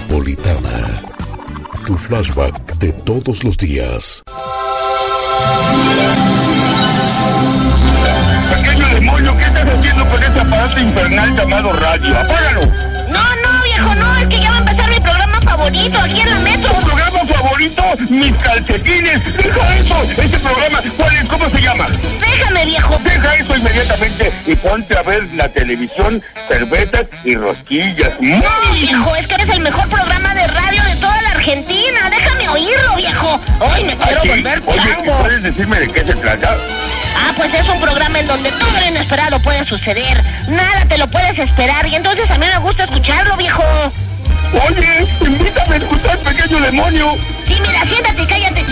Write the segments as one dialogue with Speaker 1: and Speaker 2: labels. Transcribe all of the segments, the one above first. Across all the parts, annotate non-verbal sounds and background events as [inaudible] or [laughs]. Speaker 1: Metropolitana. Tu flashback de todos los días.
Speaker 2: Pequeño demonio, ¿qué estás haciendo con este aparato infernal llamado radio? ¡Apágalo!
Speaker 3: No, no, viejo, no, es que ya va a empezar mi programa favorito aquí en la metro.
Speaker 2: ¿Tu programa favorito? ¡Mis calcetines! ¡Deja eso! ¡Este programa! ¿Cuál es? ¿Cómo se llama?
Speaker 3: Déjame, viejo.
Speaker 2: Deja eso inmediatamente y ponte a ver la televisión, cervezas y rosquillas. ¡Muy!
Speaker 3: No, viejo, es que eres el mejor programa de radio de toda la Argentina. Déjame oírlo, viejo. Hoy me quiero
Speaker 2: Así.
Speaker 3: volver
Speaker 2: Oye,
Speaker 3: chango.
Speaker 2: ¿puedes decirme de qué se trata?
Speaker 3: Ah, pues es un programa en donde todo lo inesperado puede suceder. Nada te lo puedes esperar. Y entonces a mí me gusta escucharlo, viejo.
Speaker 2: Oye, invítame a escuchar, pequeño demonio.
Speaker 3: Sí, mira, siéntate y cállate.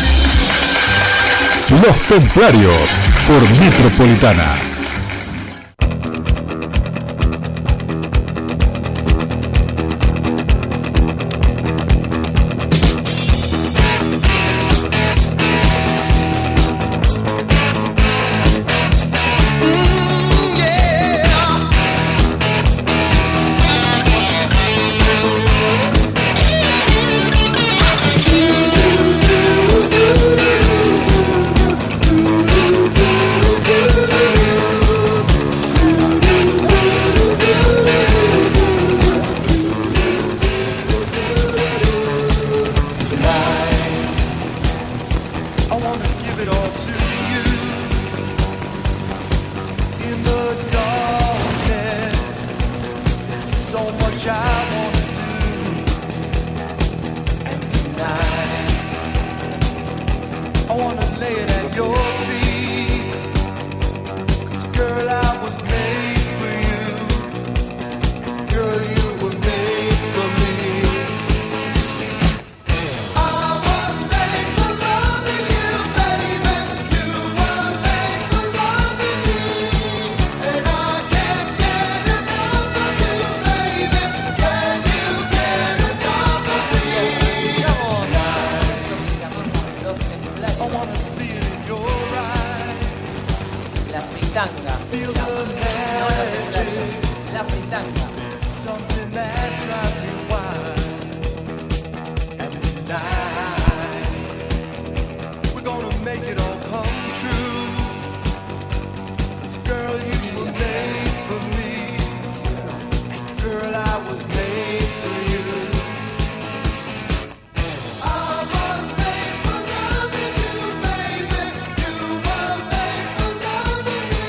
Speaker 4: Los Templarios por Metropolitana.
Speaker 5: Tonight, I wanna give it all to you. In the darkness, there's so much I wanna do. And tonight, I wanna lay it at your feet. 'Cause girl, I was made for you. And girl, you were made for me. I was made for loving you, baby. You were made for loving me, and I can't get enough of you, baby. Can you get enough of me? I wanna see it in your eyes,
Speaker 6: La fritanga,
Speaker 5: feel the magic.
Speaker 6: la fritanga.
Speaker 5: Something that drives me wild. And tonight, we're gonna make it all come true. 'Cause girl, you were made for me. And girl, I was made for you. I was made for loving you, baby. You were made for loving me.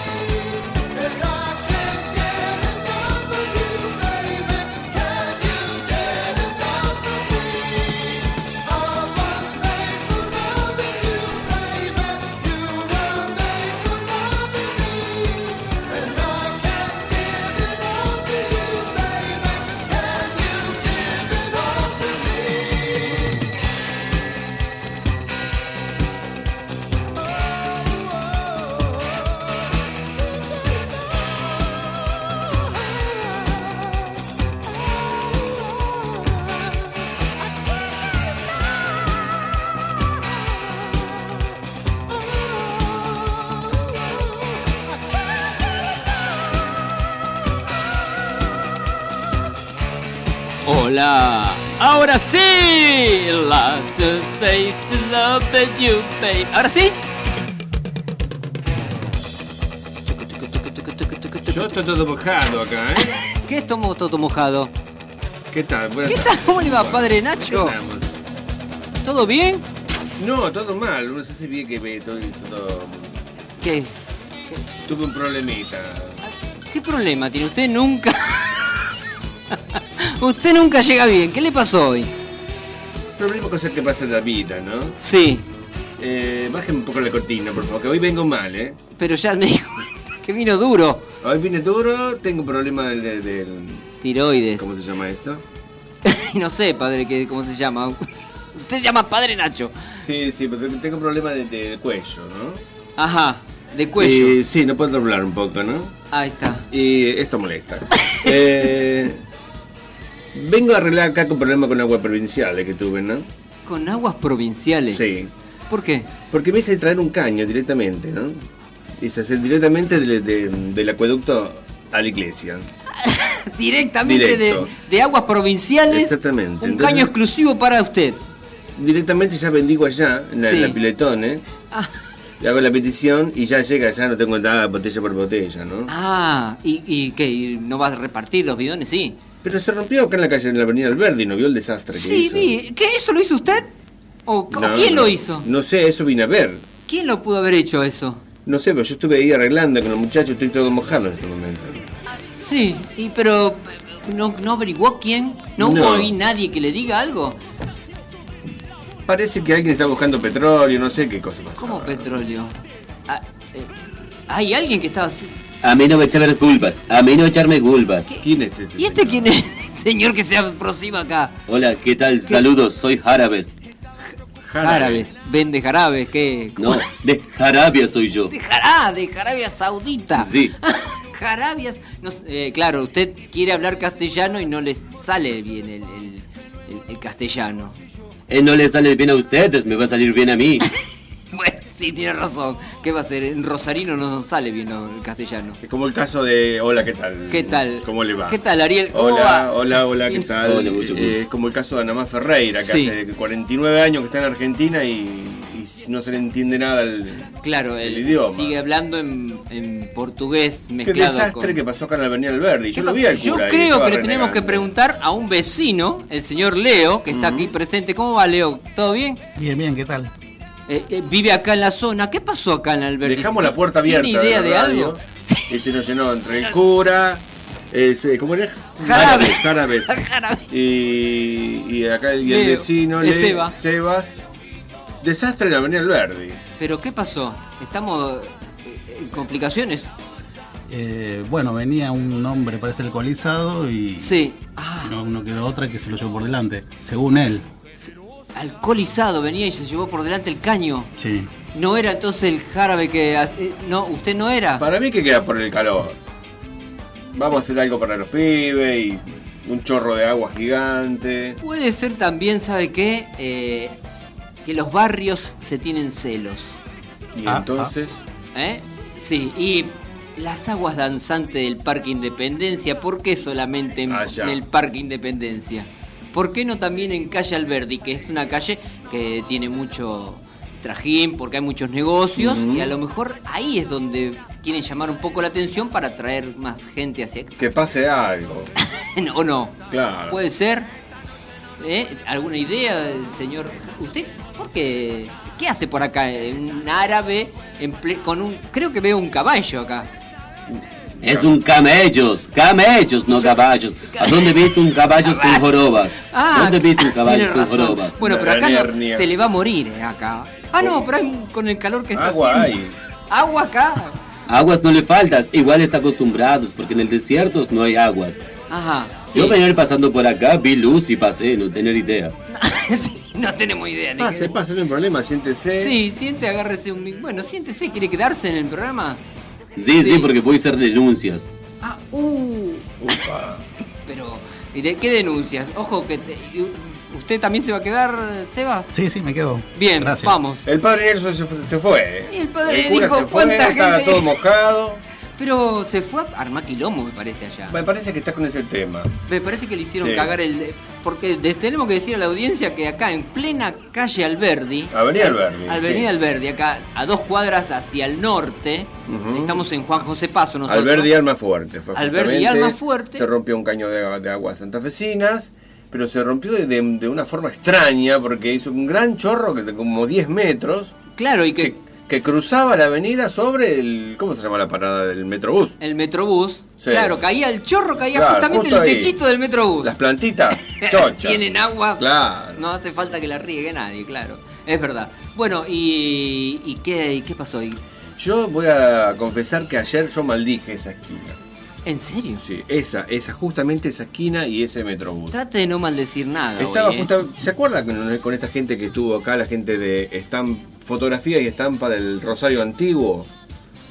Speaker 5: And I can't get enough of you, baby. Can you get enough of me? I was made for loving you, baby. You were made for loving me. And I can't give it all to you, baby. Can you give it all to me?
Speaker 7: Hola, ahora sí. Last the face to love that you pay. Ahora sí.
Speaker 8: Yo estoy todo mojado acá, ¿eh?
Speaker 7: ¿Qué es tomo- todo mojado?
Speaker 8: ¿Qué tal? Buenas
Speaker 7: ¿Qué tal?
Speaker 8: tardes.
Speaker 7: ¿Cómo le va, padre Nacho?
Speaker 8: ¿Qué estamos?
Speaker 7: ¿Todo bien?
Speaker 8: No, todo mal. No sé si bien que me, todo, todo-
Speaker 7: ¿Qué?
Speaker 8: tuve un problemita.
Speaker 7: ¿Qué problema tiene? Usted nunca. [laughs] Usted nunca llega bien. ¿Qué le pasó hoy?
Speaker 8: Problema cosas que pasan en la vida, ¿no?
Speaker 7: Sí,
Speaker 8: Eh, bajen un poco la cortina, por favor, que hoy vengo mal, ¿eh?
Speaker 7: pero ya me dijo [laughs] que vino duro.
Speaker 8: Hoy vine duro, tengo problema del... del- del-
Speaker 7: Tiroides.
Speaker 8: ¿Cómo se llama esto?
Speaker 7: [laughs] No sé, padre, que, cómo se llama. [laughs] Usted se llama padre Nacho.
Speaker 8: Sí, sí, pero tengo problema de- del cuello, ¿no?
Speaker 7: Ajá, de cuello.
Speaker 8: Eh, sí, no puedo doblar un poco, ¿no?
Speaker 7: Ahí está. [laughs]
Speaker 8: Y esto molesta. Eh, vengo a arreglar acá con problema con agua provincial que tuve, ¿no?
Speaker 7: Con aguas provinciales.
Speaker 8: Sí.
Speaker 7: ¿Por qué?
Speaker 8: Porque me hice traer un caño directamente, ¿no? Hice hacer directamente del, de- del acueducto a la iglesia.
Speaker 7: directamente de,
Speaker 8: Directo.
Speaker 7: de aguas provinciales.
Speaker 8: Exactamente.
Speaker 7: Un
Speaker 8: Entonces-
Speaker 7: caño exclusivo para usted.
Speaker 8: Directamente ya bendigo allá, en la,
Speaker 7: Sí.
Speaker 8: en la piletón, ¿eh?
Speaker 7: Ah,
Speaker 8: Y hago la petición y ya llega, ya no tengo nada botella por botella, ¿no?
Speaker 7: ah, ¿y, y qué? ¿Y ¿No va a repartir los bidones? Sí.
Speaker 8: Pero se rompió acá en la calle, en la avenida Alberdi, ¿no vio el desastre que
Speaker 7: Sí,
Speaker 8: hizo?
Speaker 7: vi. ¿Qué? ¿Eso lo hizo usted? ¿O, o
Speaker 8: No,
Speaker 7: quién
Speaker 8: no.
Speaker 7: lo hizo?
Speaker 8: No sé, eso vine a ver.
Speaker 7: ¿Quién lo pudo haber hecho eso?
Speaker 8: No sé, pero yo estuve ahí arreglando con los muchachos, estoy todo mojado en este momento.
Speaker 7: Sí, y pero eh, no, no averiguó quién, no,
Speaker 8: No.
Speaker 7: oí nadie que le diga algo.
Speaker 8: Parece que alguien está buscando petróleo, no sé qué cosa pasa.
Speaker 7: ¿Cómo petróleo? Ah, eh, hay alguien que estaba así.
Speaker 9: A mí no me echarme culpas. A mí no echarme culpas.
Speaker 8: ¿Quién es este?
Speaker 7: ¿Y este
Speaker 8: señor?
Speaker 7: quién es? [laughs] Señor que se aproxima acá.
Speaker 9: Hola, ¿qué tal? Saludos, soy Jarabes.
Speaker 7: Árabes, vende jarabes, ¿qué?
Speaker 9: No, de Jarabia soy yo.
Speaker 7: De Jará, Ah, de Jarabia Saudita.
Speaker 9: Sí.
Speaker 7: Jarabias. no sé, eh, claro, usted quiere hablar castellano y no le sale bien el, el- el- el castellano.
Speaker 9: Eh, no le sale bien a ustedes, me va a salir bien a
Speaker 7: [laughs]
Speaker 9: mí.
Speaker 7: Bueno, sí, tiene razón. ¿Qué va a ser? En Rosarino no nos sale bien no, el castellano.
Speaker 8: Es como el caso de. Hola, ¿qué tal?
Speaker 7: ¿Qué tal?
Speaker 8: ¿Cómo le va?
Speaker 7: ¿Qué tal, Ariel? ¿Cómo
Speaker 8: Hola,
Speaker 7: va?
Speaker 8: hola, hola, ¿qué
Speaker 7: Bien.
Speaker 8: tal?
Speaker 9: Hola, mucho
Speaker 8: Eh,
Speaker 9: gusto.
Speaker 8: es como el caso de Anamá Ferreira, que
Speaker 7: Sí.
Speaker 8: hace 49 años que está en Argentina y, y no se le entiende nada al
Speaker 7: Claro,
Speaker 8: el
Speaker 7: él
Speaker 8: idioma.
Speaker 7: sigue hablando en, en portugués
Speaker 8: Qué
Speaker 7: mezclado
Speaker 8: desastre
Speaker 7: con...
Speaker 8: que pasó acá en la Avenida Alberdi. Yo lo vi al
Speaker 7: Yo
Speaker 8: cura ahí,
Speaker 7: creo
Speaker 8: estaba
Speaker 7: que le tenemos
Speaker 8: renegando.
Speaker 7: que preguntar a un vecino, el señor Leo, que está aquí presente. ¿Cómo va, Leo? ¿Todo bien?
Speaker 10: Bien, bien, ¿qué tal?
Speaker 7: Eh, eh, vive acá en la zona. ¿Qué pasó acá en Alberti?
Speaker 8: Dejamos la puerta abierta.
Speaker 7: ¿Tiene idea de,
Speaker 8: la radio,
Speaker 7: algo?
Speaker 8: Y se nos llenó entre el cura, ese- ¿cómo era?
Speaker 7: Jarabe.
Speaker 8: Árabes.
Speaker 7: [laughs] Jarabe.
Speaker 8: Y, y acá el, y el
Speaker 7: Leo.
Speaker 8: vecino,
Speaker 7: Eh,
Speaker 8: Le-
Speaker 7: Seba.
Speaker 8: Sebas. Desastre en la Avenida Alberdi.
Speaker 7: ¿Pero qué pasó? ¿Estamos eh, en complicaciones?
Speaker 10: Eh, bueno, venía un hombre, parece alcoholizado y
Speaker 7: Sí. Ah,
Speaker 10: no, no quedó otra que se lo llevó por delante, según él.
Speaker 7: alcoholizado venía y se llevó por delante el caño.
Speaker 10: Sí.
Speaker 7: ¿No era entonces el jarabe que... ha- eh, no, usted no era?
Speaker 8: Para mí que queda por el calor. Vamos a hacer algo para los pibes y un chorro de agua gigante.
Speaker 7: Puede ser también, ¿sabe qué? Eh, que los barrios se tienen celos.
Speaker 8: Y
Speaker 10: Ah,
Speaker 8: entonces...
Speaker 7: ¿Eh? Sí, y las aguas danzantes del Parque Independencia, ¿por qué solamente en,
Speaker 8: Allá.
Speaker 7: en el Parque Independencia? ¿Por qué no también en Calle Alberdi, que es una calle que tiene mucho trajín, porque hay muchos negocios, y a lo mejor ahí es donde quieren llamar un poco la atención para atraer más gente hacia acá?
Speaker 8: Que pase algo.
Speaker 7: ¿O [laughs] no?
Speaker 8: Claro.
Speaker 7: ¿Puede ser? ¿Eh? ¿Alguna idea, señor? ¿Usted por qué? ¿Qué hace por acá? Un árabe en ple- con un... Creo que veo un caballo acá.
Speaker 9: Es un camellos, camellos, no caballos. ¿A dónde viste un caballo con jorobas? ¿Dónde viste un caballo
Speaker 7: Ah, tiene
Speaker 9: con
Speaker 7: razón.
Speaker 9: jorobas?
Speaker 7: Bueno, pero acá
Speaker 8: Una
Speaker 7: no-
Speaker 8: hernia.
Speaker 7: se le va a morir eh, acá. Ah, no, pero hay un- con el calor que está
Speaker 8: Agua
Speaker 7: haciendo.
Speaker 8: hay.
Speaker 7: Agua acá.
Speaker 9: Aguas no le faltas, igual está acostumbrados, porque en el desierto no hay aguas.
Speaker 7: Ajá. sí.
Speaker 9: Yo venía pasando por acá, vi luz y pasé, no tener idea.
Speaker 7: Sí, no tenemos idea. ni
Speaker 8: Pase,
Speaker 7: qué-
Speaker 8: pase, no hay problema, siéntese.
Speaker 7: Sí, siente, agárrese un... mic- Bueno, siéntese, ¿quiere quedarse en el programa?
Speaker 9: Sí, sí,
Speaker 7: Sí.
Speaker 9: porque voy a hacer denuncias.
Speaker 7: Ah, uh. Pero, ¿y de qué denuncias? Ojo, que te- y- ¿usted también se va a quedar, Sebas?
Speaker 10: Sí, sí, me quedo.
Speaker 7: Bien,
Speaker 10: Gracias.
Speaker 7: vamos.
Speaker 8: El padre Nelson se fue. Se fue.
Speaker 7: Y el padre
Speaker 8: cura
Speaker 7: dijo,
Speaker 8: se fue,
Speaker 7: "¿Cuánta
Speaker 8: Estaba
Speaker 7: gente?"
Speaker 8: todo mojado.
Speaker 7: Pero se fue a armar quilombo, me parece, allá.
Speaker 8: Me parece que está con ese tema.
Speaker 7: Me parece que le hicieron
Speaker 8: Sí.
Speaker 7: cagar el... Porque des- tenemos que decir a la audiencia que acá, en plena calle Alberdi... eh,
Speaker 8: Avenida Alberdi.
Speaker 7: Avenida
Speaker 8: sí.
Speaker 7: Alberdi, acá, a dos cuadras hacia el norte,
Speaker 8: Ujú.
Speaker 7: estamos en Juan José Paso nosotros.
Speaker 8: Alberdi Alma Fuerte. Fue
Speaker 7: Alberdi
Speaker 8: justamente.
Speaker 7: Alma Fuerte.
Speaker 8: Se rompió un caño de, agua- de aguas santafesinas. Pero se rompió de, de- de una forma extraña porque hizo un gran chorro que de como 10 metros
Speaker 7: Claro, y que
Speaker 8: que, que cruzaba la avenida sobre el. ¿Cómo se llama la parada del metrobús?
Speaker 7: el Metrobús...
Speaker 8: Sí.
Speaker 7: Claro, caía el chorro, caía
Speaker 8: Claro,
Speaker 7: justamente
Speaker 8: justo
Speaker 7: el
Speaker 8: ahí.
Speaker 7: techito del Metrobús.
Speaker 8: Las plantitas. chocha.
Speaker 7: [laughs] Tienen agua.
Speaker 8: Claro.
Speaker 7: No hace falta que la riegue nadie, claro. Es verdad. Bueno, ¿y, y qué, y qué pasó ahí?
Speaker 8: Yo voy a confesar que ayer yo maldije esa esquina.
Speaker 7: ¿En serio?
Speaker 8: Sí, esa, esa, justamente esa esquina y ese metrobús.
Speaker 7: Trate de no maldecir nada.
Speaker 8: Estaba
Speaker 7: hoy, ¿eh?
Speaker 8: justa- ¿Se acuerda con, con esta gente que estuvo acá, la gente de estam- fotografía y estampa del Rosario Antiguo?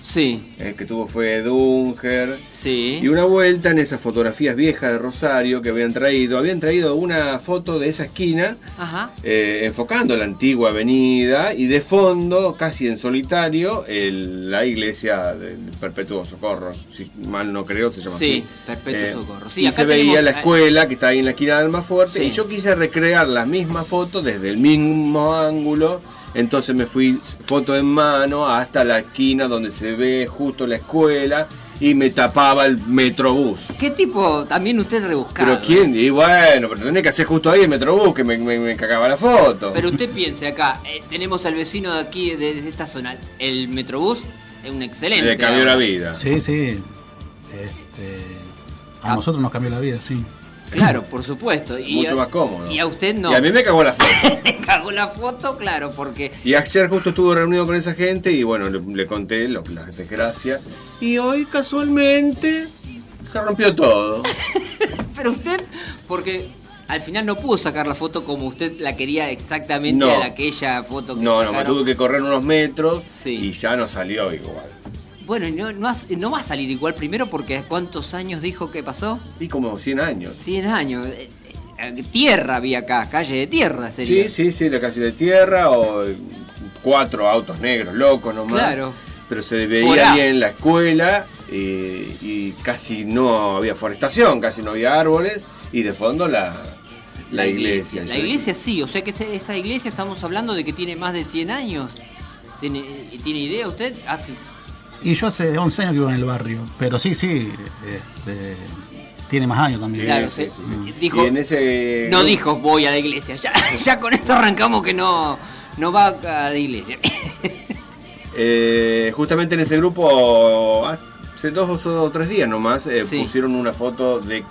Speaker 7: Sí,
Speaker 8: El que tuvo fue Dunger.
Speaker 7: sí.
Speaker 8: Y una vuelta en esas fotografías viejas de Rosario que habían traído, habían traído una foto de esa esquina
Speaker 7: Ajá.
Speaker 8: eh, enfocando la antigua avenida y de fondo, casi en solitario, el- la iglesia del Perpetuo Socorro, si mal no creo se llama
Speaker 7: Sí,
Speaker 8: así. Eh,
Speaker 7: Perpetuo Socorro. Sí,
Speaker 8: y
Speaker 7: acá
Speaker 8: se veía
Speaker 7: tenemos- eh,
Speaker 8: la escuela que está ahí en la esquina de Almafuerte
Speaker 7: Sí.
Speaker 8: y yo quise recrear la misma foto desde el mismo ángulo. Entonces me fui foto en mano hasta la esquina donde se ve justo la escuela y me tapaba el metrobús.
Speaker 7: ¿Qué tipo? También usted rebuscado.
Speaker 8: Pero quién, y bueno, pero tenés que hacer justo ahí el metrobús que me, me- me cagaba la foto.
Speaker 7: Pero usted piense acá, eh, tenemos al vecino de aquí, de, de esta zona, el Metrobús, es un excelente.
Speaker 8: Le cambió la vida.
Speaker 7: digamos.
Speaker 10: Sí, sí. Este, a
Speaker 7: Ah.
Speaker 10: nosotros nos cambió la vida, sí.
Speaker 7: Claro, por supuesto. Y
Speaker 8: Mucho
Speaker 7: a-
Speaker 8: más cómodo.
Speaker 7: Y a usted no.
Speaker 8: Y a mí me cagó la foto.
Speaker 7: [laughs] me cagó la foto, claro, porque
Speaker 8: Y ayer justo estuve reunido con esa gente y bueno, le, le conté lo, la desgracia. Y hoy casualmente se rompió todo.
Speaker 7: Pero usted, porque al final no pudo sacar la foto como usted la quería exactamente
Speaker 8: No.
Speaker 7: a la- aquella foto que
Speaker 8: No, no, me
Speaker 7: sacaron.
Speaker 8: tuve que correr unos metros
Speaker 7: Sí.
Speaker 8: y ya no salió igual.
Speaker 7: Bueno, y no, no, has- no va a salir igual primero porque ¿cuántos años dijo que pasó?
Speaker 8: Y como 100 años.
Speaker 7: 100 años. Eh, eh, Tierra había acá, calle de tierra sería.
Speaker 8: Sí, sí, sí, la calle de tierra o cuatro autos negros locos nomás.
Speaker 7: Claro.
Speaker 8: Pero se veía
Speaker 7: Forá.
Speaker 8: bien la escuela eh, y casi no había forestación, casi no había árboles y de fondo la, la iglesia.
Speaker 7: La
Speaker 8: Yo-
Speaker 7: iglesia sí, o sea que ese- esa iglesia estamos hablando de que tiene más de 100 años. ¿Tiene, eh, ¿tiene idea usted? Ah, Hace
Speaker 10: Y yo hace 11 años que vivo en el barrio, pero sí, sí, este, tiene más años también. Mm.
Speaker 7: Claro,
Speaker 8: sí,
Speaker 7: se-
Speaker 8: sí.
Speaker 7: dijo-
Speaker 8: Y en ese-
Speaker 7: No dijo voy a la iglesia, ya, [laughs] ya con eso arrancamos que no, no va a la iglesia. [laughs]
Speaker 8: Eh, justamente en ese grupo, hace dos o tres días nomás, eh,
Speaker 7: Sí.
Speaker 8: pusieron una foto de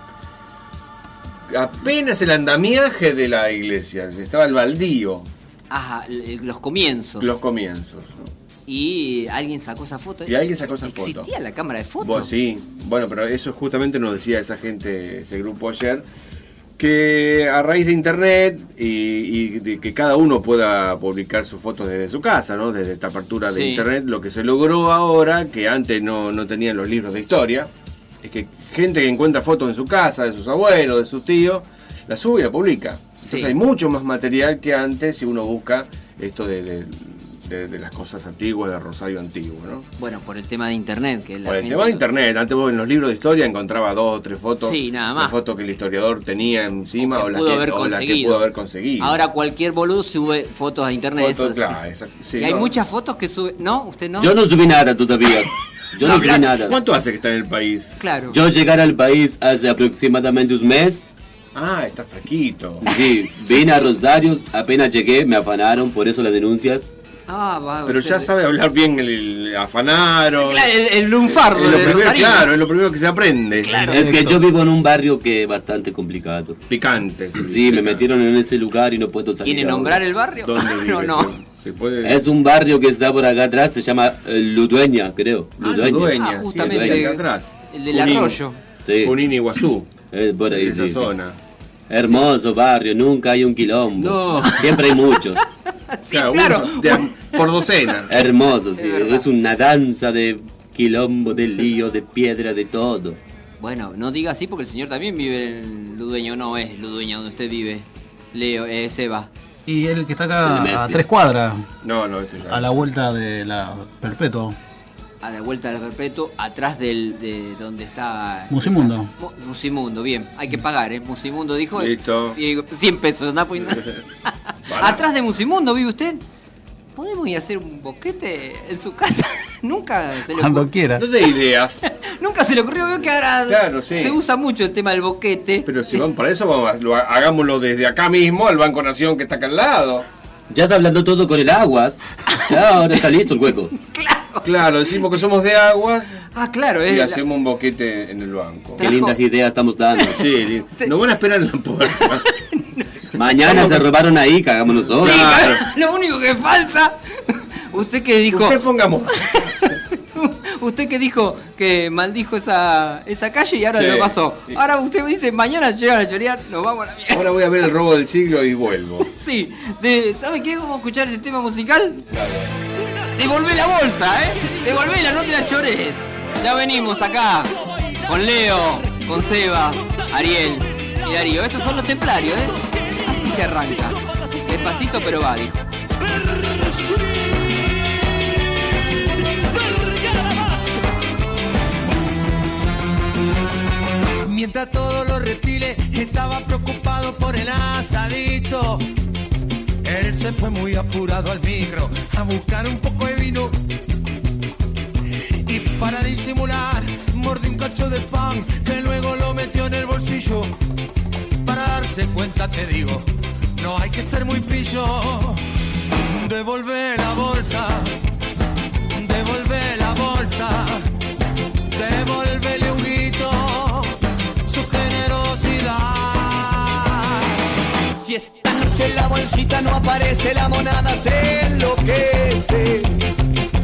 Speaker 8: apenas el andamiaje de la iglesia. Estaba el baldío,
Speaker 7: Ajá, l- los comienzos.
Speaker 8: los comienzos. ¿no?
Speaker 7: Y alguien sacó esa foto.
Speaker 8: Y alguien sacó esa
Speaker 7: ¿Existía
Speaker 8: foto.
Speaker 7: la cámara de fotos?
Speaker 8: Bueno, sí, bueno, pero eso justamente nos decía esa gente, ese grupo ayer, que a raíz de internet y, y de que cada uno pueda publicar sus fotos desde su casa, ¿no? Desde esta apertura de
Speaker 7: Sí.
Speaker 8: internet, lo que se logró ahora, que antes no, no tenían los libros de historia, es que gente que encuentra fotos en su casa, de sus abuelos, de sus tíos, la sube y la publica. Entonces
Speaker 7: Sí.
Speaker 8: hay mucho más material que antes si uno busca esto de, de- de- de las cosas antiguas, de Rosario antiguo, ¿no?
Speaker 7: Bueno, por el tema de internet. Que la
Speaker 8: Por el
Speaker 7: gente-
Speaker 8: tema de internet, antes vos en los libros de historia encontraba dos o tres fotos.
Speaker 7: Sí, nada más.
Speaker 8: La foto que el historiador tenía encima
Speaker 7: que
Speaker 8: o, la,
Speaker 7: pudo
Speaker 8: que,
Speaker 7: haber
Speaker 8: o la que
Speaker 7: conseguido.
Speaker 8: pudo haber conseguido.
Speaker 7: Ahora cualquier boludo sube fotos a internet.
Speaker 8: Foto,
Speaker 7: eso sí.
Speaker 8: claro, exacto. Sí,
Speaker 7: y hay
Speaker 8: no.
Speaker 7: muchas fotos que sube. ¿No? ¿Usted no?
Speaker 9: Yo no subí nada todavía. Yo no
Speaker 8: Habla-
Speaker 9: subí nada.
Speaker 8: ¿Cuánto hace que está en el país?
Speaker 7: Claro.
Speaker 9: Yo llegar al país hace aproximadamente un mes.
Speaker 8: Ah, está fresquito.
Speaker 9: Sí, vine a Rosario, apenas llegué, me afanaron, por eso las denuncias.
Speaker 7: Ah, va,
Speaker 8: Pero
Speaker 7: o sea,
Speaker 8: ya sabe hablar bien el, el afanaron.
Speaker 7: Claro, el, el
Speaker 8: Es
Speaker 7: lunfardo
Speaker 8: lo
Speaker 7: de
Speaker 8: primero,
Speaker 7: Rosarino.
Speaker 8: claro, es lo primero que se aprende.
Speaker 9: Es que yo vivo en un barrio que es bastante complicado.
Speaker 8: Picante. se
Speaker 9: Sí,
Speaker 8: dice
Speaker 9: me
Speaker 8: acá.
Speaker 9: metieron en ese lugar y no puedo salir.
Speaker 7: ¿Quiere
Speaker 9: ahora.
Speaker 7: nombrar el barrio?
Speaker 8: ¿Dónde
Speaker 7: [laughs] no,
Speaker 8: vive?
Speaker 7: no.
Speaker 8: Se- se puede-
Speaker 9: Es un barrio que está por acá atrás, se llama eh, Ludueña, creo.
Speaker 8: Ah, Ludueña,
Speaker 7: Ah,
Speaker 8: sí,
Speaker 7: justamente.
Speaker 8: está acá atrás.
Speaker 7: El del
Speaker 8: Junín.
Speaker 7: arroyo.
Speaker 9: Sí,
Speaker 8: Junín, Iguazú.
Speaker 9: es por ahí,
Speaker 8: esa
Speaker 9: sí.
Speaker 8: zona.
Speaker 9: Hermoso barrio, nunca hay un quilombo.
Speaker 8: No.
Speaker 9: Siempre hay
Speaker 7: [laughs]
Speaker 9: muchos.
Speaker 8: Claro, uno
Speaker 7: claro.
Speaker 8: de a- por docena.
Speaker 9: [laughs] Hermoso, sí.
Speaker 7: Es verdad.
Speaker 9: Es una danza de quilombo, de lío, de piedra, de todo.
Speaker 7: Bueno, no diga así porque el señor también vive en Ludueño. No es Ludueño donde usted vive. Leo, eh, Seba.
Speaker 10: Y el que está
Speaker 9: Dale,
Speaker 10: acá a
Speaker 9: Messi.
Speaker 10: tres
Speaker 8: [laughs]
Speaker 10: cuadras,
Speaker 8: No, no, esto ya.
Speaker 10: a la vuelta de la Perpetuo.
Speaker 7: A la vuelta del perpetuo, atrás del, de donde está.
Speaker 10: Musimundo.
Speaker 7: esa- Mu- Musimundo, bien. Hay que pagar, ¿eh? Musimundo dijo.
Speaker 8: Listo.
Speaker 7: Diego, 100 pesos, ¿no? Pues, no. atrás de Musimundo, ¿vive usted? ¿Podemos ir a hacer un boquete en su casa? [laughs] nunca se le
Speaker 10: Cuando
Speaker 7: ocurrió-
Speaker 10: quiera.
Speaker 8: No te ideas.
Speaker 7: [laughs] Nunca se le ocurrió, veo que ahora
Speaker 8: Claro, sí.
Speaker 7: se usa mucho el tema del boquete.
Speaker 8: Pero si van para eso, vamos a- lo ha- hagámoslo desde acá mismo al Banco Nación que está acá al lado.
Speaker 9: Ya está hablando todo con el aguas. Ya ahora está listo el hueco.
Speaker 7: [laughs] Claro.
Speaker 8: Claro, decimos que somos de aguas
Speaker 7: Ah, claro, es
Speaker 8: y
Speaker 7: la-
Speaker 8: hacemos un boquete en el banco.
Speaker 9: Qué lindas ideas estamos dando.
Speaker 8: [laughs] Sí, sí. Nos van a esperar en
Speaker 9: [laughs]
Speaker 8: la puerta.
Speaker 9: Mañana se robaron ahí, cagamos nosotros.
Speaker 7: Sí,
Speaker 8: Claro.
Speaker 7: claro, Lo único que falta. [laughs] Usted que dijo.
Speaker 8: Usted pongamos.
Speaker 7: [laughs] Usted que dijo que maldijo esa, esa calle y ahora
Speaker 8: Sí.
Speaker 7: lo pasó. Ahora usted me dice, mañana llegan a chorear, nos vamos a la mierda.
Speaker 8: Ahora voy a ver el robo del siglo y vuelvo.
Speaker 7: Sí, de, ¿sabe qué? Vamos a escuchar ese tema musical. Devolvé la bolsa, ¿eh? Devolvela, no te la chores. Ya venimos acá con Leo, con Seba, Ariel y Darío. Esos son los templarios, ¿eh? Así se arranca. Despacito pero va, dijo.
Speaker 5: Mientras todos los reptiles estaban preocupados por el asadito, él se fue muy apurado al micro a buscar un poco de vino. Y para disimular, mordió un cacho de pan que luego lo metió en el bolsillo. Para darse cuenta, te digo, no hay que ser muy pillo. Devolver la bolsa, devolver la bolsa. Devolvele un grito su generosidad. Si esta noche en la bolsita no aparece, la monada se enloquece.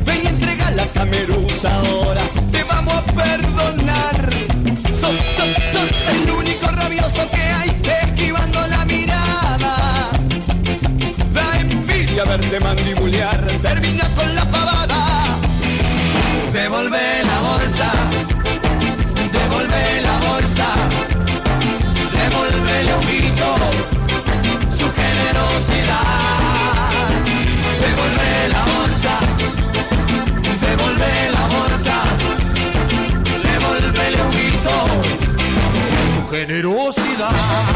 Speaker 5: Ven y entrega la camerusa ahora, te vamos a perdonar. Sos, sos, sos el único rabioso que hay esquivando la mirada. Da envidia verte mandibulear, termina con la pavada. Devolve la bolsa, devolve la bolsa, devolve el ojito, su generosidad. Devolve la bolsa, devolve la bolsa, devolve el ojito, su generosidad.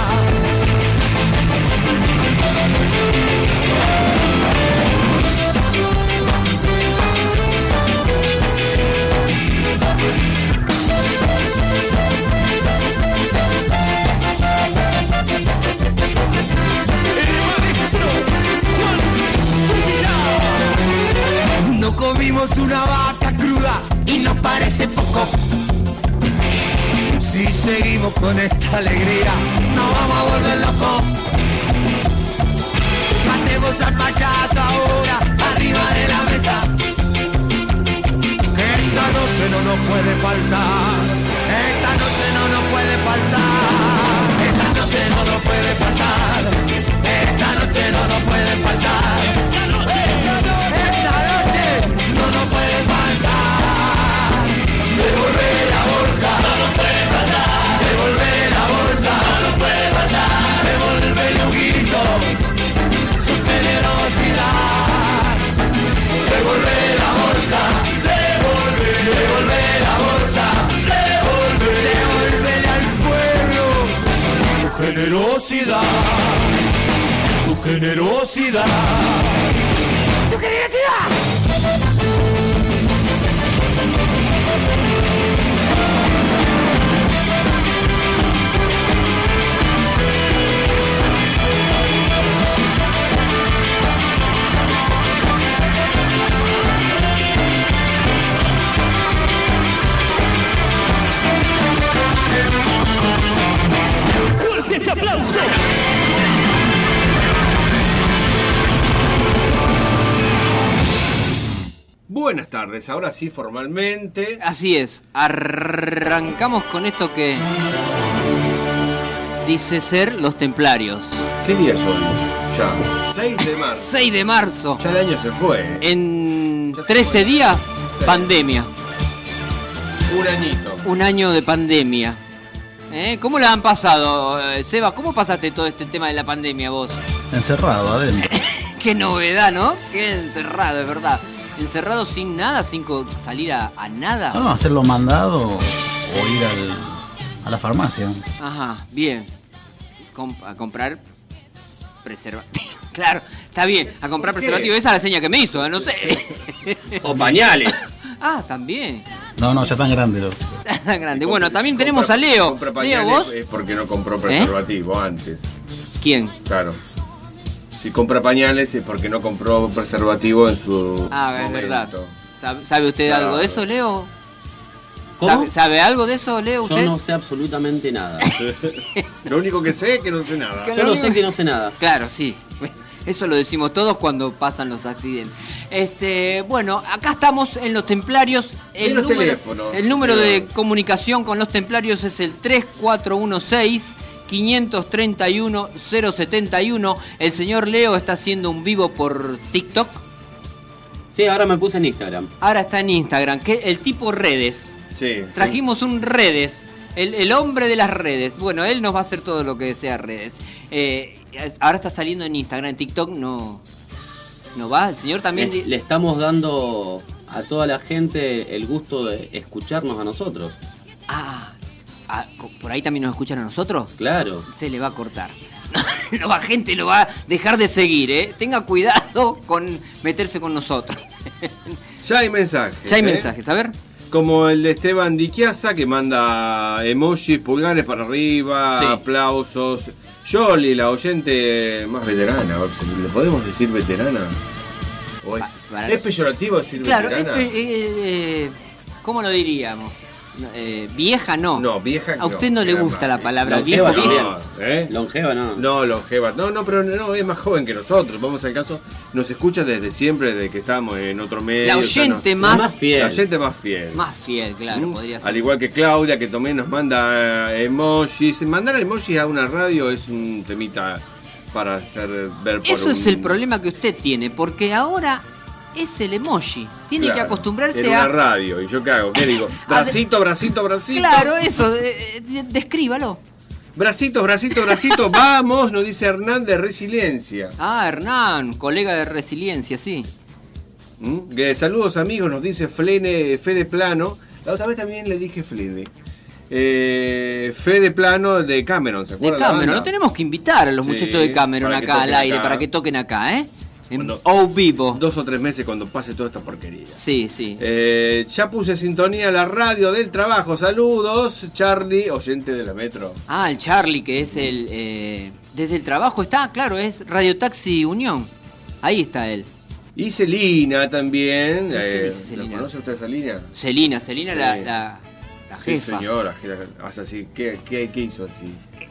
Speaker 5: No comimos una vaca cruda y nos parece poco. Si seguimos con esta alegría, nos vamos a volver locos. Matemos al payaso ahora, arriba de la mesa. Que esta noche no nos puede faltar. Esta noche no nos puede faltar. Esta noche no nos puede faltar. Esta noche no nos puede faltar. Esta noche no nos puede faltar. Devolver la bolsa. No nos puede faltar. Devolver la bolsa. No nos puede faltar. Devolver el juguito. Su generosidad. Devolver la bolsa. Devolver. Devolver la bolsa. Devolver. Devolverle al pueblo. Su generosidad. Su generosidad. ¡Su generosidad!
Speaker 8: Buenas tardes, ahora sí formalmente.
Speaker 7: Así es, arrancamos con esto que dice ser los templarios.
Speaker 8: ¿Qué día es hoy? Ya, 6 de marzo.
Speaker 7: 6 de marzo,
Speaker 8: Ya el año se fue. ¿eh?
Speaker 7: en 13 días, pandemia.
Speaker 8: Un añito.
Speaker 7: Un año de pandemia. ¿Eh? ¿Cómo la han pasado, eh, Seba? ¿Cómo pasaste todo este tema de la pandemia vos?
Speaker 10: Encerrado adentro.
Speaker 7: Qué novedad, ¿no? Qué encerrado, es verdad. Encerrado sin nada, sin co- salir a, a nada.
Speaker 10: No, no, hacerlo mandado o ir al- a la farmacia.
Speaker 7: Ajá, bien. Com- a comprar preservativo. [laughs] Claro, está bien. A comprar preservativo. Esa es la seña que me hizo,
Speaker 8: [laughs]
Speaker 7: ¿eh? no sé.
Speaker 9: O pañales.
Speaker 7: [laughs] ah, también. [laughs]
Speaker 10: No, no, ya están grandes los.
Speaker 7: Tan grande.
Speaker 8: Compra-
Speaker 7: Bueno, también tenemos
Speaker 8: compra-
Speaker 7: a Leo.
Speaker 8: compra
Speaker 7: Leo,
Speaker 8: pañales eh,
Speaker 7: ¿vos? ¿Eh?
Speaker 8: Es porque no compró preservativo antes,
Speaker 7: ¿Quién?
Speaker 8: claro. Si compra pañales es porque no compró preservativo en su.
Speaker 7: Ah, es verdad.
Speaker 8: momento.
Speaker 7: ¿Sabe, sabe usted
Speaker 8: Claro.
Speaker 7: algo de eso, Leo?
Speaker 9: ¿Cómo?
Speaker 7: ¿Sabe, sabe algo de eso, Leo?
Speaker 9: Yo
Speaker 7: ¿Usted?
Speaker 9: no sé absolutamente nada.
Speaker 8: [laughs] Lo único que sé es que no sé nada.
Speaker 7: ¿Qué?
Speaker 9: Solo sé que no sé nada.
Speaker 7: Claro, sí. [laughs] Eso lo decimos todos cuando pasan los accidentes. Este, bueno, acá estamos en los templarios. El
Speaker 8: Y los
Speaker 7: número,
Speaker 8: teléfonos.
Speaker 7: el número de
Speaker 8: Pero-
Speaker 7: comunicación con los templarios es el 3416 531 071. El señor Leo está haciendo un vivo por TikTok.
Speaker 9: Sí, ahora me puse en Instagram.
Speaker 7: Ahora está en Instagram, que el tipo redes.
Speaker 8: Sí.
Speaker 7: Trajimos un redes, el, el hombre de las redes. Bueno, él nos va a hacer todo lo que sea redes. Eh, es- ahora está saliendo en Instagram, en TikTok no, no va. El señor también...
Speaker 9: Le,
Speaker 7: di-
Speaker 9: le estamos dando a toda la gente el gusto de escucharnos a nosotros.
Speaker 7: Ah, ah, co- por ahí también nos escuchan a nosotros.
Speaker 9: Claro.
Speaker 7: Se le va a cortar. [laughs] No, la gente lo va a dejar de seguir, ¿eh? Tenga cuidado con meterse con nosotros.
Speaker 8: Ya hay mensajes.
Speaker 7: Ya hay
Speaker 8: ¿eh?
Speaker 7: mensajes, a ver.
Speaker 8: Como el de Esteban Diquiaza que manda emojis, pulgares para arriba,
Speaker 7: Sí.
Speaker 8: aplausos. Yoli, la oyente más veterana, a ver si ¿le podemos decir veterana? ¿O es,
Speaker 7: para-
Speaker 8: ¿es peyorativo decir
Speaker 7: Claro, es
Speaker 8: veterana?
Speaker 7: pe- eh, eh, ¿cómo lo diríamos? No, eh, vieja no.
Speaker 8: No, vieja
Speaker 7: A usted no, le
Speaker 8: era
Speaker 7: gusta
Speaker 8: más-
Speaker 7: la palabra
Speaker 9: No,
Speaker 7: vieja.
Speaker 9: qué
Speaker 7: porque-
Speaker 8: No, ¿eh?
Speaker 9: Longeva, ¿no?
Speaker 8: No, longeva. No, no, pero no, es más joven que nosotros. Vamos al caso. Nos escucha desde siempre, desde que estamos en otro medio.
Speaker 7: La
Speaker 8: ya
Speaker 7: oyente
Speaker 8: nos-
Speaker 7: más,
Speaker 9: más fiel.
Speaker 8: La oyente más fiel.
Speaker 7: más fiel, claro,
Speaker 8: Mm.
Speaker 7: podría
Speaker 8: Al
Speaker 7: ser.
Speaker 8: igual que Claudia, que también nos manda eh, emojis. Mandar emojis a una radio es un temita para hacer ver por
Speaker 7: Eso es
Speaker 8: un-
Speaker 7: el problema que usted tiene, porque ahora es el emoji. Tiene que
Speaker 8: Claro,
Speaker 7: acostumbrarse
Speaker 8: en una
Speaker 7: a.
Speaker 8: radio. ¿Y yo qué hago? ¿Qué
Speaker 7: [laughs]
Speaker 8: digo? Bracito, bracito, bracito.
Speaker 7: Claro, eso, eh, eh, de- descríbalo.
Speaker 8: Bracito, bracito,
Speaker 7: [laughs]
Speaker 8: bracito. Vamos, nos dice Hernández, resiliencia.
Speaker 7: Ah, Hernán, colega de resiliencia, sí.
Speaker 8: ¿Mm? Que saludos amigos, nos dice Flene, Fede Plano. La otra vez también le dije Flene. Eh, Fede Plano de Cameron, ¿se
Speaker 7: De
Speaker 8: acuerdan?
Speaker 7: Cameron, lo tenemos que invitar a los
Speaker 8: Sí,
Speaker 7: muchachos de Cameron
Speaker 8: para que
Speaker 7: acá al
Speaker 8: toquen
Speaker 7: aire,
Speaker 8: acá.
Speaker 7: para que toquen acá, ¿eh? En
Speaker 8: Cuando-
Speaker 7: O vivo.
Speaker 8: Dos o tres meses cuando pase toda esta porquería.
Speaker 7: Sí, sí.
Speaker 8: Eh, ya puse sintonía a la radio del trabajo. Saludos, Charlie, oyente de la metro.
Speaker 7: Ah, el Charlie, que es el. eh, desde el trabajo está, claro, es Radio Taxi Unión. Ahí está él.
Speaker 8: Y Celina también.
Speaker 7: ¿Qué
Speaker 8: eh,
Speaker 7: dice Celina?
Speaker 8: ¿La conoce usted, Celina?
Speaker 7: Celina, Celina, la,
Speaker 8: Sí.
Speaker 7: la- la
Speaker 8: Sí,
Speaker 7: jefa.
Speaker 8: señora. jefa. Hace así. ¿Qué, qué, qué hizo así?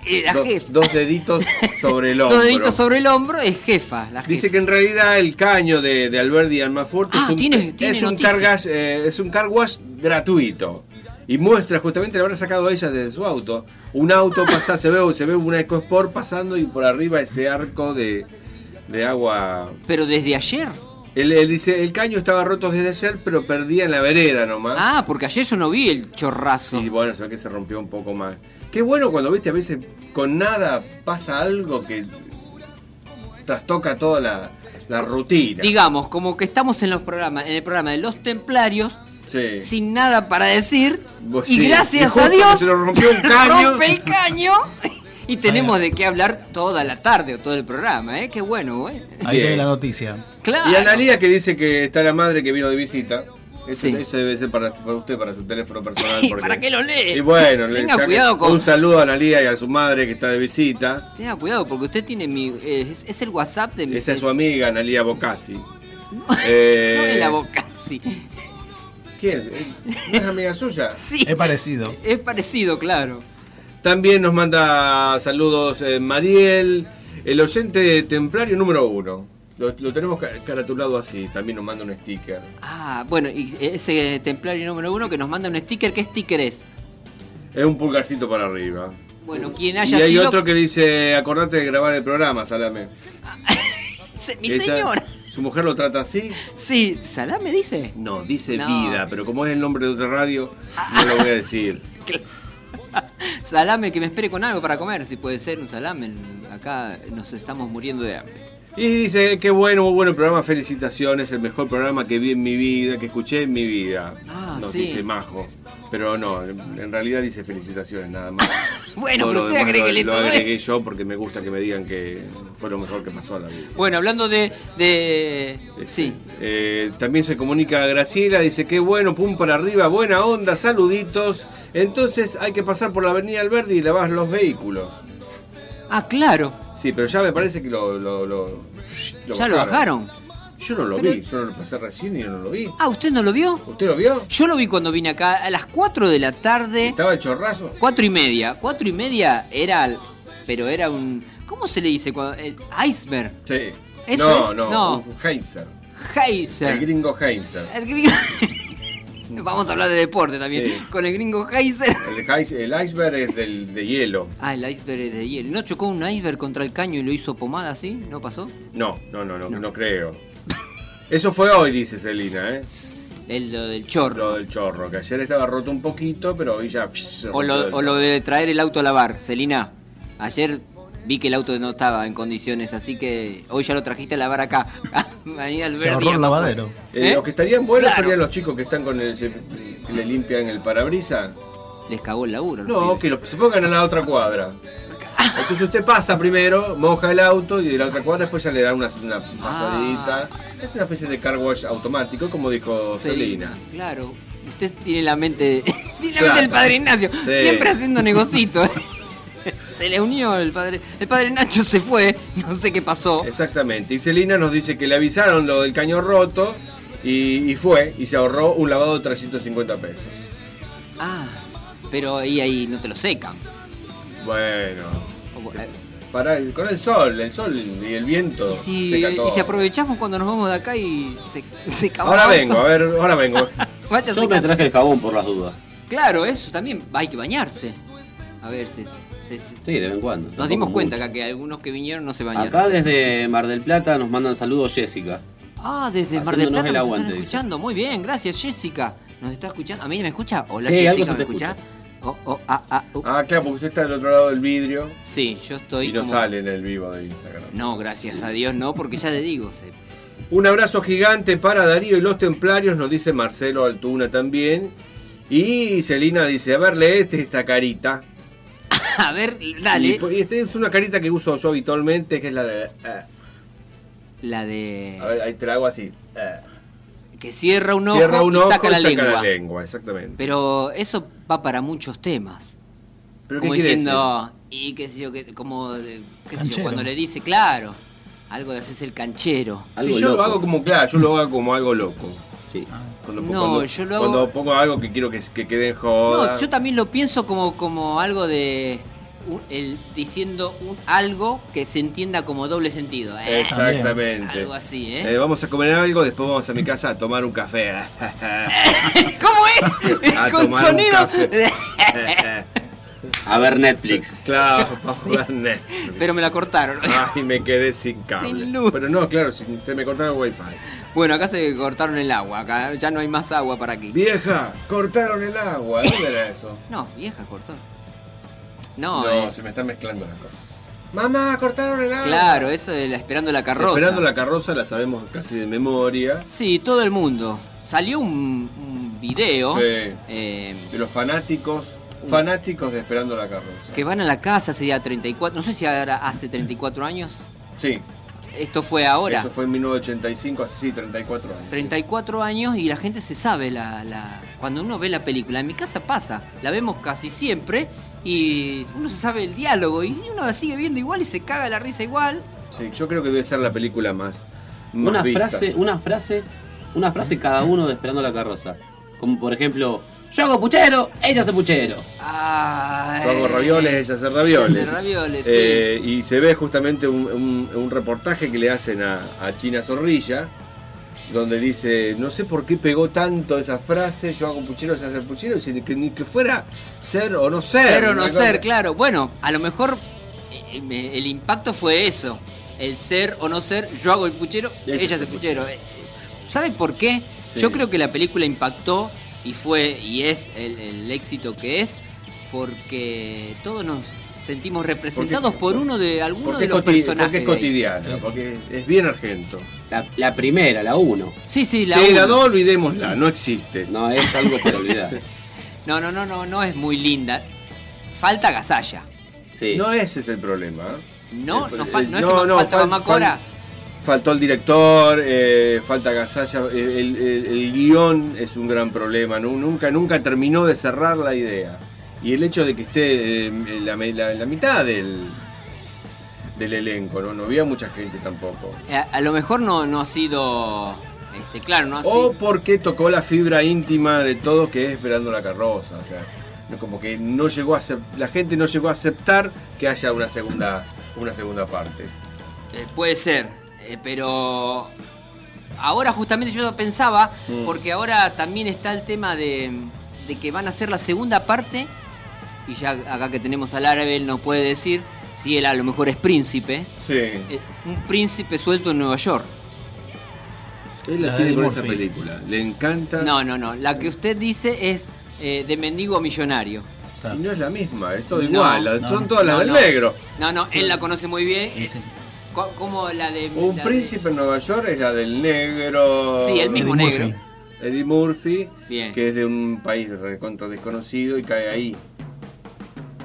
Speaker 7: Eh, la
Speaker 8: dos,
Speaker 7: jefa.
Speaker 8: dos deditos sobre el hombro.
Speaker 7: [laughs] Dos deditos sobre el hombro es jefa. La jefa.
Speaker 8: Dice que en realidad el caño de, de Alberti y Almafuerte
Speaker 7: Ah,
Speaker 8: es un,
Speaker 7: tiene- tiene
Speaker 8: es, un
Speaker 7: noticia.
Speaker 8: cargas, eh, es un car wash gratuito. Y muestra, justamente le habrá sacado a ella desde su auto. Un auto pasa, se ve, se ve un EcoSport pasando y por arriba ese arco de, de agua.
Speaker 7: Pero desde ayer.
Speaker 8: Él, él dice, el caño estaba roto desde ayer, pero perdía en la vereda nomás.
Speaker 7: Ah, porque ayer yo no vi el chorrazo.
Speaker 8: Y bueno, se ve que se rompió un poco más. Qué bueno cuando viste, a veces con nada pasa algo que trastoca toda la, la rutina.
Speaker 7: Digamos, como que estamos en los programas, en el programa de los templarios,
Speaker 8: Sí.
Speaker 7: sin nada para decir.
Speaker 8: Vos
Speaker 7: y
Speaker 8: sí. Y
Speaker 7: gracias
Speaker 8: justo
Speaker 7: a Dios
Speaker 8: se nos rompió un
Speaker 7: [laughs] se nos
Speaker 8: caño.
Speaker 7: rompe el caño. Y tenemos de qué hablar toda la tarde o todo el programa, ¿eh? Qué bueno, güey.
Speaker 10: Ahí
Speaker 8: Bien.
Speaker 10: tiene la noticia.
Speaker 7: Claro.
Speaker 8: Y Analía que dice que está la madre que vino de visita. Eso,
Speaker 7: Sí.
Speaker 8: eso debe ser para, para usted, para su teléfono
Speaker 7: [laughs]
Speaker 8: personal.
Speaker 7: Sí,
Speaker 8: porque-
Speaker 7: ¿para qué lo lee?
Speaker 8: Y bueno, le-
Speaker 7: Tenga
Speaker 8: ya que-
Speaker 7: cuidado con-
Speaker 8: un saludo a Analía y a su madre que está de visita.
Speaker 7: Tenga cuidado porque usted tiene mi. eh, es, es el WhatsApp de mi.
Speaker 8: Esa es su amiga, Analía Bocasi.
Speaker 7: [laughs] No
Speaker 8: Eh,
Speaker 7: en la boca, sí.
Speaker 8: ¿Quién? ¿No es amiga suya?
Speaker 7: [laughs] Sí. Eh,
Speaker 10: Es parecido.
Speaker 7: Es parecido, claro.
Speaker 8: También nos manda saludos eh, Mariel, el oyente templario número uno. Lo, lo tenemos ca- caratulado así, también nos manda un sticker.
Speaker 7: Ah, bueno, y ese templario número uno que nos manda un sticker, ¿qué sticker es?
Speaker 8: Es un pulgarcito para arriba.
Speaker 7: Bueno, quien
Speaker 8: Y
Speaker 7: haya
Speaker 8: hay
Speaker 7: sido
Speaker 8: otro que dice, acordate de grabar el programa, Salame.
Speaker 7: [laughs] se- mi
Speaker 8: Ella-
Speaker 7: señora.
Speaker 8: ¿Su mujer lo trata así?
Speaker 7: Sí, Salame dice.
Speaker 8: No, dice
Speaker 7: No. Ah.
Speaker 8: vida, pero como es el nombre de otra radio, no lo voy a
Speaker 7: [laughs]
Speaker 8: decir.
Speaker 7: Salame que me espere con algo para comer, si puede ser un salame. Acá nos estamos muriendo de hambre.
Speaker 8: Y dice, qué bueno, muy bueno el programa, felicitaciones, el mejor programa que vi en mi vida, que escuché en mi vida.
Speaker 7: Ah,
Speaker 8: Nos
Speaker 7: sí.
Speaker 8: dice Majo. Pero no, en en realidad dice felicitaciones nada más.
Speaker 7: [laughs] Bueno,
Speaker 8: Todo
Speaker 7: pero
Speaker 8: lo
Speaker 7: usted
Speaker 8: demás
Speaker 7: agréguele
Speaker 8: lo,
Speaker 7: todo
Speaker 8: Lo agregué
Speaker 7: eso.
Speaker 8: yo porque me gusta que me digan que fue lo mejor que pasó a la vida.
Speaker 7: Bueno, hablando de. de sí.
Speaker 8: Eh, también se comunica Graciela, dice que bueno, pum para arriba, buena onda, saluditos. Entonces hay que pasar por la avenida Alberdi y lavar los vehículos.
Speaker 7: Ah, claro.
Speaker 8: Sí, pero ya me parece que lo, lo- lo-
Speaker 7: ya lo bajaron.
Speaker 8: Yo no lo
Speaker 7: Pero-
Speaker 8: vi, yo no lo pasé recién y yo no lo vi.
Speaker 7: Ah, ¿usted no lo vio?
Speaker 8: ¿Usted lo vio?
Speaker 7: Yo lo vi cuando vine acá a las 4 de la tarde.
Speaker 8: ¿Estaba el chorrazo?
Speaker 7: Cuatro y media. Cuatro y media era. Pero era un. ¿Cómo se le dice? cuando- el iceberg.
Speaker 8: Sí.
Speaker 7: Eso
Speaker 8: no,
Speaker 7: es-
Speaker 8: no,
Speaker 7: no.
Speaker 8: un Heinzer. El
Speaker 7: Heiser.
Speaker 8: gringo Heinzer.
Speaker 7: El gringo. [laughs] Vamos a hablar de deporte también.
Speaker 8: Sí.
Speaker 7: Con el gringo Heiser.
Speaker 8: El, Heis- el iceberg es del, de hielo.
Speaker 7: Ah, el iceberg es de hielo. ¿No chocó un iceberg contra el caño y lo hizo pomada así? ¿No pasó?
Speaker 8: No, no, no, no, no creo. Eso fue hoy, dice Celina, ¿eh?
Speaker 7: El, lo del chorro.
Speaker 8: Lo del chorro, que ayer estaba roto un poquito, pero hoy ya. psh, se
Speaker 7: O
Speaker 8: rompió
Speaker 7: lo,
Speaker 8: del
Speaker 7: o lo
Speaker 8: todo.
Speaker 7: de traer el auto a lavar. Celina, ayer vi que el auto no estaba en condiciones, así que hoy ya lo trajiste a lavar acá. [laughs] Mañana al
Speaker 10: Se ahorró el lavadero.
Speaker 8: Eh,
Speaker 7: ¿Eh?
Speaker 8: Los que estarían buenos
Speaker 7: Claro.
Speaker 8: serían los chicos que están con el. se- que le limpian el parabrisas.
Speaker 7: Les cagó el laburo. los
Speaker 8: No,
Speaker 7: pibes.
Speaker 8: que los- se pongan a la otra cuadra. Entonces usted pasa primero, moja el auto y de la otra cuadra después ya le da una, una
Speaker 7: Ah.
Speaker 8: pasadita. Es una especie de car wash automático, como dijo Celina.
Speaker 7: Claro. Usted tiene la mente. [laughs] tiene la
Speaker 8: Claro.
Speaker 7: mente del padre Ignacio.
Speaker 8: Sí.
Speaker 7: Siempre haciendo ¿eh? negocitos. se le unió el padre. El padre Nacho se fue. No sé qué pasó.
Speaker 8: Exactamente. Y Celina nos dice que le avisaron lo del caño roto y, y fue y se ahorró un lavado de 350 pesos.
Speaker 7: [laughs] Ah. Pero ahí, ahí no te lo secan.
Speaker 8: Bueno,
Speaker 7: O- eh,
Speaker 8: para el- con el sol, el sol y el viento.
Speaker 7: Y si,
Speaker 8: seca todo.
Speaker 7: y si aprovechamos cuando nos vamos de acá y se, se acabó
Speaker 8: Ahora
Speaker 7: el auto.
Speaker 8: vengo, a ver,
Speaker 9: [laughs]
Speaker 8: ahora vengo.
Speaker 7: Vaya
Speaker 9: Yo me
Speaker 7: secando.
Speaker 9: traje el jabón por las dudas.
Speaker 7: [laughs] Claro, eso también. Hay que bañarse. A ver, se- se- se-
Speaker 9: Sí, de vez en cuando.
Speaker 7: nos dimos cuenta acá que algunos que vinieron no se bañaron.
Speaker 9: Acá desde Mar del Plata nos mandan saludos Jessica.
Speaker 7: Ah, desde Mar del
Speaker 9: Haciéndonos
Speaker 7: Plata
Speaker 9: el
Speaker 7: nos
Speaker 9: aguante,
Speaker 7: están
Speaker 9: dice.
Speaker 7: escuchando. Muy bien, gracias Jessica. Nos está escuchando. ¿A mí me escucha? Hola
Speaker 9: Sí, algo
Speaker 7: Jessica,
Speaker 9: se
Speaker 7: ¿me
Speaker 9: te
Speaker 7: escucha? Oh, oh, ah, ah, uh.
Speaker 8: Ah, claro, porque usted está del otro lado del vidrio
Speaker 7: Sí, yo estoy
Speaker 8: y no
Speaker 7: como-
Speaker 8: sale en el vivo de Instagram.
Speaker 7: No, gracias a Dios no, porque ya le digo. se-
Speaker 8: Un abrazo gigante para Darío y los templarios, nos dice Marcelo Altuna también. Y Celina dice, a ver, leete esta carita.
Speaker 7: [laughs] A ver,
Speaker 8: Y,
Speaker 7: dale.
Speaker 8: po- y este es una carita que uso yo habitualmente, que es la de... eh.
Speaker 7: La de...
Speaker 8: A ver, ahí te la hago así. eh.
Speaker 7: Que cierra un ojo,
Speaker 8: Cierra un ojo
Speaker 7: y saca, la,
Speaker 8: y saca
Speaker 7: lengua.
Speaker 8: la lengua. Exactamente.
Speaker 7: Pero eso va para muchos temas.
Speaker 8: ¿Pero
Speaker 7: como
Speaker 8: qué quiere decir?
Speaker 7: diciendo... Y qué sé yo, que, como... de- qué sé yo,
Speaker 10: Canchero.
Speaker 7: cuando le dice, claro. Algo de haces el canchero.
Speaker 9: Algo
Speaker 8: Sí, yo
Speaker 9: loco.
Speaker 8: lo hago como, claro, yo lo hago como algo loco.
Speaker 9: Sí.
Speaker 8: Cuando,
Speaker 7: No, yo lo hago-
Speaker 8: cuando pongo algo que quiero que, que quede en joda.
Speaker 7: No, yo también lo pienso como, como algo de. un- el, diciendo un, algo que se entienda como doble sentido. ¿eh?
Speaker 8: Exactamente.
Speaker 7: Algo así, ¿eh?
Speaker 8: Eh, vamos a comer algo, después vamos a mi casa a tomar un café.
Speaker 7: [laughs] ¿Cómo es?
Speaker 8: A
Speaker 7: Con
Speaker 8: tomar un
Speaker 7: sonido.
Speaker 8: café.
Speaker 9: [laughs] A ver Netflix.
Speaker 7: [laughs]
Speaker 8: Claro, vamos a ver Netflix.
Speaker 7: Pero me la cortaron.
Speaker 8: Ay, me quedé sin cable.
Speaker 7: Sin luz.
Speaker 8: Pero no, claro, sin- se me cortaron el wifi.
Speaker 7: Bueno, acá se cortaron el agua. Acá ya no hay más agua para aquí.
Speaker 8: Vieja, cortaron el agua. ¿Dónde era eso?
Speaker 7: No, vieja, cortó.
Speaker 8: No,
Speaker 7: No, eh,
Speaker 8: se me están mezclando las cosas. Mamá, cortaron el agua.
Speaker 7: claro, eso de la esperando la carroza.
Speaker 8: Esperando la carroza la sabemos casi de memoria.
Speaker 7: Sí, todo el mundo. Salió un, un video.
Speaker 8: Sí.
Speaker 7: eh,
Speaker 8: De los fanáticos, fanáticos de Esperando la carroza.
Speaker 7: que van a la casa hace ya 34, no sé si ahora hace 34 años.
Speaker 8: Sí,
Speaker 7: Esto fue ahora.
Speaker 8: eso fue en 1985, así 34 años.
Speaker 7: 34 años y la gente se sabe la, la- cuando uno ve la película. En mi casa pasa, la vemos casi siempre y uno se sabe el diálogo y uno la sigue viendo igual y se caga la risa igual.
Speaker 8: Sí, yo creo que debe ser la película más, más
Speaker 9: Una
Speaker 8: vista.
Speaker 9: frase, una frase, una frase cada uno de esperando la carroza. Como por ejemplo, yo hago puchero, ella hace puchero.
Speaker 7: Ay.
Speaker 8: Yo hago ravioles, ella hace ravioles.
Speaker 7: Ella hace ravioles, sí.
Speaker 8: Eh, Y se ve justamente un, un- un reportaje que le hacen a, a China Zorrilla, donde dice, no sé por qué pegó tanto esa frase, yo hago puchero, ella hace puchero, si- que ni que fuera ser o no ser.
Speaker 7: Ser o no
Speaker 8: una cosa.
Speaker 7: ser, claro. Bueno, a lo mejor eh, me- el impacto fue eso. El ser o no ser, yo hago el puchero,
Speaker 8: Y
Speaker 7: ella
Speaker 8: ella es
Speaker 7: es
Speaker 8: el
Speaker 7: el puchero. Eh, ¿Sabe por qué?
Speaker 8: Sí.
Speaker 7: Yo creo que la película impactó y fue y es el, el éxito que es porque todos nos sentimos representados
Speaker 8: Porque-
Speaker 7: por uno de alguno
Speaker 8: Porque
Speaker 7: de
Speaker 8: es,
Speaker 7: los
Speaker 8: coti- porque
Speaker 7: personajes.
Speaker 8: es
Speaker 7: de ahí.
Speaker 8: cotidiana, porque es- es bien argento.
Speaker 9: La, la primera, la uno.
Speaker 7: Sí, sí, la,
Speaker 8: sí, la
Speaker 7: uno.
Speaker 8: dos olvidémosla, no existe.
Speaker 9: No, es algo para
Speaker 8: [laughs]
Speaker 9: olvidar.
Speaker 7: No, no, no, no, no es muy linda. Falta gasalla.
Speaker 9: Sí.
Speaker 8: No ese es el problema. ¿eh?
Speaker 7: No,
Speaker 8: Eh,
Speaker 7: no,
Speaker 8: eh,
Speaker 7: fal- no es que nos falta
Speaker 8: fal-
Speaker 7: mamá Cora.
Speaker 8: fal- faltó el director, eh, falta Gasalla, eh, el, el- el guión es un gran problema, nu- nunca, nunca terminó de cerrar la idea. Y el hecho de que esté eh, la, me- la- la mitad del, del elenco, ¿no? no había mucha gente tampoco.
Speaker 7: Eh, A, lo mejor no, no ha sido. Este, claro, no ha
Speaker 8: O
Speaker 7: sido.
Speaker 8: porque tocó la fibra íntima de todo que es esperando la carroza. O sea, no- como que no llegó a acep- la gente no llegó a aceptar que haya una segunda, una segunda parte.
Speaker 7: Eh, puede ser, eh, pero. Ahora justamente yo lo pensaba,
Speaker 8: Mm.
Speaker 7: porque ahora también está el tema de, de que van a hacer la segunda parte. Y ya acá que tenemos al árabe, él nos puede decir si él a lo mejor es príncipe.
Speaker 8: Sí.
Speaker 7: eh, un príncipe suelto en Nueva York.
Speaker 8: Él la,
Speaker 10: La de
Speaker 8: tiene
Speaker 10: Eddie
Speaker 8: con esa
Speaker 10: Murphy.
Speaker 8: película. Le encanta.
Speaker 7: No, no, no. La que usted dice es eh, de mendigo a millonario.
Speaker 8: Y no es la misma, es todo
Speaker 7: No,
Speaker 8: igual. la-
Speaker 10: no,
Speaker 8: son todas las
Speaker 7: no,
Speaker 8: del
Speaker 7: no.
Speaker 8: negro.
Speaker 7: No, no, él la conoce muy bien.
Speaker 10: Sí, sí.
Speaker 7: Co- Como la de.
Speaker 8: Un
Speaker 7: la de-
Speaker 8: príncipe en Nueva York es la del negro.
Speaker 7: Sí, el mismo
Speaker 10: Eddie
Speaker 7: negro.
Speaker 10: Murphy.
Speaker 8: Eddie Murphy,
Speaker 7: Bien.
Speaker 8: que es de un país recontra desconocido y cae ahí.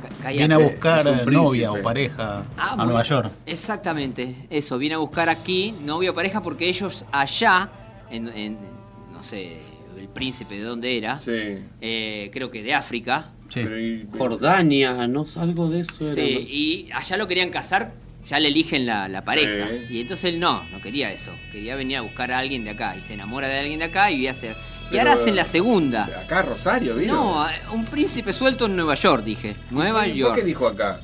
Speaker 7: Ca- callate.
Speaker 10: Viene a buscar
Speaker 8: es un
Speaker 10: eh,
Speaker 8: príncipe.
Speaker 10: novia o pareja
Speaker 7: Ah,
Speaker 10: a
Speaker 7: bueno,
Speaker 10: Nueva York.
Speaker 7: Exactamente, eso, viene a buscar aquí novio o pareja porque ellos allá, en, en, no sé, el príncipe de dónde era,
Speaker 8: Sí.
Speaker 7: eh, creo que de África,
Speaker 10: Sí.
Speaker 8: Pero y-
Speaker 9: Jordania, no algo de eso. era,
Speaker 7: sí,
Speaker 9: ¿no?
Speaker 7: y allá lo querían casar, ya le eligen la, la pareja.
Speaker 8: Sí.
Speaker 7: Y entonces él no, no quería eso, quería venir a buscar a alguien de acá y se enamora de alguien de acá y va a hacer... Y
Speaker 8: Pero,
Speaker 7: ahora hacen la
Speaker 8: eh,
Speaker 7: segunda.
Speaker 8: Acá Rosario, ¿vino?
Speaker 7: No, eh, un príncipe suelto en Nueva York, dije. Nueva
Speaker 8: ¿Y ¿Por
Speaker 7: York.
Speaker 8: qué dijo acá?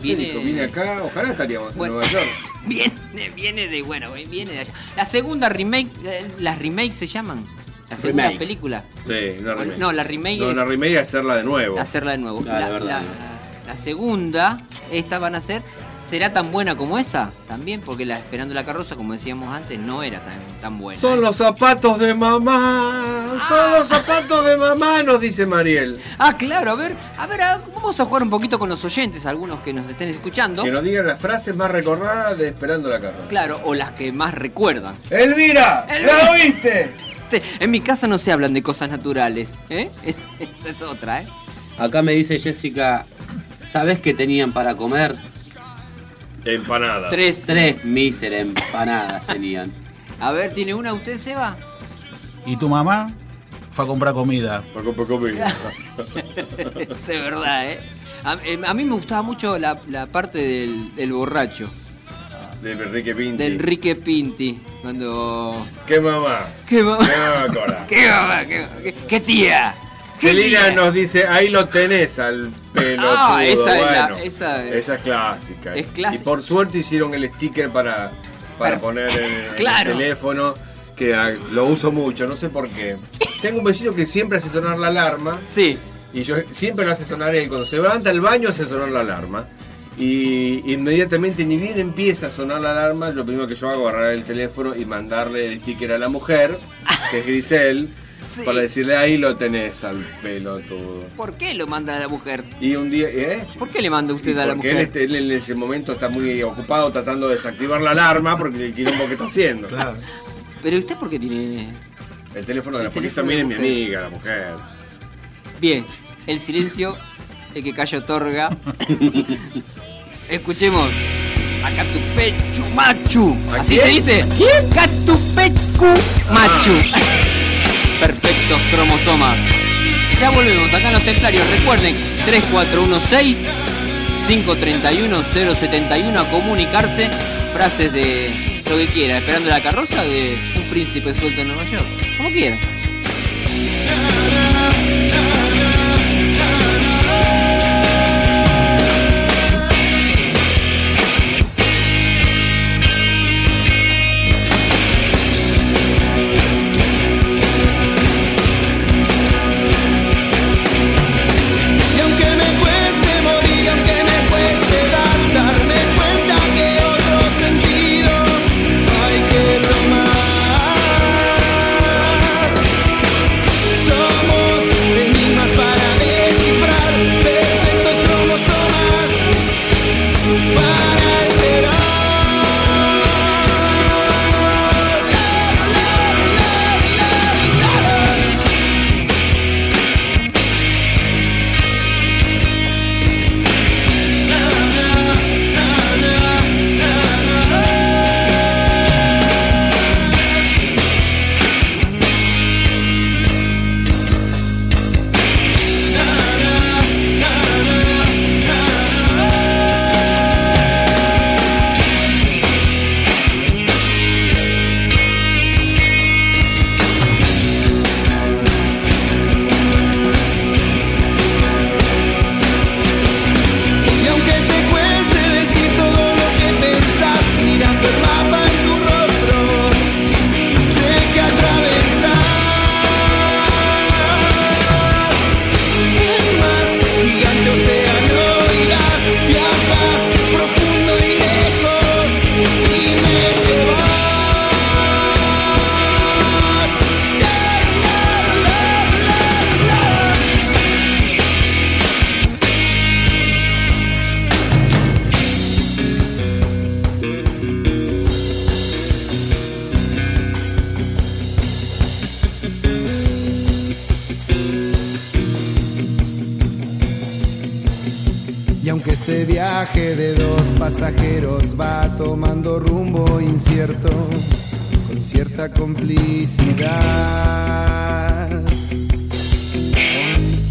Speaker 8: Viene...
Speaker 7: Viene-
Speaker 8: Dijo, vine acá, ojalá estaríamos en
Speaker 7: Bueno.
Speaker 8: Nueva
Speaker 7: [laughs]
Speaker 8: York.
Speaker 7: Viene, viene de, bueno, viene de allá. La segunda remake, eh, las remakes se llaman. La segunda
Speaker 9: Remake.
Speaker 7: película.
Speaker 8: Sí, una remake.
Speaker 7: No, la remake
Speaker 8: No,
Speaker 7: es
Speaker 8: la remake es hacerla de nuevo.
Speaker 7: hacerla de nuevo.
Speaker 9: Ah, de
Speaker 7: la,
Speaker 9: verdad,
Speaker 7: la- la segunda, esta van a ser, ¿será tan buena como esa? También, porque la Esperando la Carroza, como decíamos antes, no era tan, tan buena.
Speaker 8: Son los zapatos de mamá, son los zapatos de mamá, nos dice Mariel.
Speaker 7: Ah, claro, a ver, a ver, a- vamos a jugar un poquito con los oyentes, algunos que nos estén escuchando.
Speaker 8: Que nos digan las frases más recordadas de Esperando la Carrera.
Speaker 7: Claro, o las que más recuerdan.
Speaker 8: ¡Elvira!
Speaker 7: Elvira.
Speaker 8: ¿La oíste?
Speaker 7: Te- En mi casa no se hablan de cosas naturales, ¿eh? [laughs] Es- Esa es otra, ¿eh?
Speaker 9: Acá me dice Jessica, ¿sabes qué tenían para comer?
Speaker 8: Empanada.
Speaker 7: Tres.
Speaker 9: Tres míseras empanadas tenían.
Speaker 7: A ver, ¿tiene una usted, Seba?
Speaker 10: Y tu mamá fue a comprar comida.
Speaker 8: Poco, poco,
Speaker 7: [laughs]
Speaker 8: poco.
Speaker 7: es verdad, ¿eh? A, em, a mí me gustaba mucho la, la parte del, del borracho,
Speaker 8: De Ah, Enrique Pinti.
Speaker 7: de Enrique Pinti, cuando...
Speaker 8: ¿Qué
Speaker 7: [laughs]
Speaker 8: mamá?
Speaker 7: ¡Qué mamá!
Speaker 8: ¿Qué mamá Cora?
Speaker 7: [laughs] ¡Qué mamá! ¡Qué, qué- qué tía! ¡Qué
Speaker 8: Celina
Speaker 7: tía!
Speaker 8: nos dice, ahí lo tenés al pelo.
Speaker 7: Ah, esa es la-
Speaker 8: bueno,
Speaker 7: esa es-
Speaker 8: esa es clásica.
Speaker 7: Es clásica.
Speaker 8: Y por suerte hicieron el sticker para, para
Speaker 7: Para-
Speaker 8: poner en
Speaker 7: [laughs] Claro.
Speaker 8: el teléfono, que ah, lo uso mucho, no sé por qué. Tengo un vecino que siempre hace sonar la alarma.
Speaker 7: Sí,
Speaker 8: Y yo siempre lo hace sonar él. Cuando se levanta al baño hace sonar la alarma. Y inmediatamente, ni bien empieza a sonar la alarma, lo primero que yo hago es agarrar el teléfono y mandarle el sticker a la mujer, que es Grisel,
Speaker 7: [laughs] Sí.
Speaker 8: para decirle ahí lo tenés al pelotudo.
Speaker 7: ¿por qué lo manda a la mujer?
Speaker 8: Y un día, ¿eh?
Speaker 7: ¿Por qué le manda
Speaker 8: Y
Speaker 7: usted a la
Speaker 8: porque él,
Speaker 7: mujer?
Speaker 8: este- él en ese momento está muy ocupado tratando de desactivar la alarma porque el quilombo que está haciendo.
Speaker 10: Claro.
Speaker 7: Pero usted por qué tiene...
Speaker 8: El teléfono de la
Speaker 7: El
Speaker 8: mujer
Speaker 7: teléfono de
Speaker 8: también es mi
Speaker 7: la mujer.
Speaker 8: amiga, la mujer.
Speaker 7: Bien, el silencio, el que
Speaker 8: [laughs]
Speaker 7: calla otorga. Escuchemos. Acatupechu machu.
Speaker 8: ¿A
Speaker 7: Así
Speaker 8: quién?
Speaker 7: se dice. Acatupechu machu. Perfectos cromosomas. Ya volvemos acá en los templarios. Recuerden, 3416-531-071 a comunicarse. Frases de lo que quiera. Esperando la carroza de un príncipe suelto en Nueva York. Como quiera.
Speaker 5: Y aunque me cueste morir, aunque me cueste dar, darme cuenta que otro sentido hay que tomar. Somos el mismo
Speaker 11: Este viaje de dos pasajeros va tomando rumbo incierto, con cierta complicidad.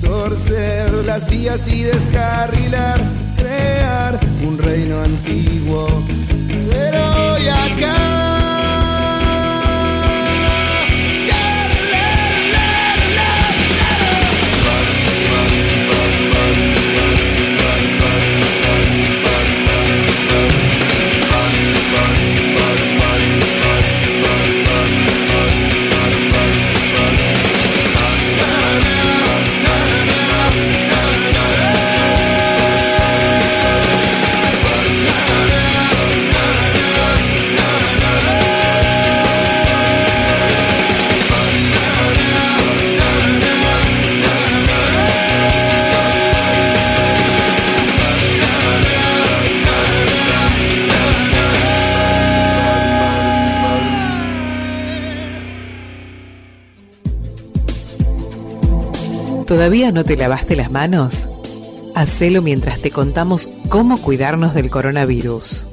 Speaker 11: Torcer las vías y descarrilar, crear un reino antiguo, pero y acá.
Speaker 12: ¿Todavía no te lavaste las manos? Hacelo mientras te contamos cómo cuidarnos del coronavirus.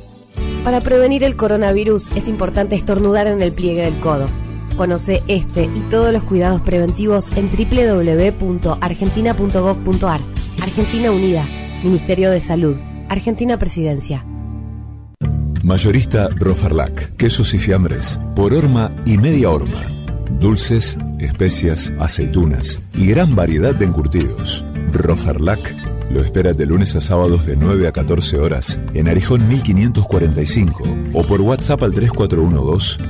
Speaker 3: Para prevenir el coronavirus es importante estornudar en el pliegue del codo. Conoce este y todos los cuidados preventivos en www.argentina.gov.ar. Argentina Unida, Ministerio de Salud, Argentina Presidencia.
Speaker 1: Mayorista Rofarlac, quesos y fiambres, por horma y media horma. Dulces, especias, aceitunas y gran variedad de encurtidos. Rofarlac lo espera de lunes a sábados de 9 a 14 horas en Arejón 1545 o por WhatsApp al 3412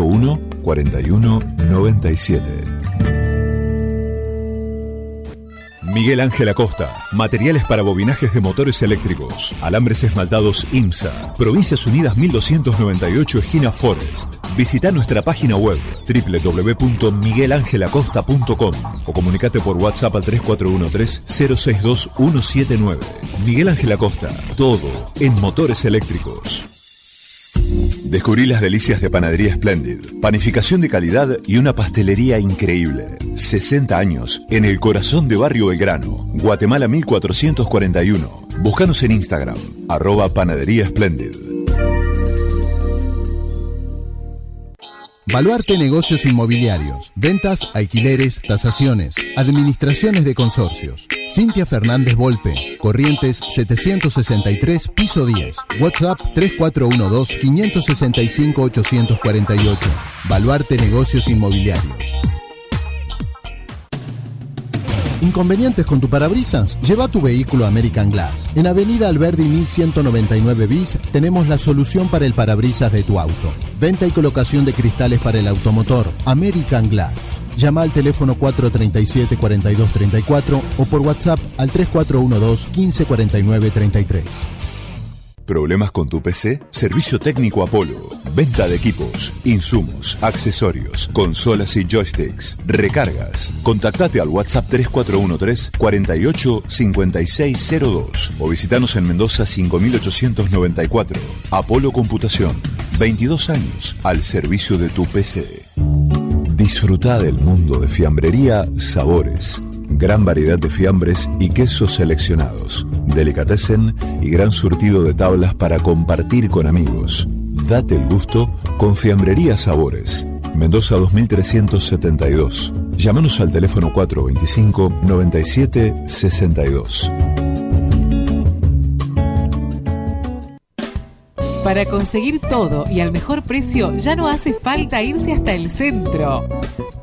Speaker 1: 01 41 97. Miguel Ángel Acosta. Materiales para bobinajes de motores eléctricos. Alambres esmaltados IMSA. Provincias Unidas 1298, esquina Forest. Visita nuestra página web www.miguelangelacosta.com o comunicate por WhatsApp al 3413-062179. Miguel Ángel Acosta. Todo en motores eléctricos. Descubrí las delicias de Panadería Splendid. Panificación de calidad y una pastelería increíble. 60 años en el corazón de Barrio Belgrano, Guatemala 1441. Búscanos en Instagram, arroba Panadería Splendid.
Speaker 13: Baluarte Negocios Inmobiliarios. Ventas, alquileres, tasaciones, administraciones de consorcios. Cintia Fernández Volpe, Corrientes 763, piso 10. WhatsApp 3412-565-848. Baluarte Negocios Inmobiliarios. ¿Inconvenientes con tu parabrisas? Lleva tu vehículo a American Glass. En Avenida Alberdi 1199 bis tenemos la solución para el parabrisas de tu auto. Venta y colocación de cristales para el automotor. American Glass. Llama al teléfono 437-4234 o por WhatsApp al 3412-1549-33.
Speaker 1: ¿Problemas con tu PC? Servicio técnico Apolo. Venta de equipos, insumos, accesorios, consolas y joysticks, recargas. Contactate al WhatsApp 3413 48 5602 o visitanos en Mendoza 5894. Apolo Computación. 22 años al servicio de tu PC. Disfruta del mundo de fiambrería Sabores. Gran variedad de fiambres y quesos seleccionados. Delicatessen y gran surtido de tablas para compartir con amigos. Date el gusto con Fiambrería Sabores. Mendoza 2372. Llámanos al teléfono 425-9762.
Speaker 12: Para conseguir todo y al mejor precio, ya no hace falta irse hasta el centro.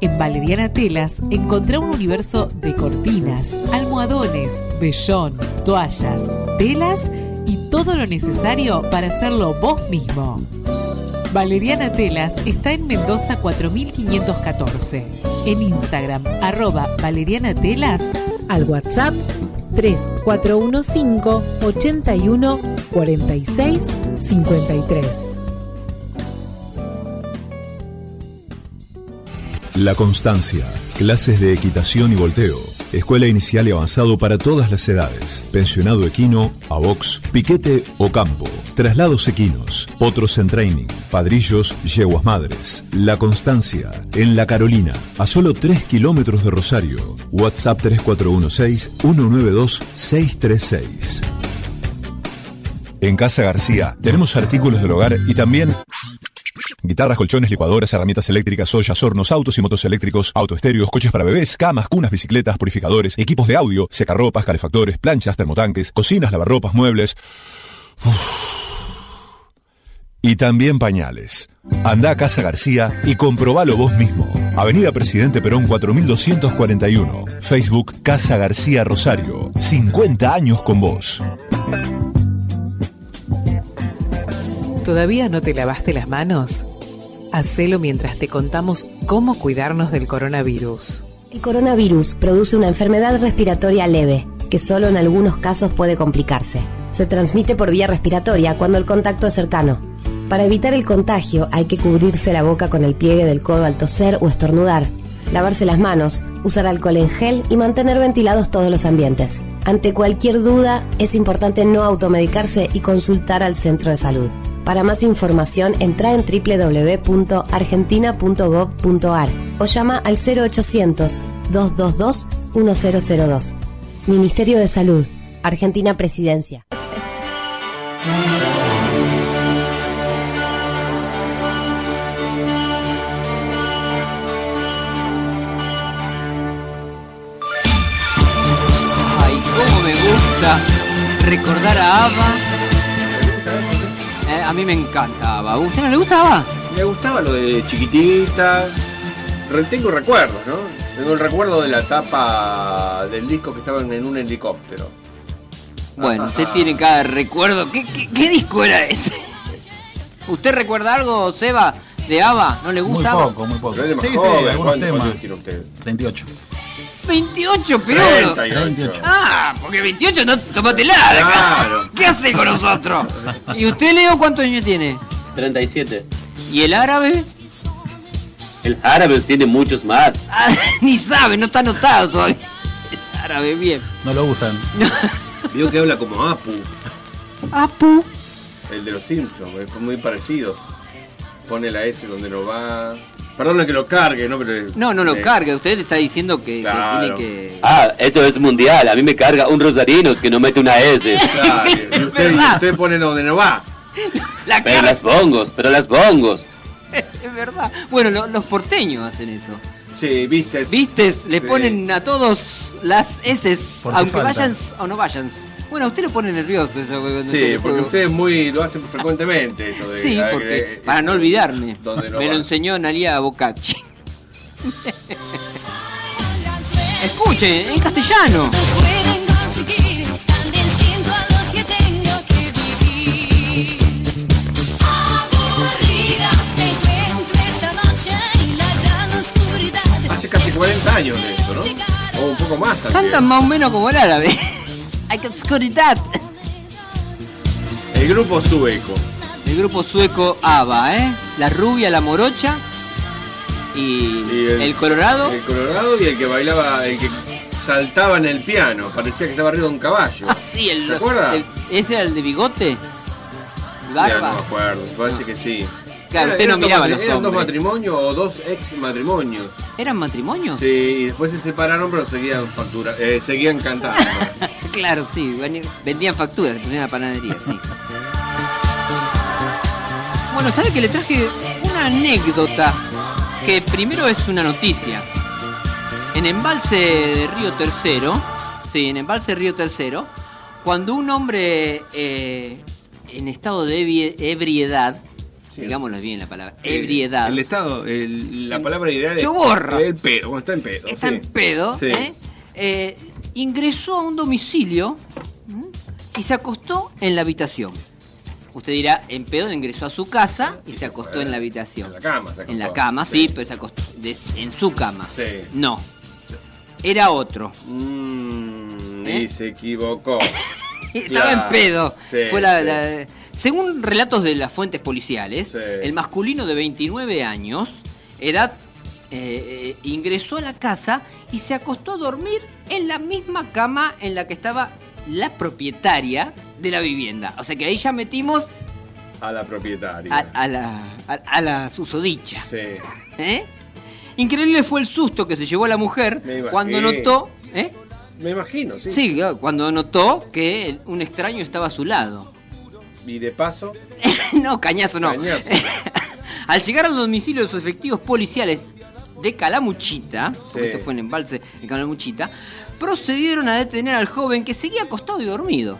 Speaker 12: En Valeriana Telas encontrá un universo de cortinas, almohadones, vellón, toallas, telas y todo lo necesario para hacerlo vos mismo. Valeriana Telas está en Mendoza 4514. En Instagram, arroba Valeriana Telas, al WhatsApp 3415 81 46 53.
Speaker 1: La Constancia. Clases de equitación y volteo. Escuela inicial y avanzado para todas las edades. Pensionado equino, avox, piquete o campo. Traslados equinos, potros en training, padrillos, yeguas madres. La Constancia, en La Carolina, a solo 3 kilómetros de Rosario. WhatsApp 3416-192-636. En Casa García tenemos artículos del hogar y también guitarras, colchones, licuadoras, herramientas eléctricas, ollas, hornos, autos y motos eléctricos, autoestéreos, coches para bebés, camas, cunas, bicicletas, purificadores, equipos de audio, secarropas, calefactores, planchas, termotanques, cocinas, lavarropas, muebles. Y también pañales. Anda a Casa García y comprobalo vos mismo. Avenida Presidente Perón 4241. Facebook Casa García Rosario. 50 años con vos.
Speaker 12: ¿Todavía no te lavaste las manos? Hacelo mientras te contamos cómo cuidarnos del coronavirus.
Speaker 3: El coronavirus produce una enfermedad respiratoria leve, que solo en algunos casos puede complicarse. Se transmite por vía respiratoria cuando el contacto es cercano. Para evitar el contagio hay que cubrirse la boca con el pliegue del codo al toser o estornudar, lavarse las manos, usar alcohol en gel y mantener ventilados todos los ambientes. Ante cualquier duda es importante no automedicarse y consultar al centro de salud. Para más información entra en www.argentina.gov.ar o llama al 0800 222 1002. Ministerio de Salud, Argentina Presidencia.
Speaker 7: Ay, cómo me gusta recordar a Ava. Eh, a mí me encanta Ava. ¿A usted no le gusta Ava?
Speaker 8: Me gustaba lo de chiquitita. Re- tengo recuerdos, ¿no? Tengo el recuerdo de la tapa del disco que estaban en un helicóptero.
Speaker 7: Bueno, usted tiene cada recuerdo. ¿Qué, qué- qué disco era ese? ¿Usted recuerda algo, Seba, de Ava? ¿No le
Speaker 10: Muy
Speaker 7: gusta? ABBA?
Speaker 10: poco, muy poco.
Speaker 8: Pero es de más
Speaker 10: Sí, sí,
Speaker 8: joven,
Speaker 10: algunos
Speaker 8: ¿cuánto-
Speaker 10: temas.
Speaker 8: cuántos tiene usted?
Speaker 10: 38.
Speaker 7: 28, pero.
Speaker 10: 38.
Speaker 7: Ah, porque 28 no tomatela de acá.
Speaker 9: Claro.
Speaker 7: ¿Qué hace con nosotros? ¿Y usted, Leo, cuántos años tiene?
Speaker 9: 37.
Speaker 7: ¿Y el árabe?
Speaker 9: El árabe tiene muchos más.
Speaker 7: Ah, [laughs] ni sabe, no está anotado todavía. [laughs] El árabe, bien.
Speaker 10: No lo usan.
Speaker 8: Vio que habla como Apu,
Speaker 7: Apu.
Speaker 8: el de los Simpsons, es muy parecido. Pone la S donde no va. Perdona que lo cargue, ¿no? Pero,
Speaker 7: No, no lo
Speaker 8: eh,
Speaker 7: carga. Usted le está diciendo que, que
Speaker 8: Claro.
Speaker 7: tiene que.
Speaker 9: Ah, esto es mundial. A mí me carga un rosarino que no mete una S.
Speaker 8: Claro, y usted, y usted pone donde no va.
Speaker 9: Pero las bongos, pero las bongos.
Speaker 7: [laughs] Es verdad. Bueno, lo- los porteños hacen eso.
Speaker 8: Sí, vistes.
Speaker 7: Vistes, le
Speaker 9: Sí.
Speaker 7: ponen a todos las S,
Speaker 8: Porque
Speaker 7: aunque
Speaker 8: falta.
Speaker 7: vayan o no vayan. Bueno, a usted lo pone nervioso eso. cuando yo
Speaker 8: Sí, porque
Speaker 7: lo juego.
Speaker 8: ustedes muy lo hacen frecuentemente. esto de-
Speaker 7: Sí,
Speaker 8: ah,
Speaker 7: porque-
Speaker 8: que-
Speaker 7: para no olvidarme.
Speaker 8: donde no
Speaker 7: Me lo
Speaker 8: va.
Speaker 7: enseñó Nalia Bocacci. [laughs] Escuche, en castellano.
Speaker 5: Pueden conseguir tan distinto a lo que tengo que vivir. Aburrida me encuentro esta noche en la gran oscuridad.
Speaker 8: Hace casi 40 años de eso, ¿no? O un poco más también.
Speaker 7: Cantan más o menos como el [laughs] árabe. Hay que oscuridad.
Speaker 8: El grupo sueco.
Speaker 7: El grupo sueco ABBA, ¿eh? La rubia, la morocha y, el, colorado.
Speaker 8: El colorado y el que bailaba, el que saltaba en el piano. Parecía que estaba arriba de un caballo.
Speaker 7: Ah, Sí, el,
Speaker 8: ¿Se acuerda?
Speaker 7: el- ese era el de bigote.
Speaker 8: Ya, no
Speaker 7: Barba.
Speaker 8: me acuerdo, parece que sí.
Speaker 7: Claro,
Speaker 8: Era-
Speaker 7: usted no
Speaker 8: eran dos
Speaker 7: miraba
Speaker 8: matri-
Speaker 7: los
Speaker 8: Eran dos
Speaker 7: hombres.
Speaker 8: matrimonios o dos ex matrimonios.
Speaker 7: ¿Eran matrimonios?
Speaker 8: Sí, y después se separaron, pero seguían factura, eh, seguían
Speaker 7: [laughs]
Speaker 8: cantando.
Speaker 7: [laughs] Claro, sí. veni- Vendían facturas, se pusieron a la panadería, sí. Bueno, ¿sabe que le traje una anécdota? Que primero es una noticia. En embalse de Río Tercero, sí, en embalse de Río Tercero, cuando un hombre eh, en estado de ebie- ebriedad, digámoslo bien la palabra, ebriedad,
Speaker 8: Eh, El estado, el- la palabra ideal
Speaker 7: Yo
Speaker 8: es-
Speaker 7: borra.
Speaker 8: El pedo, cuando está en pedo.
Speaker 7: está
Speaker 8: sí.
Speaker 7: en pedo,
Speaker 8: Sí.
Speaker 7: ¿eh? Eh, ingresó a un domicilio ¿m? y se acostó en la habitación. Usted dirá, en pedo ingresó a su casa y se acostó en la habitación. En la
Speaker 8: cama, se acostó.
Speaker 7: En la cama, sí, pero se acostó de- en su cama.
Speaker 8: Sí.
Speaker 7: No. Era otro.
Speaker 8: Mm,
Speaker 7: ¿Eh?
Speaker 8: Y se equivocó.
Speaker 7: [laughs] Estaba en
Speaker 8: Claro.
Speaker 7: pedo.
Speaker 8: Sí,
Speaker 7: Fue la-
Speaker 8: sí.
Speaker 7: la- Según relatos de las fuentes policiales, el masculino de 29 años, edad, eh, eh, ingresó a la casa y se acostó a dormir en la misma cama en la que estaba la propietaria de la vivienda. O sea que ahí ya metimos
Speaker 8: A la propietaria.
Speaker 7: a, a la, a, a la susodicha.
Speaker 8: Sí.
Speaker 7: ¿Eh? Increíble fue el susto que se llevó la mujer cuando notó... ¿eh?
Speaker 8: Me imagino, sí.
Speaker 7: Sí, claro, cuando notó que el- un extraño estaba a su lado.
Speaker 8: Y de paso,
Speaker 7: [laughs] no, cañazo no. [laughs] al llegar al domicilio de sus efectivos policiales de Calamuchita, porque
Speaker 8: Sí.
Speaker 7: esto fue en embalse de Calamuchita, procedieron a detener al joven que seguía acostado y dormido.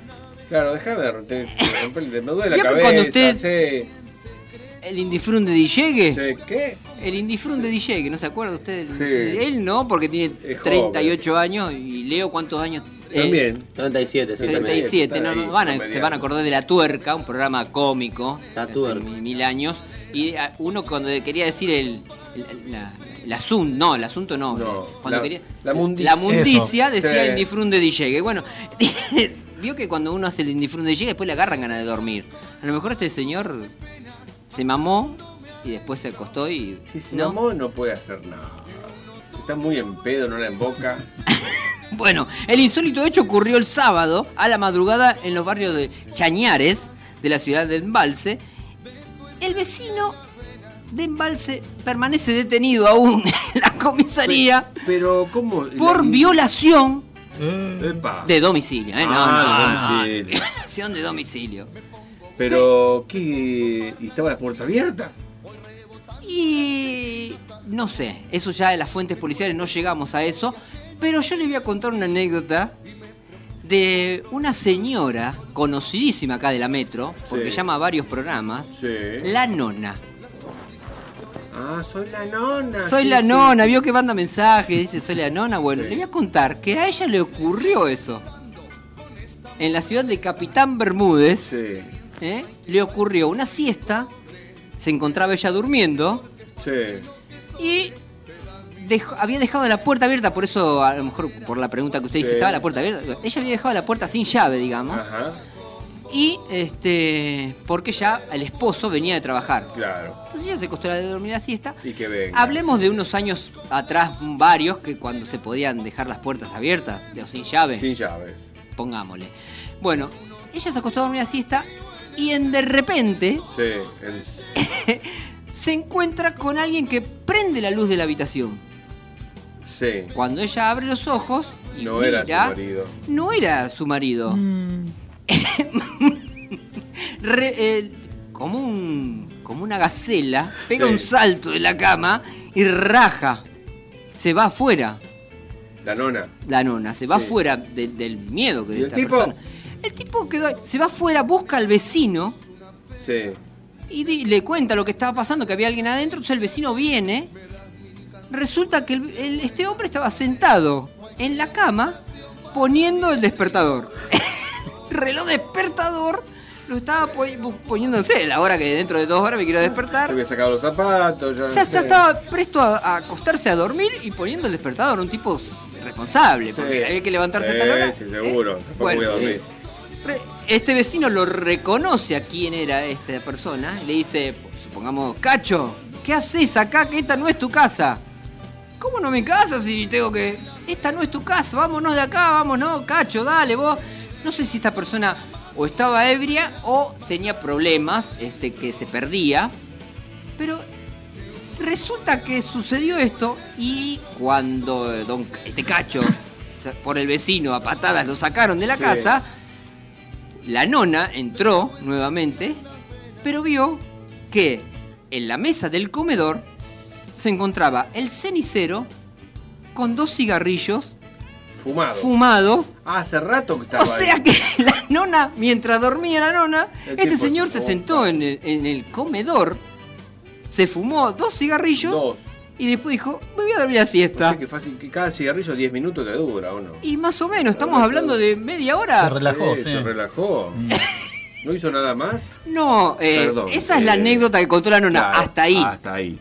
Speaker 8: claro, dejame de romper, de romperle- me duele la
Speaker 7: Vio que
Speaker 8: cabeza.
Speaker 7: cuando usted-
Speaker 8: sí.
Speaker 7: El indifrun de Dillegue.
Speaker 8: ¿Qué?
Speaker 7: El indifrun de Dillegue, ¿no se acuerda usted? del
Speaker 8: Sí.
Speaker 7: Dillegue? Él no, porque tiene
Speaker 8: Es
Speaker 7: 38 años y Leo cuántos años. Eh,
Speaker 9: También. 37, sí.
Speaker 7: 37, no,
Speaker 9: Está
Speaker 7: no,
Speaker 9: ahí,
Speaker 7: van a-
Speaker 9: promediando.
Speaker 7: se van a acordar de La Tuerca, un programa cómico de hace
Speaker 9: Tuerca.
Speaker 7: mil, mil años. Y ah, uno cuando quería decir el, el- la- el asunto, no, el asunto no. cuando
Speaker 8: la-
Speaker 7: quería,
Speaker 8: la mundicia.
Speaker 7: la mundicia
Speaker 8: Eso.
Speaker 7: decía
Speaker 8: Sí.
Speaker 7: indifrunde DJ. Bueno, [laughs] vio que cuando uno hace el indifrunde DJ después le agarran ganas de dormir. A lo mejor este señor se mamó y después se acostó y...
Speaker 8: Si se mamó, no puede hacer nada. Está muy en pedo, no la
Speaker 7: [laughs]
Speaker 8: emboca.
Speaker 7: Bueno, el insólito hecho ocurrió el sábado a la madrugada en los barrios de Chañares, de la ciudad de Embalse. El vecino de Embalse permanece detenido aún [laughs] en la comisaría
Speaker 8: Pero, ¿cómo? Eh.
Speaker 7: por violación
Speaker 8: Epa.
Speaker 7: de domicilio. ¿eh? No,
Speaker 8: Ah,
Speaker 7: no, no,
Speaker 8: de
Speaker 7: [laughs]
Speaker 8: domicilio.
Speaker 7: Violación de domicilio.
Speaker 8: Pero, ¿qué? ¿Y estaba la puerta abierta?
Speaker 7: Y no sé, eso ya de las fuentes policiales no llegamos a eso, pero yo les voy a contar una anécdota de una señora conocidísima acá de la metro, porque
Speaker 8: Sí.
Speaker 7: llama a varios programas, la nona.
Speaker 8: Ah, soy la nona.
Speaker 7: soy
Speaker 8: sí,
Speaker 7: la
Speaker 8: sí,
Speaker 7: nona,
Speaker 8: sí.
Speaker 7: vio que manda mensajes, dice soy la nona, bueno,
Speaker 8: Sí.
Speaker 7: le voy a contar que a ella le ocurrió eso. En la ciudad de Capitán Bermúdez, ¿eh? le ocurrió una siesta, se encontraba ella durmiendo,
Speaker 8: Sí.
Speaker 7: Y dejó- había dejado la puerta abierta, por eso a lo mejor por la pregunta que usted dice,
Speaker 8: Sí.
Speaker 7: estaba la puerta abierta. Ella había dejado la puerta sin llave, digamos.
Speaker 8: Ajá.
Speaker 7: Y este porque ya el esposo venía de trabajar.
Speaker 8: Claro.
Speaker 7: Entonces ella se acostó a la de dormir la siesta.
Speaker 8: Y que venga.
Speaker 7: Hablemos de unos años atrás, varios, que cuando se podían dejar las puertas abiertas, o sin llave.
Speaker 8: Sin llaves.
Speaker 7: Pongámosle. Bueno, ella se acostó a dormir la siesta y en de repente
Speaker 8: Sí. el-
Speaker 7: [laughs] se encuentra con alguien que prende la luz de la habitación.
Speaker 8: sí.
Speaker 7: Cuando ella abre los ojos, y
Speaker 8: No era
Speaker 7: mira,
Speaker 8: su marido.
Speaker 7: No era su marido. [laughs] Re- eh, como, un, como una gacela, pega
Speaker 8: Sí.
Speaker 7: un salto de la cama y raja. Se va afuera,
Speaker 8: La nona.
Speaker 7: la nona, se va
Speaker 8: Sí.
Speaker 7: afuera de- del miedo que
Speaker 8: ¿Y
Speaker 7: de
Speaker 8: el
Speaker 7: esta
Speaker 8: tipo?
Speaker 7: persona. El tipo quedó, se va afuera, busca al vecino
Speaker 8: Sí.
Speaker 7: y di- le cuenta lo que estaba pasando, que había alguien adentro, entonces el vecino viene. Resulta que el- el- este hombre estaba sentado en la cama poniendo el despertador. reloj despertador lo estaba poni- bu- poniendo, no sé, la hora que dentro de dos horas me quiero despertar.
Speaker 8: Se había sacado los zapatos. Ya,
Speaker 7: O sea,
Speaker 8: sí.
Speaker 7: ya estaba presto a, a acostarse a dormir y poniendo el despertador, un tipo s- responsable, porque había que levantarse a tal hora. Eh,
Speaker 8: Sí, sí, seguro. Tampoco
Speaker 7: Bueno,
Speaker 8: voy
Speaker 7: eh,
Speaker 8: a dormir.
Speaker 7: Re- Este vecino lo reconoce a quién era esta persona. Le dice, supongamos, Cacho, ¿qué haces acá? Que esta no es tu casa. ¿Cómo no me casa si tengo que.? Esta no es tu casa, vámonos de acá, vámonos, Cacho, dale vos. No sé si esta persona o estaba ebria o tenía problemas, este, que se perdía. Pero resulta que sucedió esto y cuando eh, don, este Cacho, sa- por el vecino a patadas lo sacaron de la
Speaker 14: Sí.
Speaker 7: casa, la nona entró nuevamente, pero vio que en la mesa del comedor se encontraba el cenicero con dos cigarrillos
Speaker 8: Fumado.
Speaker 7: fumados.
Speaker 8: Ah, hace rato que estaba
Speaker 7: O sea
Speaker 8: ahí.
Speaker 7: que [laughs] la nona, mientras dormía la nona,
Speaker 8: El
Speaker 7: este
Speaker 8: tipo
Speaker 7: señor
Speaker 8: es
Speaker 7: se
Speaker 8: un
Speaker 7: sentó en el, en el comedor, se fumó dos cigarrillos y después dijo, me voy a dormir la siesta.
Speaker 8: O sea que fácil, que cada cigarrillo 10 minutos te dura, ¿o no?
Speaker 7: Y más o menos, estamos hablando de media hora.
Speaker 8: Ah, Sí, Se relajó.
Speaker 7: Mm.
Speaker 8: ¿No hizo nada más?
Speaker 7: No, eh,
Speaker 8: Perdón,
Speaker 7: esa es la
Speaker 8: eh,
Speaker 7: anécdota que contó la nona.
Speaker 8: claro,
Speaker 7: hasta ahí.
Speaker 8: Hasta Ah, ahí.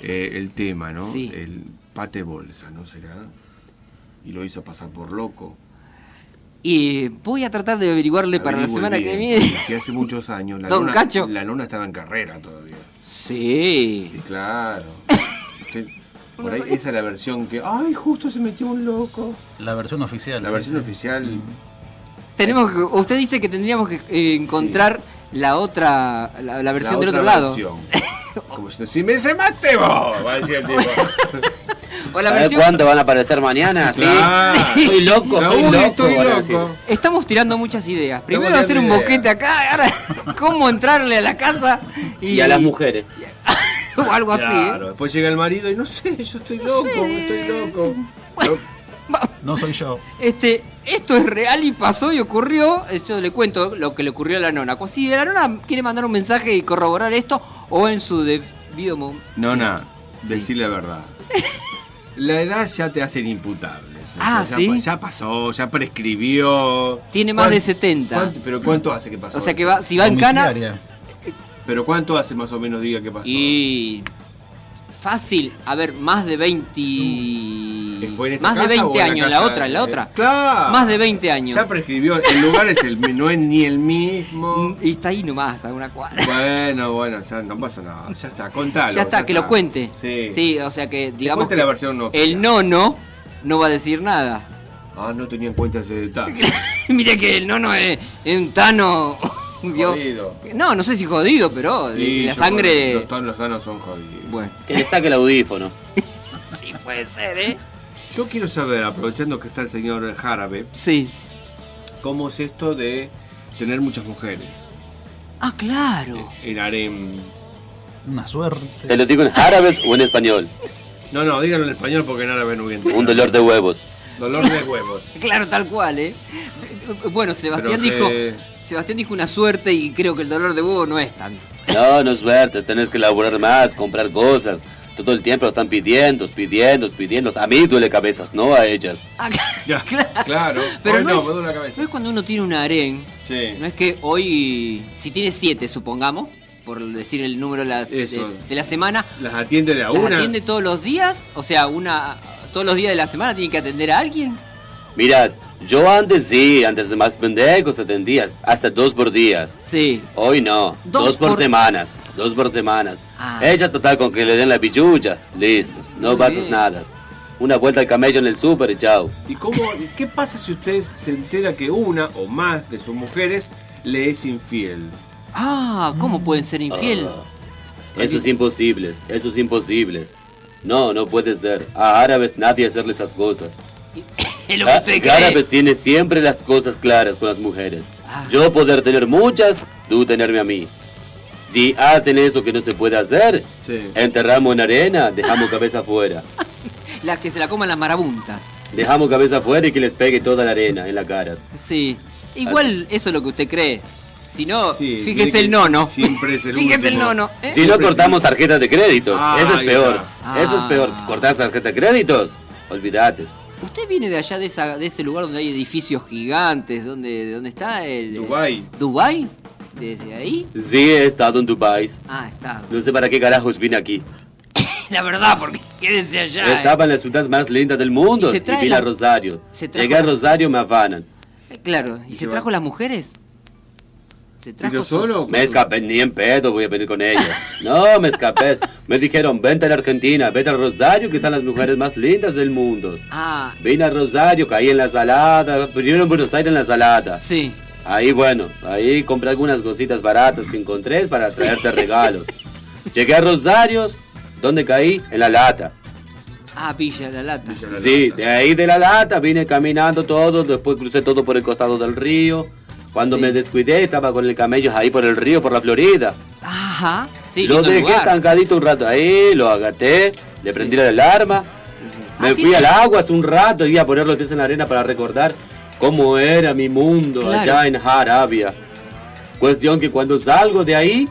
Speaker 8: Eh, el tema, ¿no?
Speaker 7: Sí.
Speaker 8: El pate bolsa, ¿no será? Y lo hizo pasar por loco.
Speaker 7: Y voy a tratar de averiguarle para la
Speaker 8: Averigüe
Speaker 7: semana
Speaker 8: bien,
Speaker 7: que viene.
Speaker 8: porque hace muchos años la
Speaker 7: Don
Speaker 8: nona,
Speaker 7: Cacho.
Speaker 8: la nona estaba en carrera todavía.
Speaker 7: Sí. [laughs]
Speaker 8: claro. Usted- por ahí esa es la versión que. ¡Ay, justo se metió un loco!
Speaker 10: La versión oficial.
Speaker 8: La
Speaker 10: sí.
Speaker 8: versión oficial.
Speaker 7: Tenemos que- usted dice que tendríamos que eh, encontrar la otra, la, la versión
Speaker 8: la
Speaker 7: del
Speaker 8: otra
Speaker 7: otro lado.
Speaker 8: versión. Como si, si me se mate vos, va a decir el tipo.
Speaker 7: [laughs] O la
Speaker 9: ¿Sabes
Speaker 7: versión-
Speaker 9: cuánto van a aparecer mañana? Sí. Soy loco, soy loco. van a decir.
Speaker 7: Estamos tirando muchas ideas. Primero
Speaker 9: tirando
Speaker 7: hacer un
Speaker 9: ideas.
Speaker 7: boquete acá, ahora [laughs] cómo entrarle a la casa y,
Speaker 9: Y a las mujeres.
Speaker 7: o [laughs] algo
Speaker 8: Claro,
Speaker 7: así. ¿eh?
Speaker 8: después llega el marido y no sé, yo estoy loco, estoy loco.
Speaker 10: No soy yo.
Speaker 7: Este, esto es real y pasó y ocurrió. Eh, Yo le cuento lo que le ocurrió a la nona. Si la nona quiere mandar un mensaje y corroborar esto, o en su debido momento.
Speaker 8: Nona, decir la verdad. La edad ya te hacen imputable. O sea,
Speaker 7: Ah,
Speaker 8: ya,
Speaker 7: ¿sí?
Speaker 8: ya pasó, ya prescribió.
Speaker 7: Tiene más
Speaker 8: ¿Cuán-
Speaker 7: de 70.
Speaker 8: cuánto- ¿Pero cuánto hace que pasó?
Speaker 7: O sea que va- si va en cana- Domiciliaria.
Speaker 8: ¿Pero cuánto hace más o menos diga que pasó?
Speaker 7: Y. Fácil, a ver, más de 20.
Speaker 8: ¿Fue en esta
Speaker 7: Más de
Speaker 8: casa
Speaker 7: 20
Speaker 8: o en la
Speaker 7: años, en la
Speaker 8: casa?
Speaker 7: otra, en la otra.
Speaker 8: Eh, claro.
Speaker 7: Más de 20 años.
Speaker 8: Ya prescribió. El lugar es el no es ni el mismo.
Speaker 7: Mm, Y está ahí nomás, a una cuadra.
Speaker 8: Bueno, bueno, ya no pasa nada. Ya está, contalo.
Speaker 7: ya está, que lo cuente.
Speaker 8: Sí.
Speaker 7: Sí, o sea que digamos.
Speaker 8: cuente
Speaker 7: que
Speaker 8: la versión no
Speaker 7: el nono no va a decir nada.
Speaker 8: Ah, no tenía en cuenta ese detalle.
Speaker 7: [laughs] Mira que el nono es, es un tano. [laughs] ¿vio? No, no sé si jodido, pero
Speaker 8: Sí,
Speaker 7: la
Speaker 8: yo
Speaker 7: sangre.
Speaker 8: con- Los, tan- los ganos son jodidos.
Speaker 7: Bueno.
Speaker 9: Que le saque el
Speaker 8: [laughs]
Speaker 9: audífono.
Speaker 7: Sí, puede ser, ¿eh?
Speaker 8: Yo quiero saber, aprovechando que está el señor Jarabe.
Speaker 7: Sí.
Speaker 8: ¿Cómo es esto de tener muchas mujeres?
Speaker 7: Ah, claro.
Speaker 8: El harem.
Speaker 10: Una suerte.
Speaker 9: Te lo digo en árabes o en español.
Speaker 8: No, no, díganlo en español porque en árabe no voy a entender.
Speaker 9: Un dolor de huevos.
Speaker 8: Dolor de huevos.
Speaker 7: Claro, tal cual, ¿eh? Bueno, Sebastián
Speaker 9: Pero
Speaker 7: dijo.
Speaker 8: eh,
Speaker 9: que-
Speaker 7: Sebastián dijo una suerte y creo que el dolor de huevo no es tanto.
Speaker 9: No, no es suerte, tenés que laburar más, comprar cosas. Todo el tiempo lo están pidiendo, pidiendo, pidiendo. A mí duele cabezas, no a ellas.
Speaker 7: [laughs]
Speaker 8: Claro.
Speaker 7: Pero
Speaker 8: Hoy
Speaker 7: no,
Speaker 8: no,
Speaker 7: es,
Speaker 8: me duele la cabeza.
Speaker 7: no es cuando uno tiene un harén. No es que hoy, si tiene siete, supongamos, por decir el número de, las- de-
Speaker 8: Eso.
Speaker 7: de la semana,
Speaker 8: ¿Las atiende de a
Speaker 7: ¿las
Speaker 8: una?
Speaker 7: atiende todos los días? O sea, una todos los días de la semana tiene que atender a alguien.
Speaker 9: Miras, yo antes sí, antes de más pendejos atendías, hasta dos por días.
Speaker 7: Sí.
Speaker 9: Hoy no, dos, por, semanas, dos por semanas.
Speaker 7: Ah.
Speaker 9: Ella total con que le den la pillulla, listos, no
Speaker 8: Muy
Speaker 9: pasas
Speaker 8: bien.
Speaker 9: nada. Una vuelta al camello en el súper y chao.
Speaker 8: ¿Y cómo, y qué pasa si usted se entera que una o más de sus mujeres le es infiel?
Speaker 7: Ah,
Speaker 8: Mm.
Speaker 7: ¿cómo pueden ser infiel?
Speaker 9: Ah, eso es imposible, eso es imposible. No, no puede ser. A árabes nadie hacerle esas cosas.
Speaker 7: Es [coughs] lo
Speaker 9: A-
Speaker 7: que usted cree. Ah.
Speaker 9: árabes tiene siempre las cosas claras con las mujeres. Yo poder tener muchas, tú tenerme a mí. Si hacen eso que no se puede hacer, enterramos en arena,
Speaker 7: [coughs]
Speaker 9: dejamos cabeza afuera.
Speaker 7: Las que se la coman las marabuntas.
Speaker 9: Dejamos cabeza afuera y que les pegue toda la arena en la cara.
Speaker 7: Sí. Igual eso es lo que usted cree. Si no,
Speaker 9: tiene
Speaker 7: fíjese
Speaker 9: que-
Speaker 7: el nono.
Speaker 8: Siempre es el
Speaker 7: Fíjese el
Speaker 9: último.
Speaker 7: nono. ¿eh?
Speaker 9: Si no cortamos tarjetas de créditos,
Speaker 8: Ah,
Speaker 9: eso es
Speaker 8: ahí
Speaker 9: peor.
Speaker 7: está.
Speaker 9: Eso es peor.
Speaker 7: Ah.
Speaker 9: ¿Cortás tarjeta de créditos? Olvídate.
Speaker 7: Usted viene de allá, de, esa- de ese lugar donde hay edificios gigantes, donde, donde está el...
Speaker 9: Dubái.
Speaker 7: ¿Dubái? ¿Desde ahí?
Speaker 9: Sí, he estado en tu país.
Speaker 7: Ah, está. [laughs]
Speaker 9: No sé para qué carajos vine aquí.
Speaker 7: La verdad, porque [laughs] quédese allá. eh.
Speaker 9: Estaba en la ciudad más linda del mundo.
Speaker 7: Y se
Speaker 9: Y,
Speaker 7: trae
Speaker 9: vine
Speaker 7: la-
Speaker 9: a Rosario.
Speaker 7: se trajo
Speaker 9: Llegué a
Speaker 7: la-
Speaker 9: Rosario, me afanan.
Speaker 7: eh. Claro, ¿y, se,
Speaker 9: se
Speaker 7: trajo las mujeres? ¿Se trajo su-
Speaker 9: Me escapé, ni en pedo voy a venir con ella.
Speaker 7: [laughs]
Speaker 9: No, me escapé. Me dijeron, vente a la Argentina, vete a Rosario, que están las mujeres más lindas del mundo.
Speaker 7: Ah,
Speaker 9: Vine a Rosario, caí en la salada, primero en Buenos Aires en la salada.
Speaker 7: Sí.
Speaker 9: Ahí bueno, ahí compré algunas cositas baratas que encontré para traerte
Speaker 7: [laughs]
Speaker 9: regalos. Llegué a Rosario, ¿dónde caí? En la lata.
Speaker 7: ah, Villa La Lata.
Speaker 9: Sí, de ahí de la lata vine caminando todo, después crucé todo por el costado del río. Cuando
Speaker 7: Sí.
Speaker 9: me descuidé estaba con el camello ahí por el río, por la Florida.
Speaker 7: Ajá. Sí,
Speaker 9: lo
Speaker 7: lindo
Speaker 9: dejé
Speaker 7: lugar.
Speaker 9: estancadito un rato ahí, lo agaté, le prendí la alarma,
Speaker 7: Ah,
Speaker 9: me fui al agua hace un rato y a poner los pies en la arena para recordar cómo era mi mundo
Speaker 7: Claro.
Speaker 9: allá en Arabia. Cuestión que cuando salgo de ahí,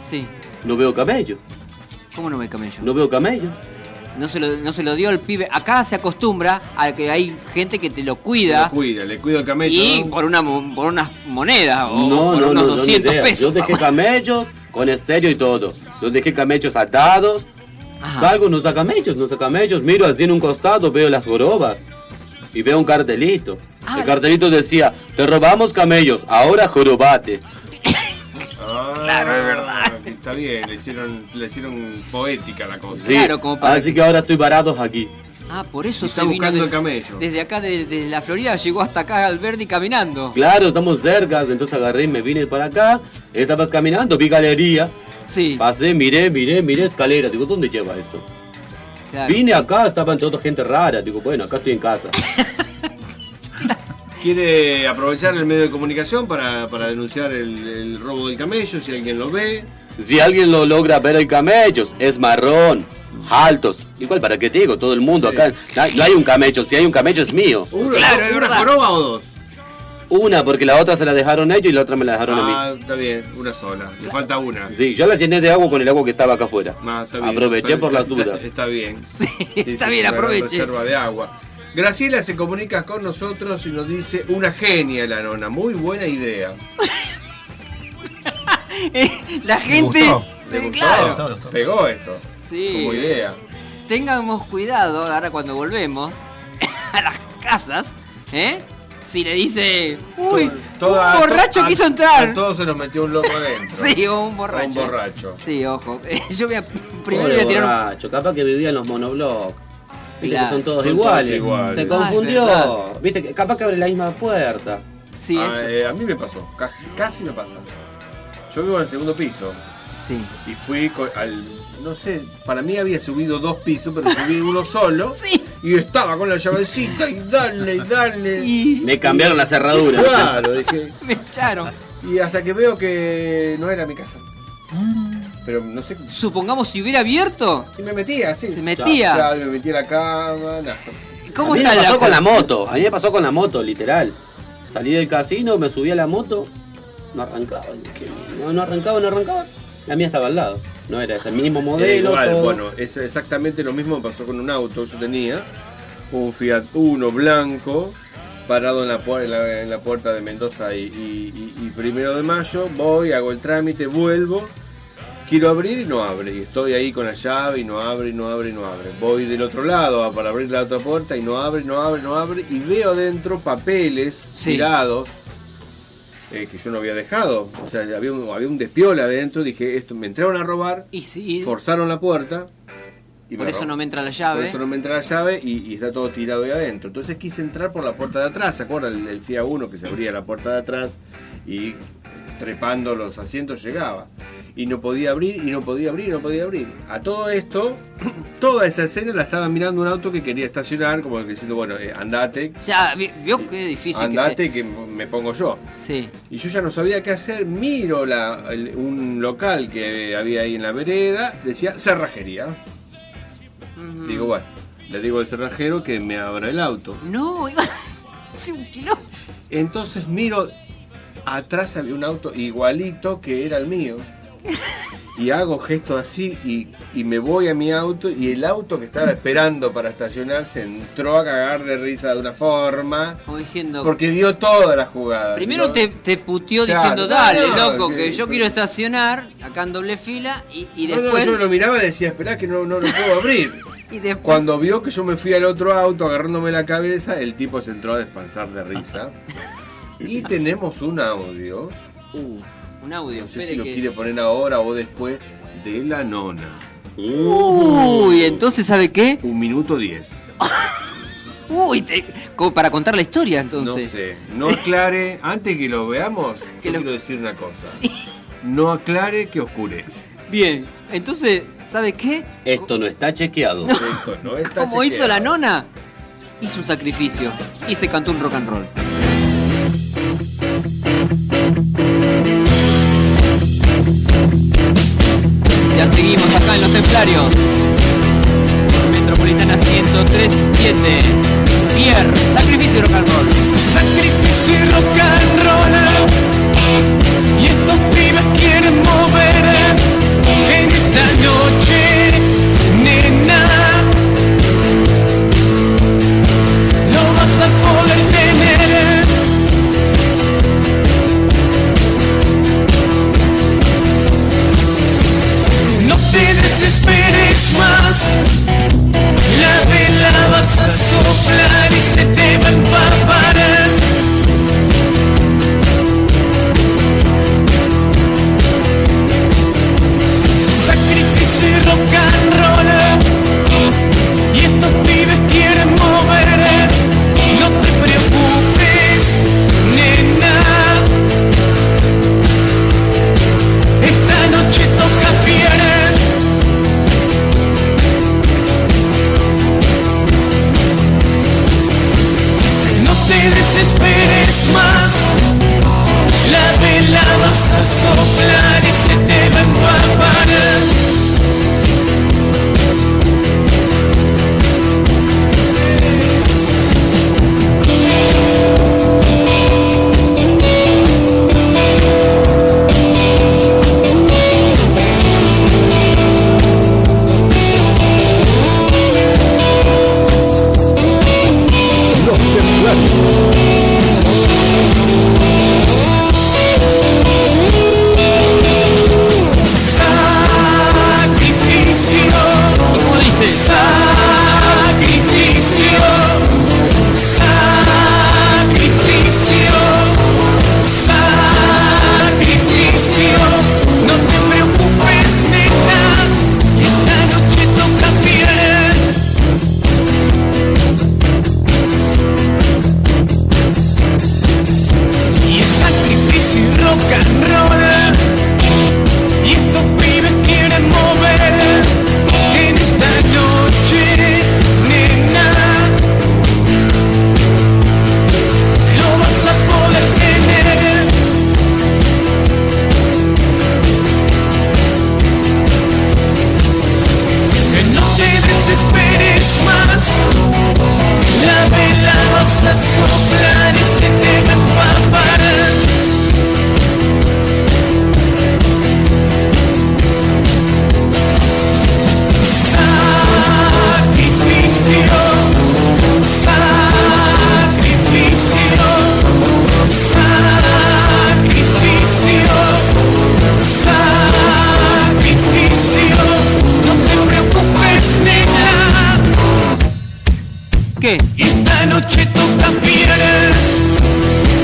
Speaker 7: Sí.
Speaker 9: no veo camello.
Speaker 7: ¿Cómo no ve camello?
Speaker 9: No veo camello.
Speaker 7: No se, lo, no se lo dio el pibe. Acá se acostumbra a que hay gente que te lo cuida.
Speaker 8: Le cuida, le cuida el camello.
Speaker 7: Y
Speaker 8: ¿no?
Speaker 7: por, una, mo- por unas monedas o
Speaker 9: No,
Speaker 7: por
Speaker 9: no,
Speaker 7: unos
Speaker 9: no, no, ni
Speaker 7: 200
Speaker 9: idea.
Speaker 7: pesos.
Speaker 9: Yo dejé camellos con estéreo y todo. Yo dejé camellos atados. Salgo, no está camellos, no está camellos. Miro así en un costado, veo las jorobas. Y veo un cartelito.
Speaker 7: Ah,
Speaker 9: El cartelito decía, te robamos camellos, ahora jorobate.
Speaker 8: Ah,
Speaker 7: Claro, es verdad.
Speaker 8: Está bien, le hicieron, le hicieron poética la cosa.
Speaker 9: Sí, así que ahora estoy varado aquí.
Speaker 7: Ah, por eso
Speaker 8: Y está
Speaker 7: se vino
Speaker 8: buscando
Speaker 7: de-
Speaker 8: el camello.
Speaker 7: Desde acá, de, de la Florida, llegó hasta acá al Verdi caminando. [laughs]
Speaker 9: Claro, estamos cercas, entonces agarré y me vine para acá. Estabas caminando, vi galería.
Speaker 7: Sí.
Speaker 9: Pasé, miré, miré, miré escalera. Digo, ¿dónde lleva esto?
Speaker 7: Claro.
Speaker 9: Vine acá, estaban toda gente rara. Digo, bueno, acá estoy en casa.
Speaker 8: Quiere aprovechar el medio de comunicación para, para denunciar el, el robo del camello, si alguien lo ve.
Speaker 9: Si alguien lo logra ver el camello, es marrón, altos. Igual, ¿para qué te digo? Todo el mundo acá. na- No hay un camello. Si hay un camello, es mío.
Speaker 8: ¿Una joroba o dos?
Speaker 9: Una, porque la otra se la dejaron ellos y la otra me la dejaron a mí.
Speaker 8: Ah, está bien, una sola. Le falta una.
Speaker 9: Sí, yo la llené de agua con el agua que estaba acá afuera.
Speaker 8: Ah, está bien.
Speaker 9: Aproveché
Speaker 8: Está-
Speaker 9: por las
Speaker 8: está-
Speaker 9: dudas.
Speaker 8: [laughs] Está, bien.
Speaker 9: está bien,
Speaker 8: para la
Speaker 9: aproveché.
Speaker 8: Reserva de agua. Graciela se comunica con nosotros y nos dice una genia la nona, muy buena idea.
Speaker 7: Eh, La
Speaker 8: Me
Speaker 7: gente.
Speaker 8: gustó.
Speaker 7: Sí,
Speaker 8: Me gustó.
Speaker 7: claro.
Speaker 8: Pegó esto.
Speaker 7: Sí.
Speaker 8: Como idea.
Speaker 7: Tengamos cuidado ahora cuando volvemos [coughs] a las casas, ¿eh? Si le dice, uy,
Speaker 8: Toda-
Speaker 7: un borracho
Speaker 8: a-
Speaker 7: quiso
Speaker 8: A
Speaker 7: entrar.
Speaker 8: todos se nos metió un loco adentro.
Speaker 7: Sí, o un borracho.
Speaker 8: Un borracho.
Speaker 7: Sí, ojo. [laughs] Yo voy a, primero
Speaker 9: Primero
Speaker 7: voy a tirar un...
Speaker 9: borracho, capaz que vivía en los monoblocks. Viste
Speaker 7: Claro.
Speaker 9: que son todos
Speaker 7: Son
Speaker 9: iguales.
Speaker 7: todos iguales.
Speaker 9: Se
Speaker 7: Ah,
Speaker 9: confundió.
Speaker 7: es verdad.
Speaker 9: Viste que capaz que abre la misma puerta.
Speaker 7: [laughs] Sí,
Speaker 8: Ah, eh, a mí me pasó, casi, casi me pasa. Yo vivo en el segundo piso.
Speaker 7: Sí.
Speaker 8: Y fui co- al. No sé, para mí había subido dos pisos, pero subí uno
Speaker 7: [laughs]
Speaker 8: solo. Y estaba con la llavecita y dale, y dale.
Speaker 9: Me cambiaron la cerradura.
Speaker 8: Claro, dije.
Speaker 7: [laughs] Me echaron.
Speaker 8: Y hasta que veo que no era mi casa. Pero no sé.
Speaker 7: Supongamos si hubiera abierto.
Speaker 8: Y me metía, sí.
Speaker 7: Se metía.
Speaker 8: Claro, me metí a la cama. nada.
Speaker 7: ¿Cómo
Speaker 9: a mí
Speaker 7: está
Speaker 9: me
Speaker 7: la
Speaker 9: pasó
Speaker 7: co-
Speaker 9: con la moto. A mí me pasó con la moto, literal. Salí del casino, me subí a la moto. No arrancaba. Dije, No, no arrancaba, no arrancaba. La mía estaba al lado. No era ese mismo modelo.
Speaker 8: Era igual,
Speaker 9: todo.
Speaker 8: bueno, es exactamente lo mismo que pasó con un auto. Yo tenía un Fiat Uno blanco parado en la, puer- en la- en la puerta de Mendoza y, y- y- y primero de mayo. Voy, hago el trámite, vuelvo. Quiero abrir y no abre. Y estoy ahí con la llave y no abre, y no abre, y no abre. Voy del otro lado a- para abrir la otra puerta y no abre, no abre, no abre. Y veo dentro papeles
Speaker 7: Sí.
Speaker 8: tirados eh, que yo no había dejado. O sea, había un, había un despiola adentro. Dije, esto me entraron a robar.
Speaker 7: Y sí,
Speaker 8: Forzaron la puerta. y
Speaker 7: por
Speaker 8: me
Speaker 7: eso
Speaker 8: robaron.
Speaker 7: no me entra la
Speaker 8: Por
Speaker 7: llave.
Speaker 8: eso no me entra la llave y, y está todo tirado ahí adentro. Entonces quise entrar por la puerta de atrás. ¿Se acuerdan? El, el FIA 1 que se abría la puerta de atrás y eh, trepando los asientos llegaba. Y no podía abrir, y no podía abrir, y no podía abrir. A todo esto, [clears throat] toda esa escena la estaba mirando un auto que quería estacionar, como que diciendo, bueno, eh, andate,
Speaker 7: Ya, vi- vio qué difícil
Speaker 8: andate
Speaker 7: que
Speaker 8: que me pongo yo.
Speaker 7: Sí.
Speaker 8: Y yo ya no sabía qué hacer, miro la- el- un local que había ahí en la vereda, decía cerrajería.
Speaker 7: se... Ujú.
Speaker 8: Digo, bueno, le digo al cerrajero que me abra el auto.
Speaker 7: No, eh. iba sí, un kilo.
Speaker 8: Entonces miro, atrás había un auto igualito que era el
Speaker 7: [laughs]
Speaker 8: mío. Y hago gestos así y, y me voy a mi auto y el auto que estaba esperando para estacionarse entró a cagar de risa de una forma.
Speaker 7: Como diciendo...
Speaker 8: Porque dio toda la jugada.
Speaker 7: Primero
Speaker 8: Digo,
Speaker 7: te, te puteó
Speaker 8: Claro,
Speaker 7: diciendo,
Speaker 8: no,
Speaker 7: dale,
Speaker 8: no,
Speaker 7: loco,
Speaker 8: que-
Speaker 7: que yo quiero estacionar acá en doble fila y, y
Speaker 8: No, no,
Speaker 7: después...
Speaker 8: yo lo miraba y decía, esperá que no, no lo puedo abrir.
Speaker 7: Y después...
Speaker 8: Cuando vio que yo me fui al otro auto agarrándome la cabeza, el tipo se entró a despansar de
Speaker 7: [laughs]
Speaker 8: risa. Y tenemos un audio.
Speaker 7: Uh, un audio,
Speaker 8: No sé
Speaker 7: espere
Speaker 8: si lo
Speaker 7: que-
Speaker 8: quiere poner ahora o después. De la nona.
Speaker 7: Uy, entonces, ¿sabe qué?
Speaker 8: Un minuto diez.
Speaker 7: Uy, te- como para contar la historia
Speaker 8: No
Speaker 7: entonces.
Speaker 8: sé. No aclare. Antes que lo
Speaker 7: [laughs]
Speaker 8: veamos, yo quiero decir una cosa. No aclare que oscurece.
Speaker 7: Bien, entonces, ¿sabe qué?
Speaker 9: Esto no está chequeado.
Speaker 8: Esto no está
Speaker 7: Como hizo
Speaker 8: chequeado.
Speaker 7: la nona, hizo un sacrificio y se cantó un rock and roll. Ya seguimos acá en los templarios. Metropolitana 1037. Pierre, sacrificio y rock and roll.
Speaker 5: Sacrificio y rock and roll Y estos pibes quieren mover En esta noche, nena No vas a poder tener No te desesperes más La vela vas a soplar y se te va a empapar piace tocca capire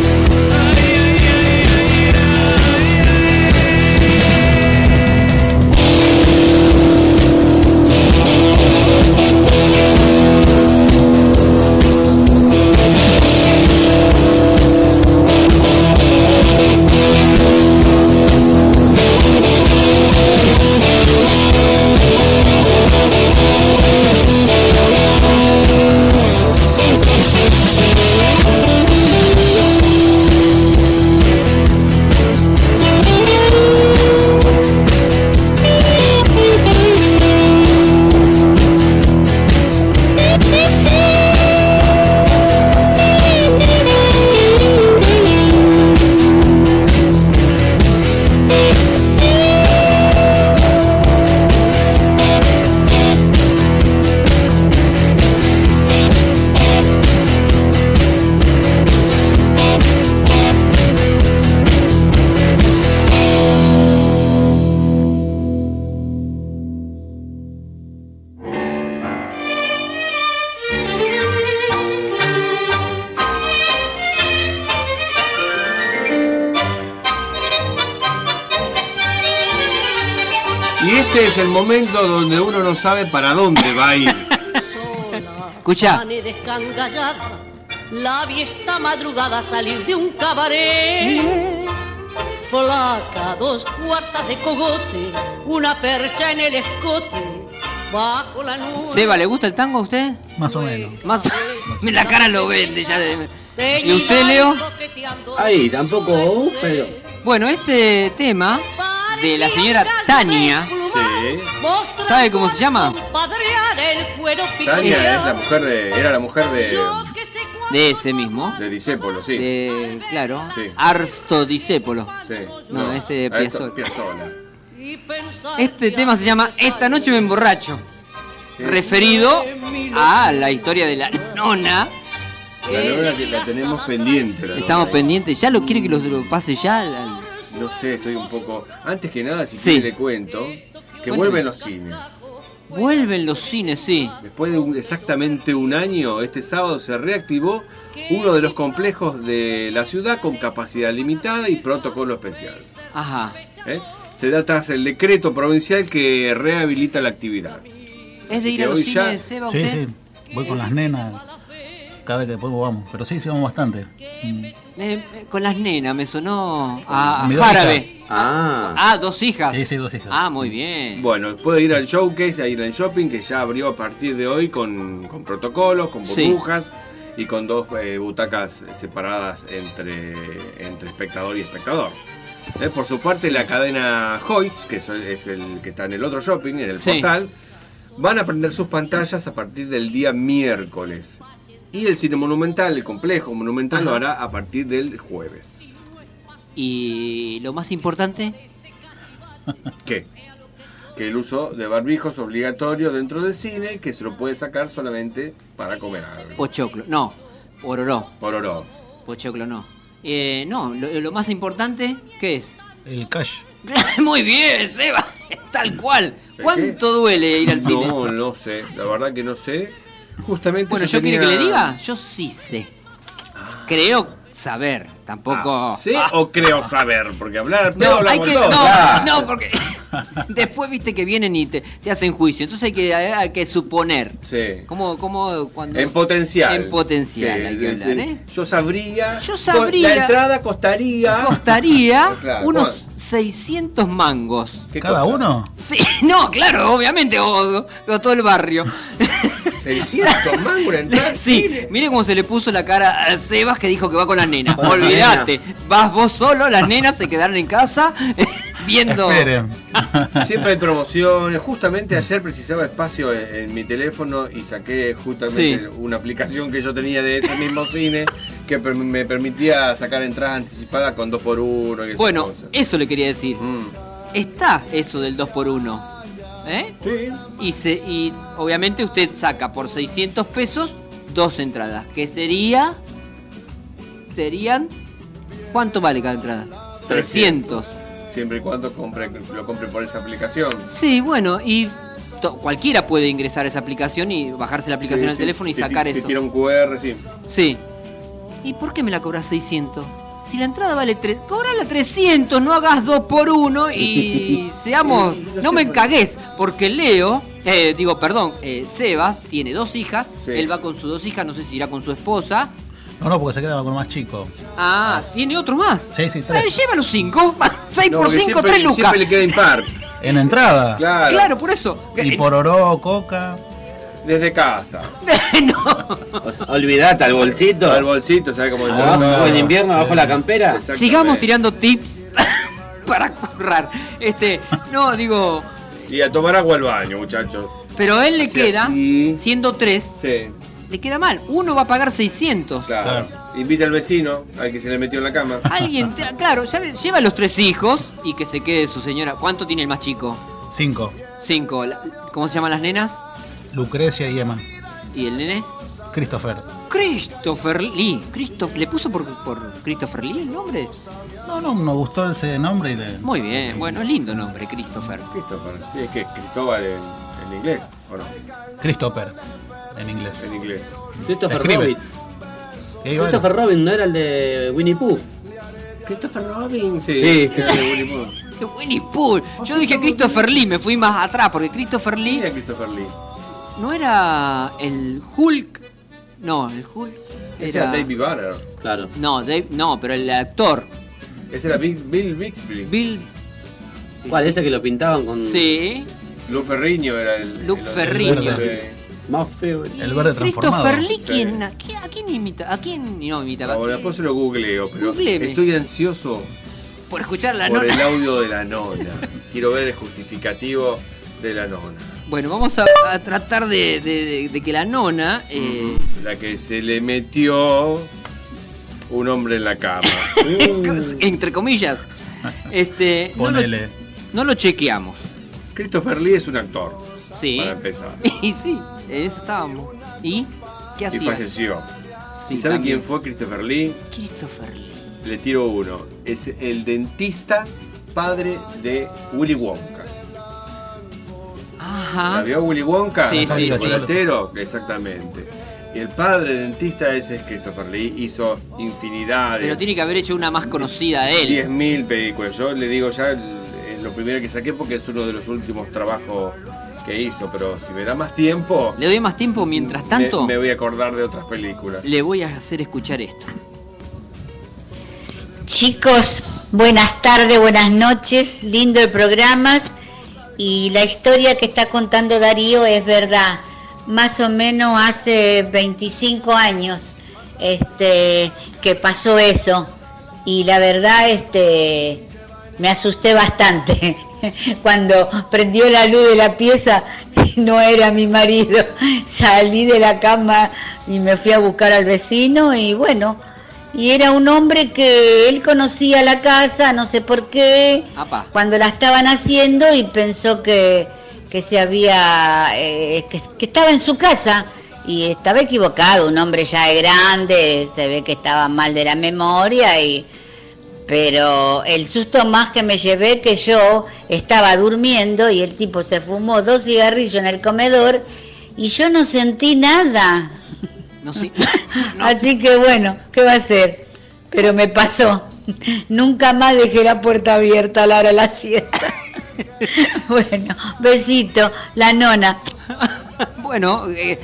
Speaker 8: Y este es el momento donde uno no sabe para dónde va a ir.
Speaker 7: Escucha.
Speaker 14: Ane descangallada, la vi esta madrugada salir de un cabaret. Flaca, dos cuartas de cogote, una percha en el escote, bajo la nube.
Speaker 7: Seba, ¿le gusta el tango a usted?
Speaker 10: Más o menos.
Speaker 7: Más La cara lo vende ya. de- ¿Y
Speaker 14: teñida
Speaker 7: usted, Leo?
Speaker 9: Ahí, tampoco, uh, pero.
Speaker 7: Bueno, este tema de la señora Tania. ¿Sabe cómo se llama?
Speaker 14: Padrear el cuero
Speaker 8: Tania es la
Speaker 14: piqueado.
Speaker 8: mujer de, era la mujer de,
Speaker 7: De ese mismo.
Speaker 8: de Disépolo, sí.
Speaker 7: claro. Arsto Disépolo. No, ese de
Speaker 8: Arsto-
Speaker 7: Piazzolla.
Speaker 8: Piazzolla.
Speaker 7: Este tema se llama Esta noche me emborracho. Referido a la historia de la nona.
Speaker 8: La novela que la tenemos pendiente. la
Speaker 7: Estamos
Speaker 8: novela.
Speaker 7: pendientes. ¿Ya lo quiere que lo, lo pase ya? al-
Speaker 8: No sé, estoy un poco. Antes que nada, si
Speaker 7: Sí.
Speaker 8: quiere le cuento que
Speaker 7: Cuénteme.
Speaker 8: vuelven los cines.
Speaker 7: Vuelven los cines, sí.
Speaker 8: Después de un- exactamente un año, este sábado se reactivó uno de los complejos de la ciudad con capacidad limitada y protocolo especial.
Speaker 7: Ajá.
Speaker 8: ¿eh? Se da tras el decreto provincial que rehabilita la actividad.
Speaker 7: ¿Es
Speaker 8: Así
Speaker 7: de ir
Speaker 8: que
Speaker 7: a los
Speaker 8: hoy
Speaker 7: cines,
Speaker 8: ya-
Speaker 7: Seba,
Speaker 10: Sí,
Speaker 7: usted? Eh.
Speaker 10: sí. Voy con las nenas. Cada vez que después vamos. Pero sí, sí, vamos bastante. Mm.
Speaker 7: Eh, eh, con las nenas, me sonó a, a
Speaker 10: Mi dos
Speaker 7: Jarabe.
Speaker 8: Ah.
Speaker 7: Ah, dos hijas.
Speaker 8: Sí, sí,
Speaker 10: dos hijas.
Speaker 7: Ah, muy bien.
Speaker 8: Bueno, puede ir al showcase, a ir al shopping, que ya abrió a partir de hoy con, con protocolos, con
Speaker 7: Sí.
Speaker 8: burbujas y con dos eh, butacas separadas entre, entre espectador y espectador. Eh, Por su parte, la cadena Hoyts, que so- es el que está en el otro shopping, en el
Speaker 7: Sí.
Speaker 8: portal, van a prender sus pantallas a partir del día miércoles. Y el cine monumental, el complejo monumental, lo hará a partir del jueves.
Speaker 7: Y lo más importante,
Speaker 8: ¿Qué? Que el uso de barbijos obligatorio dentro del cine, que se lo puede sacar solamente para comer algo.
Speaker 7: pochoclo. No, ororó.
Speaker 8: Pororó.
Speaker 7: Pochoclo no. Eh, no, lo, lo más importante, ¿qué es?
Speaker 10: El cash.
Speaker 7: [laughs] muy bien, Seba. [laughs] Tal cual. ¿Cuánto duele ir al cine?
Speaker 8: No, no sé. La verdad que no sé. Justamente.
Speaker 7: Bueno,
Speaker 8: eso
Speaker 7: ¿yo quiere que
Speaker 8: tenía-
Speaker 7: le diga? Yo sí sé. Creo saber, tampoco.
Speaker 8: Ah, ¿Sé o creo saber? Porque hablar al pedo
Speaker 7: No, hay
Speaker 8: hablamos
Speaker 7: que,
Speaker 8: todos.
Speaker 7: no,
Speaker 8: Ah.
Speaker 7: no, porque [laughs] después viste que vienen y te, te hacen juicio. Entonces hay que, hay que suponer.
Speaker 8: Sí.
Speaker 7: Como, como cuando.
Speaker 8: En potencial.
Speaker 7: En potencial
Speaker 8: Sí,
Speaker 7: hay que
Speaker 8: es
Speaker 7: hablar,
Speaker 8: decir,
Speaker 7: ¿eh?
Speaker 8: Yo sabría.
Speaker 7: Yo sabría.
Speaker 8: La entrada costaría.
Speaker 7: Costaría
Speaker 8: [laughs] Claro,
Speaker 7: unos 600 mangos.
Speaker 10: ¿Cada uno?
Speaker 7: Sí, [laughs] no, claro, obviamente, o, o- o todo
Speaker 8: [laughs]
Speaker 7: el barrio.
Speaker 8: 600
Speaker 7: [laughs]
Speaker 8: mangos
Speaker 7: Sí, mire cómo se le puso la cara a Sebas que dijo que va con las
Speaker 8: [laughs]
Speaker 7: nenas.
Speaker 10: Con las
Speaker 7: Olvídate, vas vos solo, las nenas se quedaron en casa [laughs] viendo.
Speaker 10: Esperen.
Speaker 8: [laughs] Siempre hay promociones. Justamente ayer precisaba espacio en, en mi teléfono y saqué justamente
Speaker 7: Sí.
Speaker 8: una aplicación que yo tenía de ese mismo cine que per- me permitía sacar entradas anticipadas con 2x1 y esas
Speaker 7: Bueno,
Speaker 8: cosas.
Speaker 7: eso le quería decir. Está eso del 2x1. ¿Eh?
Speaker 8: Sí.
Speaker 7: Y, se, y obviamente usted saca por 600 pesos dos entradas. Que sería. Serían. ¿Cuánto vale cada entrada? 300.
Speaker 8: Siempre y cuando compre, lo compre por esa aplicación.
Speaker 7: Sí, bueno, y to- cualquiera puede ingresar a esa aplicación y bajarse la aplicación
Speaker 8: Sí,
Speaker 7: al
Speaker 8: sí.
Speaker 7: teléfono y
Speaker 8: Te-
Speaker 7: sacar
Speaker 8: te-
Speaker 7: eso.
Speaker 8: Te tira un QR, sí.
Speaker 7: Sí. ¿Y por qué me la cobras 600? Si la entrada vale 3, cobrala 300, no hagas 2 por 1
Speaker 10: [laughs]
Speaker 7: y seamos, no me encagues, porque Leo, eh, digo, perdón, eh, Sebas tiene dos hijas, él va con sus dos hijas, no sé si irá con su esposa.
Speaker 10: No, no, porque se quedaba con más chico.
Speaker 7: Ah, tiene otro más.
Speaker 10: Sí, sí,
Speaker 7: Eh,
Speaker 10: tres.
Speaker 7: lleva los [laughs] 5, 6
Speaker 10: No,
Speaker 7: por
Speaker 10: porque
Speaker 7: 5,
Speaker 10: siempre-
Speaker 7: 3 lucas.
Speaker 10: siempre le queda
Speaker 8: impar.
Speaker 10: En la entrada.
Speaker 8: Claro.
Speaker 7: Claro, por eso. Eh,
Speaker 10: Y por oro, coca.
Speaker 8: Desde
Speaker 7: [laughs]
Speaker 8: casa.
Speaker 9: Olvidate al bolsito. Al
Speaker 8: bolsito, ¿sabes cómo
Speaker 9: Abajo en invierno, abajo la campera.
Speaker 7: Sigamos tirando tips para currar. Este, no, digo,
Speaker 8: Y a tomar agua al baño, muchachos.
Speaker 7: pero a él le
Speaker 8: Así,
Speaker 7: queda, siendo 3,
Speaker 8: Sí.
Speaker 7: le queda mal. Uno va a pagar 600.
Speaker 8: Claro. Invita al vecino, al que se le metió en la cama.
Speaker 7: Alguien, te- claro, ya ve- lleva a los tres hijos y que se quede su señora. ¿Cuánto tiene el más chico?
Speaker 10: Cinco.
Speaker 7: Cinco. La- ¿Cómo se llaman las nenas?
Speaker 10: Lucrecia y Emma.
Speaker 7: ¿Y el nene?
Speaker 10: Christopher.
Speaker 7: Christopher Lee. Christoph- ¿Le puso por, por Christopher Lee el nombre?
Speaker 10: No, no, me gustó ese nombre y le.
Speaker 7: Muy bien, bueno, es lindo nombre, Christopher.
Speaker 8: Christopher. Sí, es que es Cristóbal en, en inglés, ¿o no?
Speaker 10: Christopher. En inglés.
Speaker 8: En inglés.
Speaker 9: Christopher
Speaker 10: Se escribe.
Speaker 9: Robin.
Speaker 10: Y ahí va.
Speaker 9: Christopher Robin no era el de Winnie Pooh.
Speaker 8: Christopher Robin,
Speaker 9: Sí.
Speaker 8: que
Speaker 7: [laughs]
Speaker 8: era de Winnie Pooh.
Speaker 7: ¡Qué Winnie Pooh! Yo dije Christopher Lee, me fui más atrás porque Christopher Lee.
Speaker 8: ¿Quién era Christopher Lee?
Speaker 7: ¿No era el Hulk? No, el Hulk.
Speaker 8: Ese era David Banner.
Speaker 9: Claro.
Speaker 7: No, Dave- no, pero el actor.
Speaker 8: Ese era Big- Bill Bixby.
Speaker 7: Bill.
Speaker 9: ¿Cuál? Ese que lo pintaban con.
Speaker 7: Sí.
Speaker 8: Lu Ferriño era el.
Speaker 7: Luke
Speaker 8: el- el
Speaker 7: Ferrigno.
Speaker 8: verde.
Speaker 9: Más feo.
Speaker 8: El verde
Speaker 7: Christopher Lee,
Speaker 8: Sí.
Speaker 7: ¿quién, a, qué- a quién imita? ¿A quién no imitaba?
Speaker 8: Ahora después se lo googleo, pero
Speaker 7: Googleeme.
Speaker 8: estoy ansioso
Speaker 7: Por escuchar la
Speaker 8: por el
Speaker 7: nona.
Speaker 8: audio de la nona. [laughs] Quiero ver el justificativo de la nona.
Speaker 7: Bueno, vamos a, a tratar de, de- de- de que la nona.
Speaker 8: Mm.
Speaker 7: eh,
Speaker 8: La que se le metió un hombre en la cama. Mm.
Speaker 7: [laughs]
Speaker 8: [laughs]
Speaker 7: entre comillas. Este. [coughs] no lo-
Speaker 8: Ponele.
Speaker 7: No lo, chequeamos.
Speaker 8: Christopher Lee es un actor.
Speaker 7: Sí.
Speaker 8: Para empezar.
Speaker 7: [laughs] Y sí, en eso estábamos. ¿Y
Speaker 8: Y
Speaker 7: qué hacía?
Speaker 8: falleció.
Speaker 7: Sí,
Speaker 8: ¿Y sabe
Speaker 7: también.
Speaker 8: quién fue Christopher Lee?
Speaker 7: Christopher Lee.
Speaker 8: Le tiro uno. Es el dentista padre de Willy Wonka.
Speaker 7: Ajá.
Speaker 8: ¿La vio Willy Wonka?
Speaker 7: Ah. Sí, sí,
Speaker 8: ¿El
Speaker 7: sí.
Speaker 8: chocolatero? Exactamente. Y el padre del dentista ese es Christopher Lee. Hizo infinidad
Speaker 7: Pero
Speaker 8: de
Speaker 7: tiene que haber hecho una más conocida de él.
Speaker 8: 10.000 películas. Yo le digo ya el- es lo primero que saqué porque es uno de los últimos trabajos que hizo. Pero si me da más tiempo,
Speaker 7: Le doy más tiempo mientras tanto.
Speaker 8: me, me voy a acordar de otras películas.
Speaker 7: Le voy a hacer escuchar esto.
Speaker 15: Chicos, buenas tardes, buenas noches, lindo el programa y la historia que está contando Darío es verdad. Más o menos hace 25 años este, que pasó eso y la verdad este, me asusté bastante [laughs] cuando prendió la luz de la pieza [laughs] no era mi marido. [laughs] Salí de la cama y me fui a buscar al vecino y bueno, y era un hombre que él conocía la casa, no sé por qué,
Speaker 7: Apa.
Speaker 15: cuando la estaban haciendo y pensó que, que se había, eh, que, que estaba en su casa y estaba equivocado, un hombre ya de grande, se ve que estaba mal de la memoria y pero el susto más que me llevé que yo estaba durmiendo y el tipo se fumó dos cigarrillos en el comedor y yo no sentí nada.
Speaker 7: No, sí.
Speaker 15: Así que bueno, ¿qué va a ser? Pero me pasó. Nunca más dejé la puerta abierta a la hora de la
Speaker 7: [laughs]
Speaker 15: siesta. bueno, besito, la nona.
Speaker 7: Bueno, eh,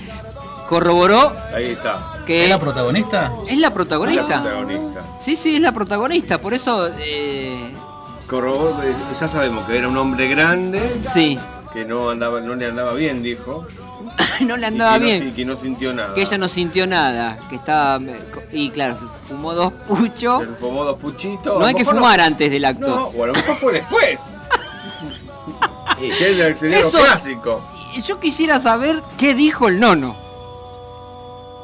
Speaker 7: corroboró
Speaker 8: Ahí está.
Speaker 7: que
Speaker 10: ¿Es la protagonista?
Speaker 7: es la protagonista.
Speaker 8: La protagonista.
Speaker 7: Sí, sí, es la protagonista. Por eso eh, [laughs]
Speaker 8: Corrobó- eh, ya sabemos que era un hombre grande.
Speaker 7: Sí.
Speaker 8: Que no andaba, no le andaba bien, dijo.
Speaker 7: no le andaba
Speaker 8: y que no
Speaker 7: bien.
Speaker 8: sin- que no sintió nada.
Speaker 7: Que ella no sintió nada. Que estaba. Y claro, fumó dos puchos.
Speaker 8: Fumó dos puchitos.
Speaker 7: No hay que fumar antes del acto.
Speaker 8: No, o a lo mejor fue
Speaker 7: [laughs]
Speaker 8: después. que es el accionero
Speaker 7: Eso-
Speaker 8: clásico.
Speaker 7: Y Yo quisiera saber qué dijo el nono.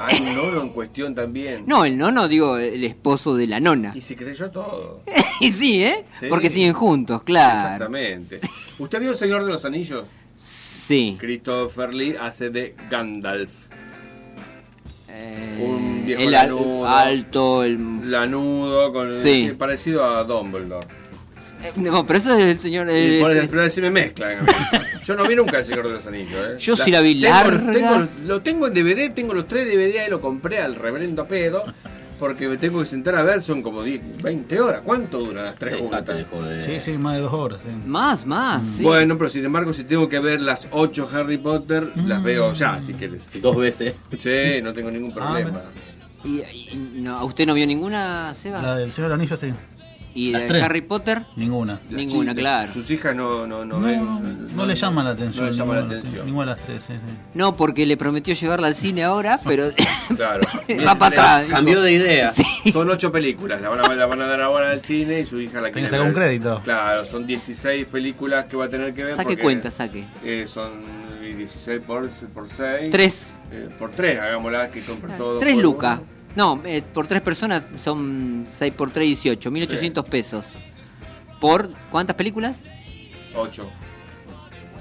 Speaker 8: Hay un oro en cuestión también.
Speaker 7: No, el nono, digo, el esposo de la nona.
Speaker 8: Y se creyó todo.
Speaker 7: [laughs] Y sí, ¿eh?
Speaker 8: Sí.
Speaker 7: Porque siguen juntos, claro.
Speaker 8: Exactamente. ¿Usted vio El Señor de los Anillos?
Speaker 7: Sí.
Speaker 8: Christopher Lee hace de Gandalf. un viejo
Speaker 7: Eh, el al-
Speaker 8: lanudo,
Speaker 7: alto, el
Speaker 8: lanudo, con
Speaker 7: Sí.
Speaker 8: parecido a Dumbledore.
Speaker 7: No, pero eso es el señor. eh,
Speaker 8: Y por
Speaker 7: es-
Speaker 8: el- pero se me mezcla. eh. Yo no vi nunca el Señor de los Anillos. ¿eh?
Speaker 7: Yo sí la vi
Speaker 8: tengo-
Speaker 7: larga.
Speaker 8: tengo- lo tengo en DVD, tengo los tres DVD y lo compré al reverendo pedo. Porque me tengo que sentar a ver, son como 10, 20 horas. ¿Cuánto duran las tres juntas?
Speaker 10: Sí, sí, Mm. más de dos horas.
Speaker 7: Más, más. sí.
Speaker 8: Bueno, pero sin embargo, si tengo que ver las 8 Harry Potter, las veo
Speaker 7: Mm.
Speaker 8: ya, si quieres.
Speaker 9: Dos veces.
Speaker 8: Sí, no tengo ningún
Speaker 10: Ah,
Speaker 8: problema.
Speaker 7: Ah, Y, y- no, ¿a ¿Usted no vio ninguna, Seba?
Speaker 10: La del Señor del Anillo, sí.
Speaker 7: ¿Y
Speaker 10: Las
Speaker 7: de
Speaker 10: tres.
Speaker 7: Harry Potter?
Speaker 10: Ninguna.
Speaker 7: Ninguna,
Speaker 8: Sí,
Speaker 7: claro.
Speaker 8: Sus hijas no, no, no,
Speaker 10: No,
Speaker 8: ven.
Speaker 10: no, No le llama la atención.
Speaker 8: No le llama la
Speaker 10: ninguna de las
Speaker 8: atención.
Speaker 10: tres, Ninguna de las tres, sí, sí.
Speaker 7: No, porque le prometió llevarla al cine ahora, pero
Speaker 8: [laughs]
Speaker 7: [laughs]
Speaker 8: Claro.
Speaker 10: eh.
Speaker 7: va para atrás. dijo. [laughs]
Speaker 8: Son ocho películas, la van, a, la van a dar ahora al cine y su hija la
Speaker 10: Tiene
Speaker 8: quiere
Speaker 10: que sacar un
Speaker 8: ver.
Speaker 10: crédito.
Speaker 8: Claro, son 16 películas que va a tener que ver.
Speaker 7: Saque
Speaker 8: porque,
Speaker 7: cuenta, saque.
Speaker 8: eh, son 16 por, por 6.
Speaker 7: Tres.
Speaker 8: por 3, hagámosla, que compre todo.
Speaker 7: Tres
Speaker 8: por-
Speaker 7: lucas. No, eh, por tres personas son 6 por 3, 18. 1800 pesos. ¿Por cuántas películas?
Speaker 8: Ocho.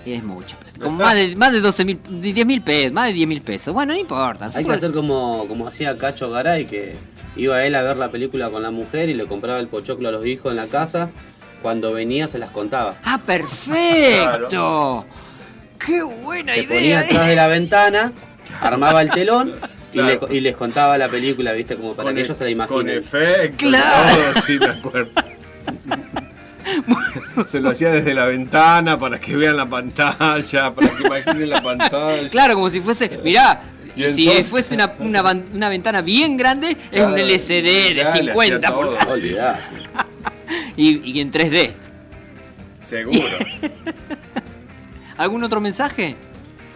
Speaker 7: Y es mucho. Con más de, más de 12 mil, 10 mil pesos, más de 10 mil pesos. Bueno, no importa.
Speaker 9: Hay que
Speaker 7: nosotros-
Speaker 9: hacer como, como hacía Cacho Garay, que iba él a ver la película con la mujer y le compraba el pochoclo a los hijos en la casa. Cuando venía se las contaba.
Speaker 7: ¡Ah, perfecto! ¡Qué buena
Speaker 9: Se
Speaker 7: idea!
Speaker 9: ponía
Speaker 7: eh!
Speaker 9: atrás de la ventana, armaba el telón y, le- y les contaba la película, ¿viste? Como para que ellos se la
Speaker 8: Con
Speaker 9: imaginen.
Speaker 8: efecto.
Speaker 9: Claro.
Speaker 8: todo, sí, de acuerdo. Se lo hacía desde la ventana para que vean la pantalla, para que imaginen la pantalla.
Speaker 7: Claro, como si fuese. Mirá,
Speaker 8: Y
Speaker 7: si
Speaker 8: entonces-
Speaker 7: fuese una, una, van- una ventana bien grande, es un LCD de
Speaker 8: Ya, le hacía
Speaker 7: 50
Speaker 8: todo,
Speaker 7: pulgadas.
Speaker 8: sí, sí, sí.
Speaker 7: [laughs] Y, y en 3D.
Speaker 8: [laughs] Seguro.
Speaker 7: [laughs] ¿Algún otro mensaje?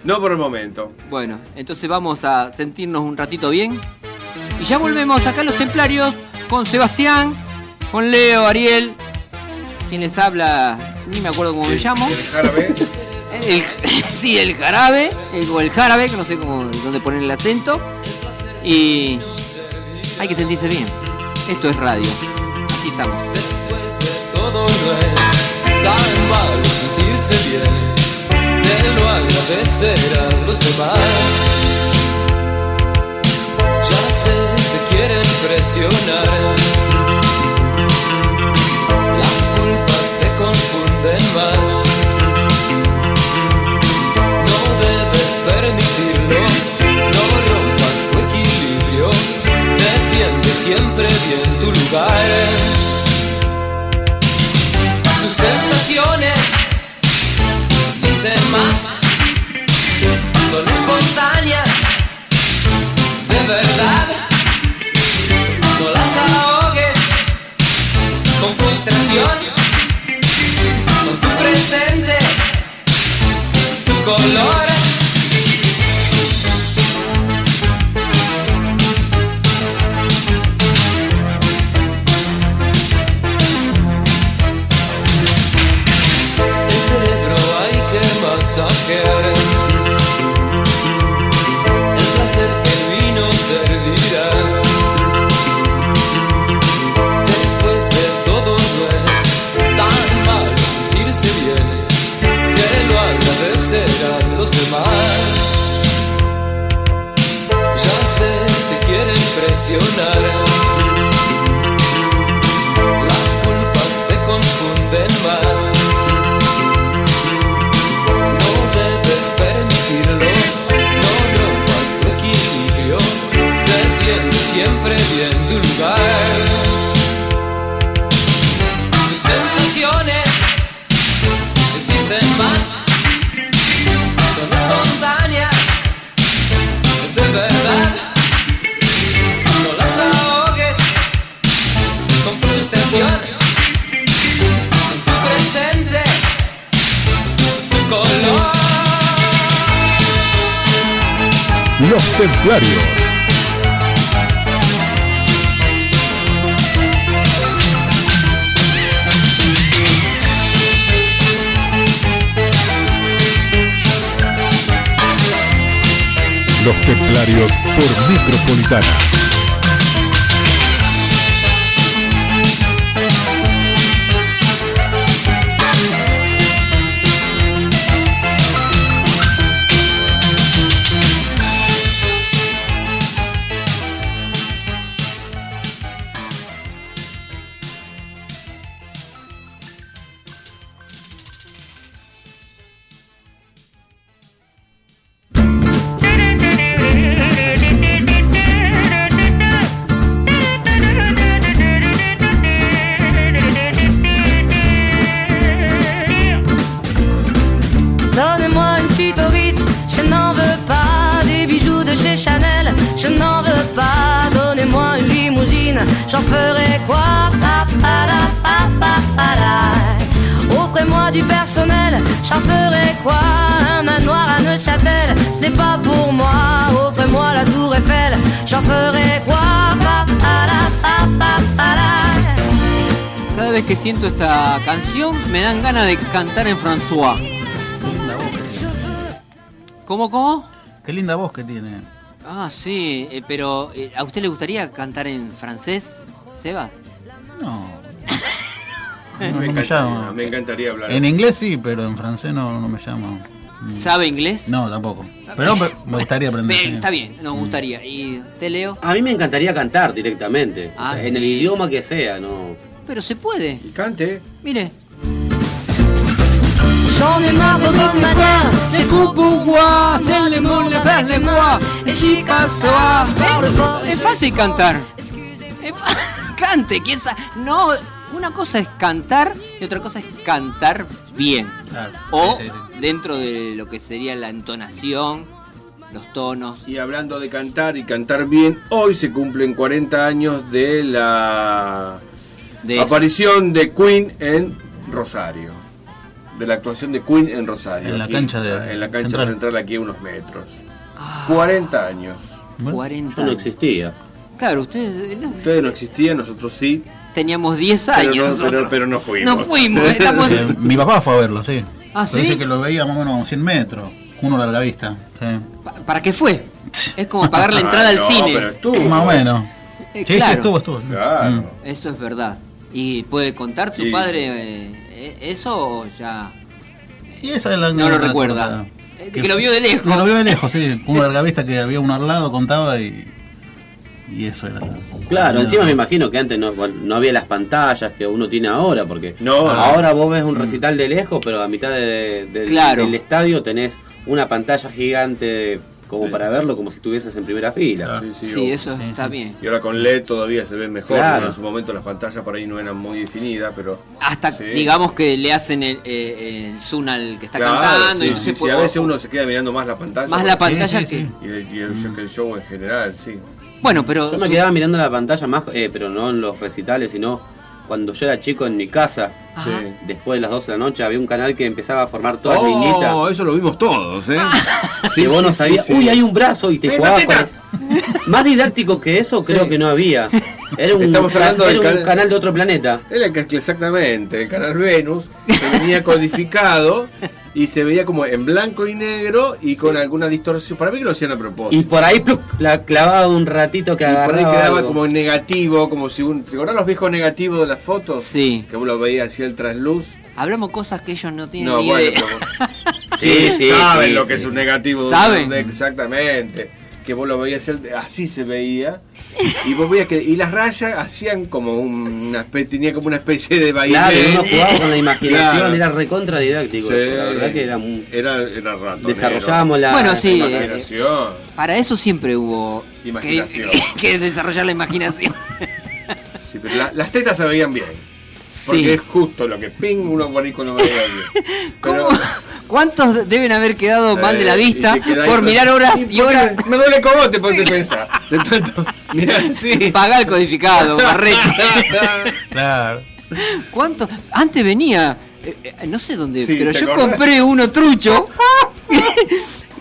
Speaker 8: No por el momento.
Speaker 7: Bueno, entonces vamos a sentirnos un ratito bien. Y ya volvemos acá en los templarios con Sebastián, con Leo, Ariel. Quien les habla, ni me acuerdo cómo me llamo. El- [laughs] sí, el jarabe, el- o el jarabe, que no sé cómo, dónde poner el acento. Y hay que sentirse bien. Esto es radio. Así estamos.
Speaker 16: Después de todo no es tan malo sentirse bien, te lo agradecerán los demás. Ya sé, te quieren presionar, las culpas te confunden más. No debes permitirlo, no rompas tu equilibrio, defiende siempre bien tu lugar tus sensaciones dicen más, son espontáneas, de verdad, no las ahogues con frustración, son tu presente, tu color. El cerebro hay que masajear. El placer genuino servirá. Después de todo no es tan malo sentirse bien. Que lo agradecerán los demás. Ya sé, te quieren presionar. Las culpas te confunden más. No debes permitirlo, no rompas tu equilibrio, defiende siempre bien tu lugar. Tus sensaciones te dicen más, son espontáneas, de verdad. No las ahogues con frustración, son tu presente, tu color.
Speaker 1: Los Templarios. Los Templarios por Metropolitana.
Speaker 17: et Chanel, je n'en veux pas. Donnez-moi une limousine, j'en ferai quoi Pa, pa, la, pa, pa, pa, la. Offrez-moi du personnel, j'en ferai quoi Un manoir à Neuchâtel, ce n'est pas pour moi. Offrez-moi la tour Eiffel, j'en ferai quoi Pa, pa, la, pa, pa, pa, la.
Speaker 7: Cada vez que siento esta canción me dan ganas de cantar en François. ¿Cómo, cómo?
Speaker 10: Qué linda voz que tiene.
Speaker 7: Ah, sí, eh, pero eh, ¿a usted le gustaría cantar en francés, Seba? [laughs]
Speaker 10: No.
Speaker 7: Me
Speaker 10: No, no me
Speaker 7: encantaría,
Speaker 10: llama.
Speaker 8: me encantaría hablar.
Speaker 10: En inglés sí, pero en francés no, no me llama. Mm.
Speaker 7: ¿Sabe inglés?
Speaker 10: No, tampoco. Pero me- me gustaría aprender.
Speaker 7: Bien,
Speaker 10: sí.
Speaker 7: está bien, nos gustaría. ¿Y usted, Leo?
Speaker 9: A mí me encantaría cantar directamente.
Speaker 7: Ah,
Speaker 9: O sea, En
Speaker 7: sí.
Speaker 9: el idioma que sea, ¿no?
Speaker 7: Pero se puede.
Speaker 8: Cante.
Speaker 7: Mire.
Speaker 17: J'en ai marre de bonnes manières, c'est trop pour moi. C'est les mots, les vers les mois, et j'y cassois. Parle fort et
Speaker 7: Es fácil cantar. Es fa- [laughs] Cante, que esa. No, una cosa es cantar y otra cosa es cantar bien. O dentro de lo que sería la entonación, los tonos.
Speaker 8: Y hablando de cantar y cantar bien, hoy se cumplen 40 años de la
Speaker 7: De-
Speaker 8: aparición de Queen en Rosario. De la actuación de Queen en Rosario.
Speaker 10: En la
Speaker 8: aquí,
Speaker 10: cancha de-
Speaker 8: en la cancha
Speaker 10: central.
Speaker 8: central, aquí a unos metros. 40 años.
Speaker 7: 40
Speaker 8: Yo no
Speaker 7: Ah. años.
Speaker 8: existía.
Speaker 7: Claro, ustedes no-
Speaker 8: Ustedes no existían, nosotros sí.
Speaker 7: teníamos 10 años.
Speaker 8: Pero no,
Speaker 7: nosotros.
Speaker 8: pero, pero no fuimos.
Speaker 7: No fuimos,
Speaker 8: [laughs]
Speaker 7: estamos-
Speaker 10: Eh, Mi papá fue a verlo, sí.
Speaker 7: Ah,
Speaker 10: Pero
Speaker 7: ¿sí?
Speaker 10: Dice que lo veía más o menos a 100 metros. Uno a la vista. Sí.
Speaker 7: ¿Para qué fue? Es como pagar
Speaker 10: [laughs]
Speaker 7: la entrada
Speaker 10: Ah,
Speaker 7: al
Speaker 10: no,
Speaker 7: cine.
Speaker 10: pero estuvo. Más o menos.
Speaker 7: Eh,
Speaker 10: Sí, sí, estuvo, estuvo, sí. Claro. Mm.
Speaker 7: Eso es verdad. ¿Y puede contar su
Speaker 10: Sí.
Speaker 7: padre eh, eh, eso o ya?
Speaker 10: Y esa es la
Speaker 7: No lo recuerda. Eh, que lo vio de lejos.
Speaker 10: Que lo vio de lejos, sí. Uno a la vista que había uno al lado, contaba y. Y eso era.
Speaker 9: Claro, encima me imagino que antes no, bueno, no había las pantallas que uno tiene ahora, porque
Speaker 8: No.
Speaker 9: ahora vos ves un recital de lejos, pero a mitad de- de-
Speaker 7: Mm. Claro.
Speaker 9: del estadio tenés una pantalla gigante como para verlo, como si estuvieses en primera
Speaker 8: Ah.
Speaker 9: fila.
Speaker 7: Sí, eso está bien.
Speaker 8: Y ahora con LED todavía se ve mejor.
Speaker 9: Claro.
Speaker 8: ¿no? En su momento las pantallas por ahí no eran muy definidas, pero.
Speaker 7: Hasta
Speaker 8: Sí.
Speaker 7: digamos que le hacen el, eh, el zoom al que está
Speaker 8: Claro,
Speaker 7: cantando.
Speaker 8: sí,
Speaker 7: y no
Speaker 8: sí,
Speaker 7: se
Speaker 8: sí,
Speaker 7: puede-
Speaker 8: a veces uno se queda mirando más la pantalla.
Speaker 7: Más la Sí, pantalla sí, que- sí.
Speaker 8: Y, el, y el
Speaker 9: Mm.
Speaker 8: show- que el show en general, sí.
Speaker 7: Bueno, pero.
Speaker 9: Yo me quedaba mirando la pantalla más, eh, pero no en los recitales, sino cuando yo era chico en mi casa,
Speaker 7: Ajá.
Speaker 9: después de las 12 de la noche, había un canal que empezaba a formar todas
Speaker 8: Oh,
Speaker 9: linitas.
Speaker 8: eso lo vimos todos, ¿eh?
Speaker 7: Ah.
Speaker 9: que vos no sabías, uy, hay un brazo y te
Speaker 8: Ven,
Speaker 9: jugabas
Speaker 8: patita.
Speaker 9: con- ah, Más didáctico que eso, creo que no había. Era un,
Speaker 8: Estamos hablando
Speaker 9: era
Speaker 8: del
Speaker 9: un
Speaker 8: canal-
Speaker 9: canal de otro planeta.
Speaker 8: Era que- exactamente, el canal Venus, que venía codificado y se veía como en blanco y negro y con alguna distorsión. Para mí que lo hacían a propósito.
Speaker 9: Y por ahí plup, la clavaba un ratito que
Speaker 8: Y por ahí
Speaker 9: agarraba.
Speaker 8: quedaba
Speaker 9: algo.
Speaker 8: como en negativo, como si un. ¿Se acuerdan los viejos negativos de las fotos?
Speaker 7: Sí.
Speaker 8: Que uno veía así el trasluz.
Speaker 7: Hablamos cosas que ellos no tienen
Speaker 8: No,
Speaker 7: ni
Speaker 8: bueno,
Speaker 7: idea.
Speaker 8: pero-
Speaker 7: Sí, sí,
Speaker 8: Saben
Speaker 7: sí,
Speaker 8: lo
Speaker 7: sí.
Speaker 8: que es un negativo.
Speaker 7: Saben.
Speaker 8: de- exactamente. Que vos lo veías, el- así se veía. Y vos veías que. Y las rayas hacían como un- una especie, tenía como una especie de baile.
Speaker 9: Claro, uno jugaba con la imaginación, era recontra didáctico. eso, la verdad que era muy-
Speaker 8: Era, era ratonero.
Speaker 9: Desarrollábamos la-
Speaker 7: Bueno, sí,
Speaker 9: la
Speaker 8: imaginación.
Speaker 7: Para eso siempre hubo que,
Speaker 8: Imaginación.
Speaker 7: que desarrollar la imaginación.
Speaker 8: Sí, pero la- las tetas se veían bien. Porque
Speaker 7: Sí.
Speaker 8: es justo lo que ping uno por ahí con lo veía bien. Pero,
Speaker 7: ¿Cuántos deben haber quedado mal de la
Speaker 8: Eh, y
Speaker 7: vista
Speaker 8: se queda ahí
Speaker 7: por
Speaker 8: con-
Speaker 7: mirar horas y horas?
Speaker 8: Me duele cogote porque pensar. De tanto, [laughs] mirá, sí.
Speaker 7: Pagar el
Speaker 8: [laughs]
Speaker 7: codificado, barrete.
Speaker 10: Claro.
Speaker 7: ¿Cuánto? Antes venía, eh, eh, no sé dónde,
Speaker 10: Sí,
Speaker 7: pero
Speaker 10: ¿te
Speaker 7: yo
Speaker 10: acordás?
Speaker 7: compré uno
Speaker 8: [laughs]
Speaker 7: trucho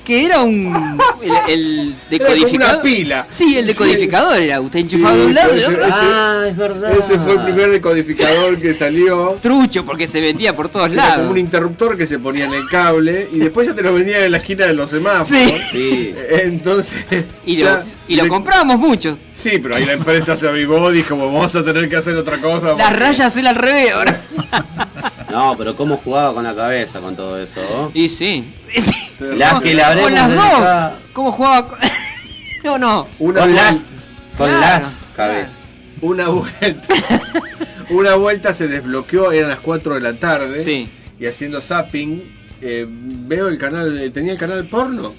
Speaker 7: que era un. el, el
Speaker 8: Era como
Speaker 7: decodificador.
Speaker 8: una pila.
Speaker 7: Sí, el decodificador era. Usted enchufado
Speaker 8: Sí, ah,
Speaker 7: de un lado y de
Speaker 8: ese-
Speaker 7: otro.
Speaker 8: ese-
Speaker 9: es
Speaker 8: Ese fue el primer decodificador que salió.
Speaker 7: Trucho, porque se vendía por todos
Speaker 8: Era
Speaker 7: lados.
Speaker 8: como un interruptor que se ponía en el cable y después ya te lo vendían en la esquina de los semáforos.
Speaker 7: Sí.
Speaker 8: Entonces.
Speaker 7: Y lo- y lo comprábamos mucho.
Speaker 8: Sí, pero ahí la empresa se avivó, dijo, vamos a tener que hacer otra cosa.
Speaker 7: Las rayas era al revés ahora.
Speaker 9: [laughs] No, pero cómo jugaba con la cabeza con todo eso. ¿oh?
Speaker 7: Y sí.
Speaker 9: Las que le habremos
Speaker 7: Con las
Speaker 9: dedicado-
Speaker 7: dos. ¿Cómo jugaba? con- [laughs] no, no.
Speaker 9: Con las. Con
Speaker 7: Claro.
Speaker 9: las cabezas.
Speaker 8: Una vuelta. [laughs] una vuelta se desbloqueó, eran las 4 de la tarde. Y haciendo zapping, eh, veo el canal, eh, tenía el canal porno.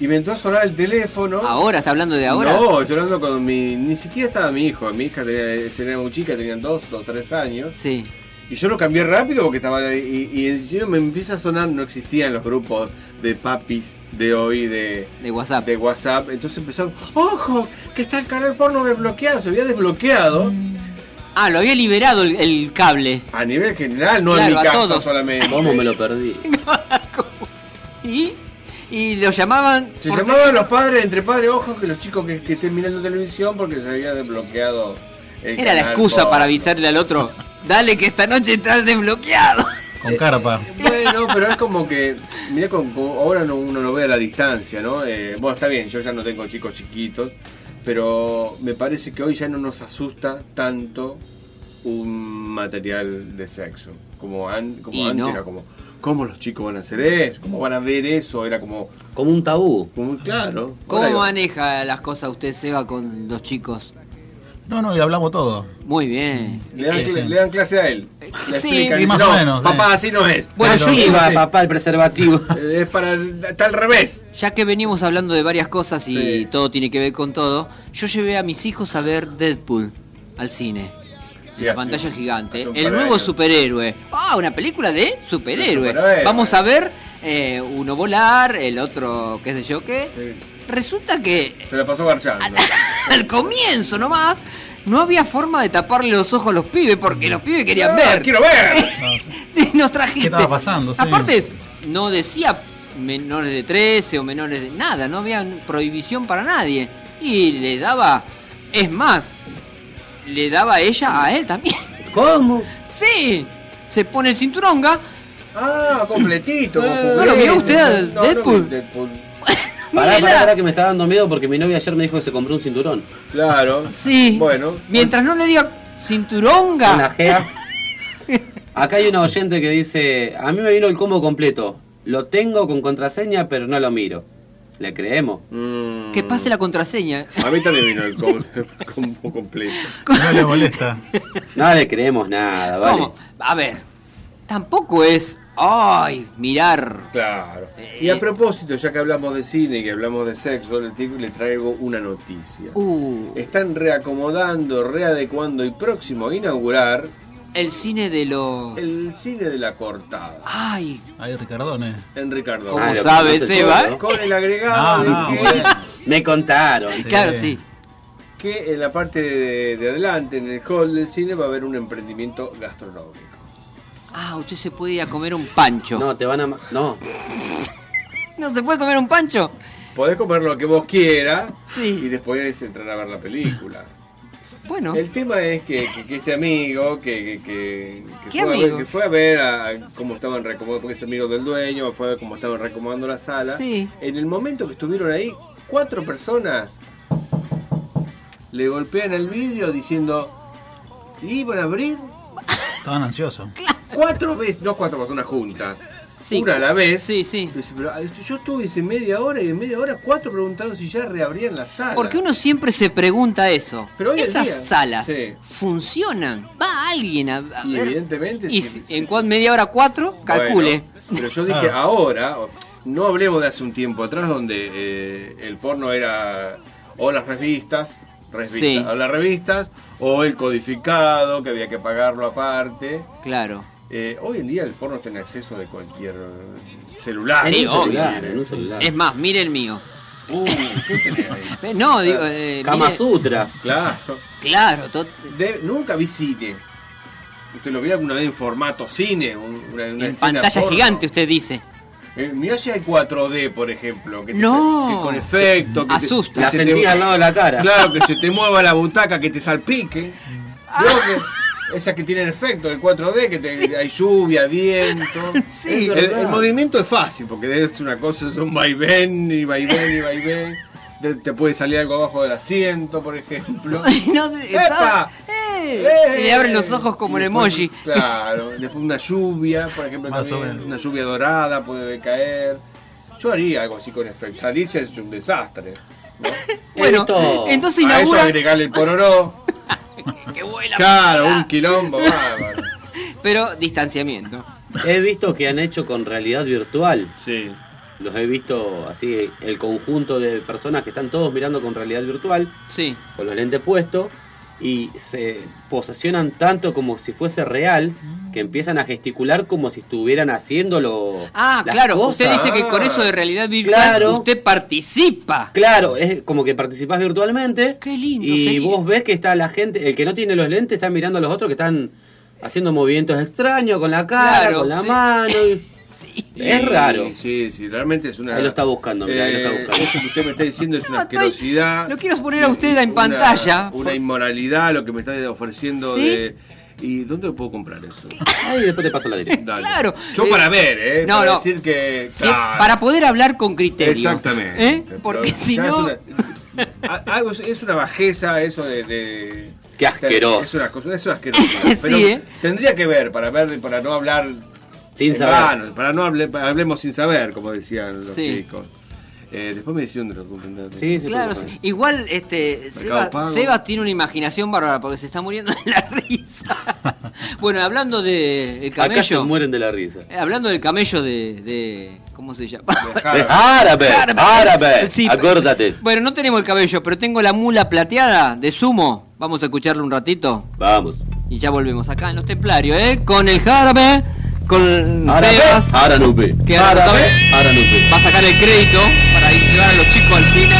Speaker 8: Y me entró a sonar el teléfono.
Speaker 7: Ahora, ¿está hablando de ahora?
Speaker 8: No, estoy hablando con mi. Ni siquiera estaba mi hijo. Mi hija tenía, tenía muy chica, tenían dos o tres años.
Speaker 7: Sí.
Speaker 8: Y yo lo cambié rápido porque estaba ahí. Y, y encima me empieza a sonar, no existían los grupos de papis de hoy, de,
Speaker 7: de WhatsApp.
Speaker 8: De WhatsApp. Entonces empezaron, ¡ojo! Que está el canal porno desbloqueado. Se había desbloqueado.
Speaker 7: Ah, lo había liberado el, el cable.
Speaker 8: A nivel general, no en
Speaker 7: Claro,
Speaker 8: mi
Speaker 7: a
Speaker 8: casa
Speaker 7: todos.
Speaker 8: solamente.
Speaker 9: ¿Cómo me lo perdí?
Speaker 7: [laughs] ¿Y? Y lo llamaban.
Speaker 8: Se
Speaker 7: por-
Speaker 8: llamaban los padres, entre padres, ojo, que los chicos que, que estén mirando televisión porque se había desbloqueado el
Speaker 7: Era la
Speaker 8: canal
Speaker 7: excusa
Speaker 8: porno.
Speaker 7: para avisarle al otro. Dale que esta noche estás desbloqueado.
Speaker 8: Eh,
Speaker 10: Con carpa.
Speaker 8: Bueno, pero es como que, mirá, como, como ahora no- uno lo ve a la distancia, ¿no? Eh, bueno, está bien, yo ya no tengo chicos chiquitos, pero me parece que hoy ya no nos asusta tanto un material de sexo. Como, an- como
Speaker 9: Y
Speaker 8: antes
Speaker 9: no.
Speaker 8: era como, ¿cómo los chicos van a hacer eso? ¿Cómo van a ver eso? Era como...
Speaker 9: Como un tabú.
Speaker 8: claro. Ahora
Speaker 7: ¿Cómo
Speaker 8: digo,
Speaker 7: maneja las cosas usted, Seba, con los chicos?
Speaker 10: No, no, y hablamos todo.
Speaker 7: Muy bien.
Speaker 8: Le dan, cl- le dan clase a él. Le
Speaker 7: sí,
Speaker 8: explican,
Speaker 7: y
Speaker 8: dice,
Speaker 7: más
Speaker 8: "No,
Speaker 7: o menos,
Speaker 8: Papá,
Speaker 7: eh.
Speaker 8: así no es.
Speaker 7: Bueno,
Speaker 8: Así
Speaker 7: yo
Speaker 8: no
Speaker 7: iba,
Speaker 8: es".
Speaker 9: papá, el preservativo.
Speaker 8: Eh, Es para. el- Está al revés.
Speaker 7: Ya que venimos hablando de varias cosas y todo tiene que ver con todo, yo llevé a mis hijos a ver Deadpool al cine.
Speaker 9: Sí,
Speaker 7: en la
Speaker 9: hace-
Speaker 7: pantalla gigante.
Speaker 9: hace un
Speaker 7: El
Speaker 9: par de
Speaker 7: nuevo
Speaker 9: años.
Speaker 7: superhéroe. Ah, una película de superhéroe.
Speaker 9: De superhéroe.
Speaker 7: Vamos a ver eh, uno volar, el otro qué sé yo qué. Resulta que
Speaker 8: Se la pasó garchando.
Speaker 7: al [laughs] comienzo nomás no había forma de taparle los ojos a los pibes porque los pibes querían
Speaker 8: Ah,
Speaker 7: ver.
Speaker 8: ¡Quiero ver!
Speaker 7: [laughs] Nos trajiste.
Speaker 10: ¿Qué estaba pasando? Sí.
Speaker 7: Aparte, no decía menores de 13 o menores de nada, no había prohibición para nadie. Y le daba, es más, le daba ella a él también.
Speaker 9: ¿Cómo?
Speaker 7: Sí, se pone el cinturonga.
Speaker 8: Ah, completito.
Speaker 7: ¿No lo vio usted al
Speaker 8: No, no vi
Speaker 7: Deadpool?
Speaker 8: Deadpool.
Speaker 9: Pará,
Speaker 7: Mírela.
Speaker 9: pará, pará, que me está dando miedo porque mi novia ayer me dijo que se compró un cinturón.
Speaker 8: Claro.
Speaker 7: Sí.
Speaker 8: Bueno.
Speaker 7: Mientras no le diga cinturonga.
Speaker 9: Una
Speaker 7: [laughs]
Speaker 9: jea. Acá hay una oyente que dice, a mí me vino el combo completo. Lo tengo con contraseña, pero no lo miro. ¿Le creemos?
Speaker 7: Que pase la contraseña.
Speaker 8: Mm. A mí también vino [laughs] el combo,
Speaker 7: [laughs]
Speaker 8: completo.
Speaker 10: No le molesta.
Speaker 9: No le creemos nada, ¿vale?
Speaker 7: ¿Cómo? A ver, tampoco es, ay, mirar. Eh,
Speaker 8: Claro. Y a propósito, ya que hablamos de cine y que hablamos de sexo, le, digo- le traigo una noticia.
Speaker 7: Uh,
Speaker 8: Están reacomodando, readecuando y próximo a inaugurar
Speaker 7: el cine de los...
Speaker 8: el cine de la cortada.
Speaker 7: Ay.
Speaker 10: Ay, Ricardone.
Speaker 8: En Ricardo.
Speaker 7: Como Ah, lo sabe, conoce Seba. todo, ¿no?
Speaker 8: Con el agregado
Speaker 10: Ah, No,
Speaker 8: de
Speaker 10: no,
Speaker 8: que,
Speaker 10: bueno.
Speaker 9: Me contaron.
Speaker 7: Claro, sí.
Speaker 8: que en la parte de, de adelante, en el hall del cine, va a haber un emprendimiento gastronómico.
Speaker 7: Ah, usted se puede ir a comer un pancho.
Speaker 9: No, te van a... ma- No.
Speaker 7: ¿No se puede comer un pancho?
Speaker 8: Podés comer lo que vos quieras y después entrar a ver la película.
Speaker 7: Bueno.
Speaker 8: El tema es que, que- que este amigo que, que- que- que fue,
Speaker 7: ¿Qué
Speaker 8: A
Speaker 7: amigo?
Speaker 8: ver, que fue a ver a cómo estaban reacomodando, porque es amigo del dueño, fue a ver cómo estaban reacomodando la sala.
Speaker 7: Sí.
Speaker 8: En el momento que estuvieron ahí, cuatro personas le golpean el vidrio diciendo, ¿iban a abrir?
Speaker 10: Estaban ansiosos.
Speaker 8: Cuatro veces, no cuatro personas juntas.
Speaker 10: Sí.
Speaker 8: Una a la vez. ah,
Speaker 7: Sí, sí.
Speaker 8: yo estuve dice, media hora y en media hora cuatro preguntaron si ya reabrían la sala.
Speaker 7: Porque uno siempre se pregunta eso.
Speaker 8: Pero hoy en
Speaker 7: Esas
Speaker 8: día,
Speaker 7: salas
Speaker 8: sí.
Speaker 7: funcionan. Va alguien a, a
Speaker 8: Y
Speaker 7: ver.
Speaker 8: evidentemente,
Speaker 7: Y
Speaker 8: sí,
Speaker 7: si- en cuan- media hora cuatro, calcule.
Speaker 8: Bueno, pero yo dije
Speaker 7: Claro.
Speaker 8: ahora, o- no hablemos de hace un tiempo atrás donde eh, el porno era o las revistas, revistas
Speaker 7: Sí.
Speaker 8: o las revistas, o el codificado que había que pagarlo aparte.
Speaker 7: Claro.
Speaker 8: Eh, hoy en día el porno tiene acceso de cualquier celular.
Speaker 7: Sí,
Speaker 8: Si
Speaker 7: obvio.
Speaker 8: quiere.
Speaker 7: Es más, mire el mío.
Speaker 8: Uh, ¿qué tenés ahí?
Speaker 7: [laughs] Eh, No, digo. eh,
Speaker 9: Kama
Speaker 7: mire-
Speaker 9: Sutra.
Speaker 8: Claro.
Speaker 7: Claro, tot-
Speaker 8: De- nunca vi cine. Usted lo vio alguna vez en formato cine, un- una, una
Speaker 7: en
Speaker 8: escena
Speaker 7: pantalla
Speaker 8: porno.
Speaker 7: gigante, usted dice.
Speaker 8: Eh, mirá si hay 4D, por ejemplo. Que te-
Speaker 7: No.
Speaker 8: que con efecto. Que te-
Speaker 7: Asusta.
Speaker 8: que
Speaker 9: La
Speaker 8: se te-
Speaker 9: sentí al lado de la cara.
Speaker 8: Claro, que se te mueva la butaca, que te salpique. Vio que- esas que tienen efecto, el 4D, que te- hay lluvia, viento.
Speaker 7: Sí.
Speaker 8: el,
Speaker 7: Es verdad.
Speaker 8: el movimiento es fácil, porque es una cosa, es un vaivén y vaivén y vaivén. Te, te puede salir algo abajo del asiento, por ejemplo.
Speaker 7: No,
Speaker 8: ¡Epa!
Speaker 7: está- ¡Eh!
Speaker 8: ¡Eh!
Speaker 7: Se le abren los ojos como
Speaker 8: Y
Speaker 7: el
Speaker 8: después-
Speaker 7: emoji.
Speaker 8: Claro, después una lluvia, por ejemplo,
Speaker 10: Más o
Speaker 8: también,
Speaker 10: menos.
Speaker 8: una lluvia dorada puede caer. Yo haría algo así con efecto. Salirse es un desastre. ¿no?
Speaker 7: [laughs] Bueno, entonces
Speaker 8: A eso
Speaker 7: inaugura-
Speaker 8: agregarle el pororó.
Speaker 7: Que vuela.
Speaker 8: Claro, un quilombo bárbaro.
Speaker 7: Pero distanciamiento.
Speaker 9: He visto que han hecho con realidad virtual.
Speaker 8: Sí.
Speaker 9: Los he visto así, el conjunto de personas que están todos mirando con realidad virtual.
Speaker 7: Sí.
Speaker 9: Con los lentes puestos. y se posesionan tanto como si fuese real que empiezan a gesticular como si estuvieran haciéndolo.
Speaker 7: Ah,
Speaker 9: las
Speaker 7: claro.
Speaker 9: cosas.
Speaker 7: Usted dice que con eso de realidad virtual
Speaker 9: Claro.
Speaker 7: usted participa.
Speaker 9: Claro, es como que participás virtualmente. Qué lindo. Y
Speaker 7: sería.
Speaker 9: vos ves que está la gente, el que no tiene los lentes está mirando a los otros que están haciendo movimientos extraños con la cara,
Speaker 8: Claro,
Speaker 9: con la
Speaker 8: sí.
Speaker 7: [laughs]
Speaker 9: mano. [laughs] Es raro.
Speaker 8: Sí, sí, realmente es una.
Speaker 9: Ahí lo está buscando, mirá, ahí lo está
Speaker 8: Eh,
Speaker 9: buscando.
Speaker 8: Eso que usted me está diciendo
Speaker 7: [laughs]
Speaker 8: es una asquerosidad.
Speaker 7: Lo quiero poner a usted en
Speaker 8: una-
Speaker 7: pantalla.
Speaker 8: Una inmoralidad lo que me está ofreciendo
Speaker 7: ¿Sí?
Speaker 8: de. ¿Y dónde lo puedo comprar eso?
Speaker 9: Ahí después te paso la dirección.
Speaker 7: Claro.
Speaker 8: Yo
Speaker 7: Eh,
Speaker 8: para ver, ¿eh?
Speaker 7: no,
Speaker 8: para
Speaker 7: no.
Speaker 8: decir que.
Speaker 7: Sí, para poder hablar con criterio.
Speaker 8: Exactamente.
Speaker 7: ¿Eh? Porque
Speaker 8: Pero
Speaker 7: si
Speaker 8: ya es
Speaker 7: no.
Speaker 8: una- a- algo- es una bajeza eso de. de
Speaker 9: Qué asqueroso.
Speaker 8: Es una cosa, es una asquerosidad.
Speaker 7: [laughs]
Speaker 8: Pero
Speaker 9: ¿eh?
Speaker 8: tendría que ver para ver, para no hablar
Speaker 9: Sin
Speaker 8: en
Speaker 9: saber.
Speaker 8: vano, para no hable- para- hablemos sin saber, como decían los
Speaker 7: Sí.
Speaker 8: chicos. Eh, después me decían de lo que
Speaker 7: Claro, sí. igual este
Speaker 8: Mercado
Speaker 7: Seba,
Speaker 8: Pago.
Speaker 7: Seba tiene una imaginación bárbara porque se está muriendo de la [laughs]
Speaker 9: [laughs]
Speaker 7: risa. bueno, hablando de el
Speaker 9: Acá se
Speaker 7: camello,
Speaker 9: mueren de la risa.
Speaker 7: eh, hablando del camello de, de- ¿cómo se llama?
Speaker 9: Árabes, árabes, árabes.
Speaker 7: Sí,
Speaker 9: Acuérdate.
Speaker 7: Bueno, no tenemos el cabello, pero tengo la mula plateada de Sumo. Vamos a escucharlo un ratito.
Speaker 9: Vamos.
Speaker 7: Y ya volvemos acá en los templarios, ¿eh? Con el jarabe, con
Speaker 9: Ahora
Speaker 7: Sebas,
Speaker 9: ve, ahora no ve.
Speaker 7: que
Speaker 9: Ahora
Speaker 7: sabe-
Speaker 9: ve, ahora no ve.
Speaker 7: va a sacar el crédito para llevar a los chicos al cine.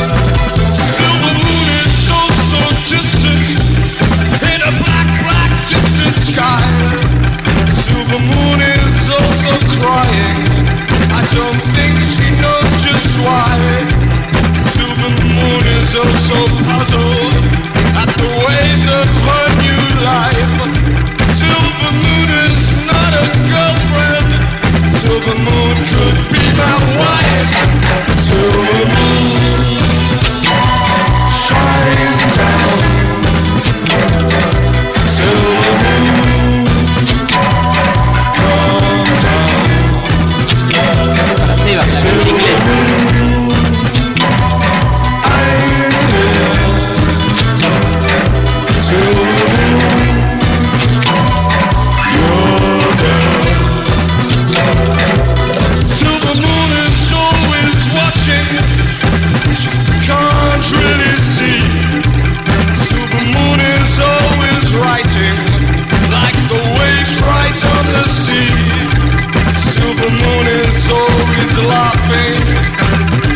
Speaker 5: Silver moon and so so distant in a black black distant sky. Silver moon is also crying. I don't think she knows just why. Silver moon is also puzzled at the ways of her new life. Silver moon is not a girlfriend. Silver moon could be my wife. Silver moon. Shine down to the moon. Come down to the moon. I live to the moon. You're there. Silver moon is always watching can't really see. Silver moon is always writing, like the waves right on the sea. Silver moon is always laughing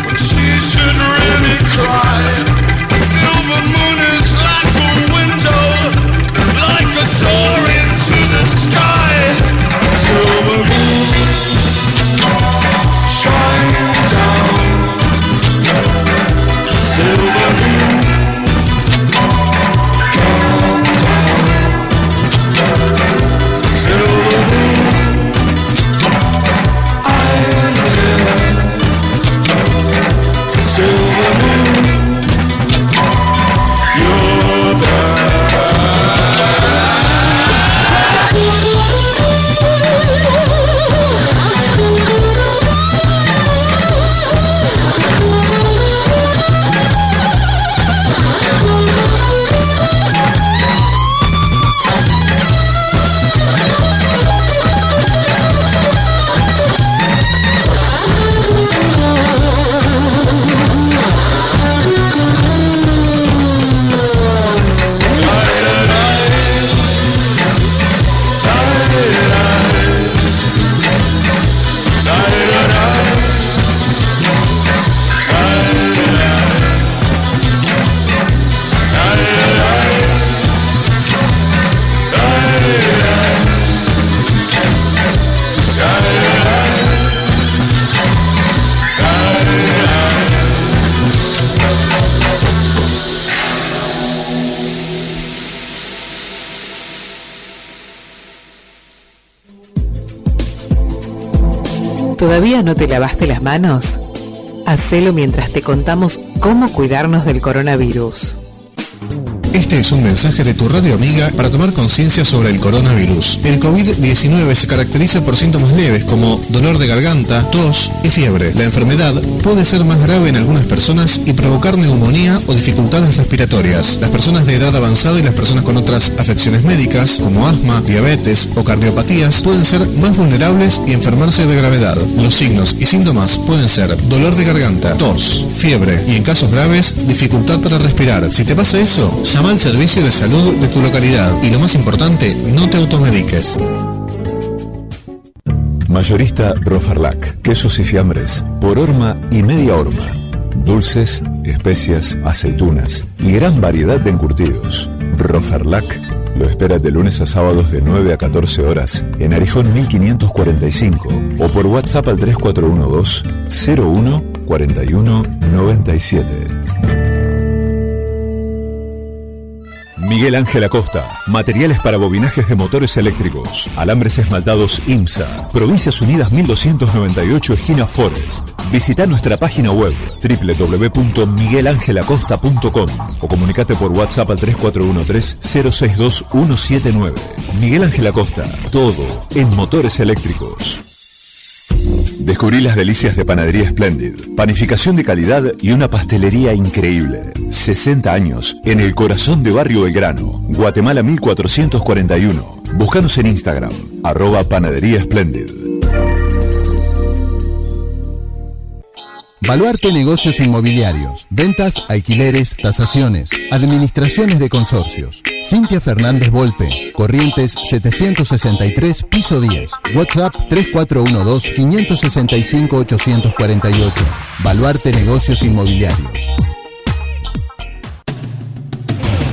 Speaker 5: when she should really cry. Silver moon is like a window, like a door into the sky. Silver moon, shine down. Silver moon, come down. Silver moon, I am here. Silver moon.
Speaker 12: ¿Todavía no te lavaste las manos? Hacelo mientras te contamos cómo cuidarnos del coronavirus.
Speaker 18: Este es un mensaje de tu radio amiga para tomar conciencia sobre el coronavirus. El COVID-19 se caracteriza por síntomas leves como dolor de garganta, tos y fiebre. La enfermedad puede ser más grave en algunas personas y provocar neumonía o dificultades respiratorias. Las personas de edad avanzada y las personas con otras afecciones médicas como asma, diabetes o cardiopatías pueden ser más vulnerables y enfermarse de gravedad. Los signos y síntomas pueden ser dolor de garganta, tos, fiebre y en casos graves dificultad para respirar. Si te pasa eso, llama al servicio de salud de tu localidad y lo más importante, no te automediques.
Speaker 1: Mayorista Rofarlac, quesos y fiambres, por horma y media horma. Dulces, especias, aceitunas y gran variedad de encurtidos. Rofarlac lo espera de lunes a sábados de 9 a 14 horas en Arejón 1545 o por WhatsApp al 3412 01 41 97. Miguel Ángel Acosta. Materiales para bobinajes de motores eléctricos. Alambres esmaltados IMSA. Provincias Unidas 1298 esquina Forest. Visita nuestra página web www.miguelangelacosta.com o comunicate por WhatsApp al 3413-062-179. Miguel Ángel Acosta. Todo en motores eléctricos. Descubrí las delicias de Panadería Splendid. Panificación de calidad y una pastelería increíble. 60 años en el corazón de Barrio Belgrano, Guatemala 1441. Búscanos en Instagram, arroba Panadería Splendid.
Speaker 13: Valuarte Negocios Inmobiliarios. Ventas, alquileres, tasaciones, administraciones de consorcios. Cintia Fernández Volpe, Corrientes 763, piso 10. WhatsApp 3412-565-848. Valuarte Negocios Inmobiliarios.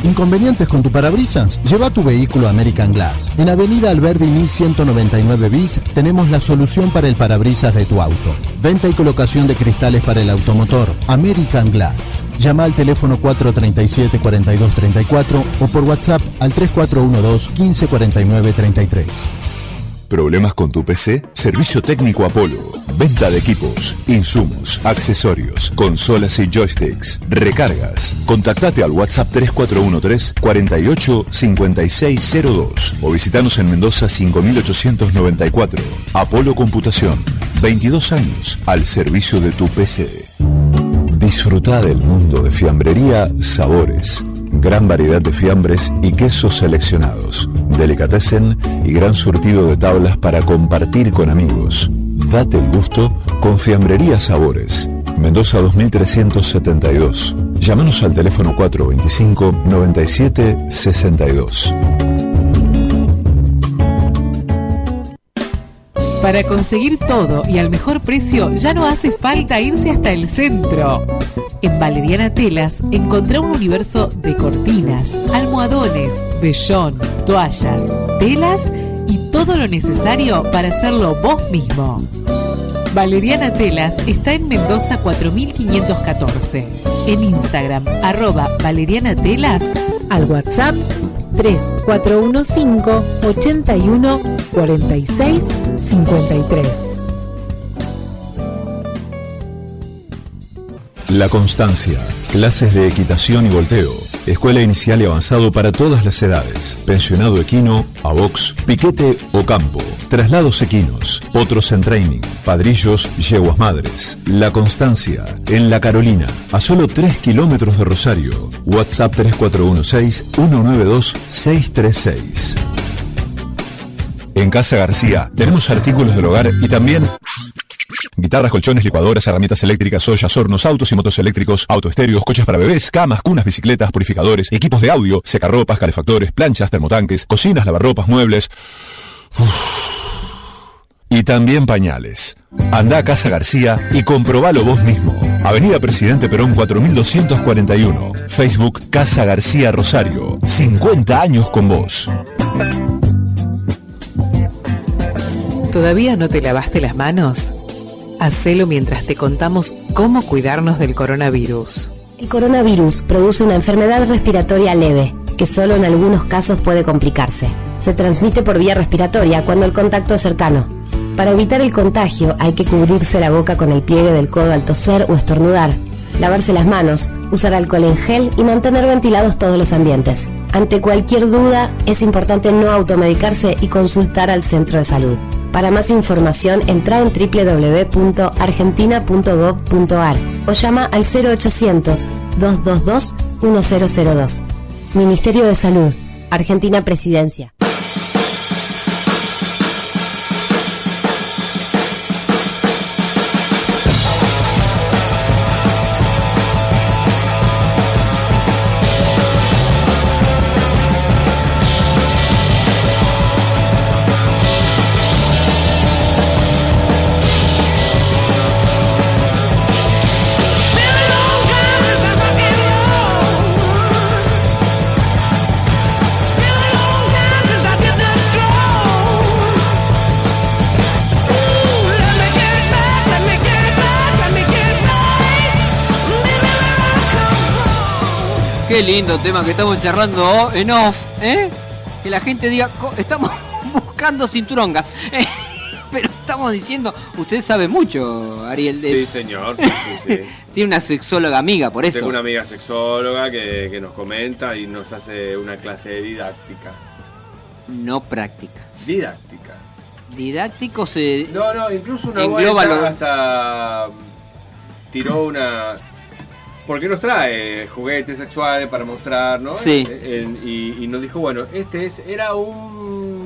Speaker 13: ¿Inconvenientes con tu parabrisas? Lleva tu vehículo a American Glass. En Avenida Alberdi 1199 bis tenemos la solución para el parabrisas de tu auto. Venta y colocación de cristales para el automotor. American Glass. Llama al teléfono 437-4234 o por WhatsApp al 3412-1549-33.
Speaker 1: ¿Problemas con tu PC? Servicio técnico Apolo. Venta de equipos, insumos, accesorios, consolas y joysticks. Recargas. Contactate al WhatsApp 3413 48 5602 o visitanos en Mendoza 5894. Apolo Computación. 22 años al servicio de tu PC. Disfruta del mundo de fiambrería Sabores. Gran variedad de fiambres y quesos seleccionados. Delicatessen y gran surtido de tablas para compartir con amigos. Date el gusto con Fiambrería Sabores. Mendoza 2372. Llámanos al teléfono 425-9762.
Speaker 12: Para conseguir todo y al mejor precio, ya no hace falta irse hasta el centro. En Valeriana Telas encontrá un universo de cortinas, almohadones, vellón, toallas, telas y todo lo necesario para hacerlo vos mismo. Valeriana Telas está en Mendoza 4514. En Instagram, arroba Valeriana Telas, al WhatsApp 3415 81 46 53.
Speaker 1: La Constancia. Clases de equitación y volteo. Escuela inicial y avanzado para todas las edades. Pensionado equino, abox, piquete o campo. Traslados equinos, otros en training, padrillos, yeguas madres. La Constancia, en La Carolina, a solo 3 kilómetros de Rosario. WhatsApp 3416-192-636. En Casa García tenemos artículos del hogar y también Guitarras, colchones, licuadoras, herramientas eléctricas, ollas, hornos, autos y motos eléctricos, autoestéreos, coches para bebés, camas, cunas, bicicletas, purificadores, equipos de audio, secarropas, calefactores, planchas, termotanques, cocinas, lavarropas, muebles. Uf. Y también pañales. Anda a Casa García y comprobalo vos mismo. Avenida Presidente Perón 4241. Facebook Casa García Rosario. 50 años con vos.
Speaker 12: ¿Todavía no te lavaste las manos? Hacelo mientras te contamos cómo cuidarnos del coronavirus.
Speaker 3: El coronavirus produce una enfermedad respiratoria leve que solo en algunos casos puede complicarse. Se transmite por vía respiratoria cuando el contacto es cercano. Para evitar el contagio hay que cubrirse la boca con el pliegue del codo al toser o estornudar, lavarse las manos, usar alcohol en gel y mantener ventilados todos los ambientes. Ante cualquier duda es importante no automedicarse y consultar al centro de salud. Para más información entra en www.argentina.gov.ar o llama al 0800 222 1002. Ministerio de Salud, Argentina Presidencia.
Speaker 7: Qué lindo tema que estamos charlando en off, ¿eh? Que la gente diga, "Co- estamos [laughs] buscando cinturongas. [laughs] Eh, Pero estamos diciendo, usted sabe mucho, Ariel. de-
Speaker 8: Sí,
Speaker 7: [laughs]
Speaker 8: señor. Sí, sí, sí.
Speaker 7: Tiene una sexóloga amiga, por eso.
Speaker 8: Tengo una amiga sexóloga que, que nos comenta y nos hace una clase didáctica.
Speaker 7: No práctica.
Speaker 8: Didáctica.
Speaker 7: Didáctico se...
Speaker 8: No, no, incluso una
Speaker 7: Engloba
Speaker 8: vuelta
Speaker 7: lo-
Speaker 8: hasta mm, tiró una porque nos trae juguetes sexuales para mostrar, ¿no?
Speaker 7: Sí.
Speaker 8: Eh, en- y, y nos dijo, bueno, este es era un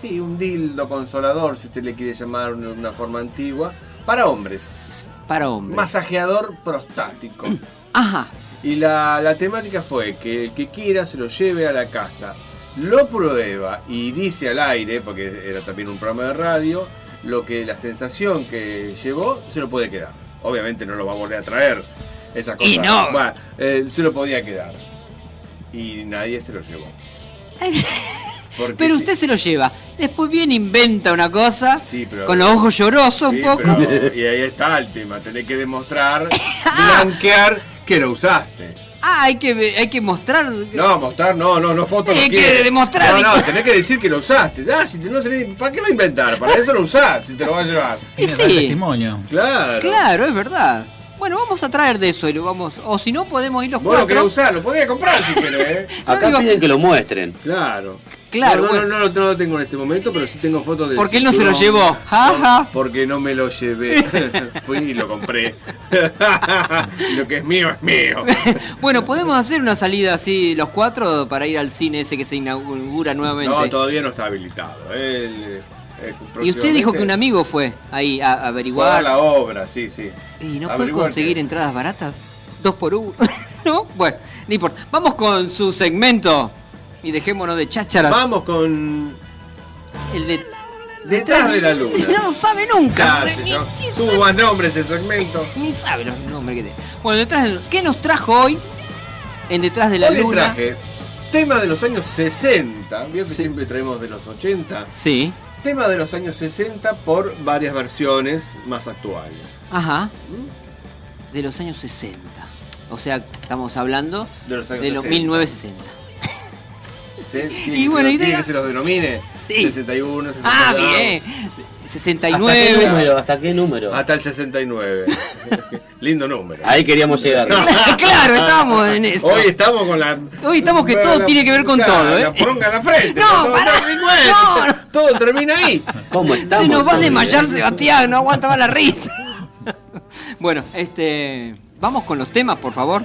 Speaker 8: sí, un dildo consolador, si usted le quiere llamar de una forma antigua, para hombres.
Speaker 7: Para hombres.
Speaker 8: Masajeador prostático.
Speaker 7: Ajá. [laughs]
Speaker 8: Y la, la temática fue que el que quiera se lo lleve a la casa, lo prueba y dice al aire, porque era también un programa de radio, lo que la sensación que llevó se lo puede quedar. Obviamente no lo va a volver a traer esa cosa.
Speaker 7: Y no.
Speaker 8: Va, eh, se lo podía quedar. Y nadie se lo llevó. Porque
Speaker 7: Pero
Speaker 8: sí.
Speaker 7: usted se lo lleva. Después bien inventa una cosa.
Speaker 8: pero-
Speaker 7: con los ojos llorosos
Speaker 8: Sí,
Speaker 7: un poco.
Speaker 8: pero- y ahí está el tema, tenés que
Speaker 7: [laughs]
Speaker 8: demostrar, blanquear que lo usaste.
Speaker 7: Ah, hay que, ve- hay que mostrar.
Speaker 8: No, mostrar, no, no, no fotos.
Speaker 7: Hay
Speaker 8: no
Speaker 7: que
Speaker 8: quiere.
Speaker 7: demostrar,
Speaker 8: No, no,
Speaker 7: hijo.
Speaker 8: tenés que decir que lo usaste. Ah, si te- no tenés- ¿Para qué lo inventar? Para eso lo usás, si te lo vas a llevar.
Speaker 7: Y Tiene sí. tal
Speaker 10: testimonio.
Speaker 8: Claro.
Speaker 7: Claro, es verdad. Bueno, vamos a traer de eso y lo vamos. O si no, podemos ir los
Speaker 8: Vos lo
Speaker 7: cuatro.
Speaker 8: querés usar, lo podías comprar si
Speaker 7: [laughs]
Speaker 8: querés. ¿eh?
Speaker 9: Acá
Speaker 7: digo-
Speaker 9: piden que lo muestren.
Speaker 8: Claro.
Speaker 7: Claro,
Speaker 8: No, no,
Speaker 7: bueno.
Speaker 8: no, no, no lo tengo en este momento, pero sí tengo fotos de.
Speaker 7: Porque él no se lo
Speaker 8: cinturón.
Speaker 7: llevó. Ajá.
Speaker 8: Porque no me lo
Speaker 7: [laughs]
Speaker 8: llevé. Fui y lo compré. [laughs] lo que es mío es mío.
Speaker 7: Bueno, podemos hacer una salida así los cuatro para ir al cine ese que se inaugura nuevamente.
Speaker 8: No, todavía no está habilitado. Él, eh,
Speaker 7: y usted dijo que un
Speaker 8: próximamente
Speaker 7: amigo fue ahí a
Speaker 8: fue a
Speaker 7: averiguar.
Speaker 8: la obra, sí, sí.
Speaker 7: ¿Y no puede
Speaker 8: Averiguar
Speaker 7: conseguir entradas baratas? ¿Dos por uno? [laughs] ¿No? Bueno, no importa. Vamos con su segmento y dejémonos de chácharas.
Speaker 8: Vamos con.
Speaker 7: El de.
Speaker 8: Detrás de la luna.
Speaker 7: [laughs] No sabe nunca.
Speaker 8: Ya, señor. Tuvo a nombre ese segmento.
Speaker 7: Ni sabe los nombres que tiene. Bueno, detrás de- ¿qué nos trajo hoy en Detrás de la
Speaker 8: Hoy les
Speaker 7: Luna?
Speaker 8: traje tema de los años 60. Vio que siempre traemos de los 80.
Speaker 7: Sí.
Speaker 8: Tema de los años 60 por varias versiones más actuales.
Speaker 7: Ajá. ¿Mm? De los años 60. O sea, estamos hablando
Speaker 8: De los años
Speaker 7: de los
Speaker 8: 60.
Speaker 7: 1960.
Speaker 8: ¿Sí? Tiene
Speaker 7: [laughs] Y
Speaker 8: que
Speaker 7: bueno,
Speaker 8: se los-
Speaker 7: y de
Speaker 8: tiene
Speaker 7: la-
Speaker 8: que se los denomine.
Speaker 7: Sí.
Speaker 8: 61, 62.
Speaker 7: Ah, bien. 69.
Speaker 9: ¿Hasta qué número? ¿Hasta qué número?
Speaker 8: Hasta el
Speaker 9: [laughs]
Speaker 8: 69. Lindo número.
Speaker 9: Ahí queríamos llegar.
Speaker 7: claro, estábamos [laughs] en eso.
Speaker 8: Hoy estamos con la.
Speaker 7: Hoy estamos que todo tiene que ver con todo, ¿eh?
Speaker 8: La poronga en la frente.
Speaker 7: No,
Speaker 8: todo,
Speaker 7: pará,
Speaker 8: termina- todo termina ahí.
Speaker 9: ¿Cómo estamos?
Speaker 7: Se nos va a
Speaker 9: hoy, eh?
Speaker 7: desmayar Sebastián, no aguanta más la risa. Bueno, este. Vamos con los temas, por favor.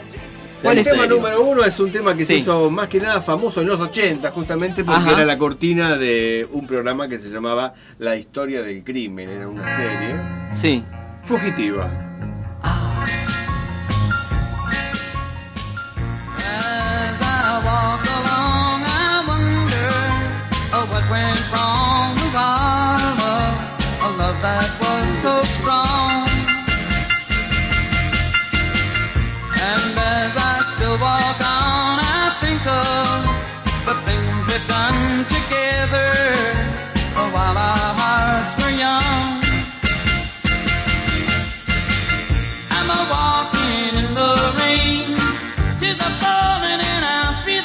Speaker 7: ¿Cuál
Speaker 8: el
Speaker 7: es
Speaker 8: tema
Speaker 7: el-
Speaker 8: número uno es un tema que se
Speaker 7: Sí.
Speaker 8: hizo más que nada famoso en los 80, justamente porque
Speaker 7: Ajá.
Speaker 8: era la cortina de un programa que se llamaba La historia del crimen, era una serie.
Speaker 7: Sí.
Speaker 8: Fugitiva.
Speaker 5: As I walk along, I wonder oh, what went wrong with our love, a love that was so strong. And as I still walk on, I think of the things we've done together oh, while our hearts were young. I'm a walking in the rain. Tis a falling and I feel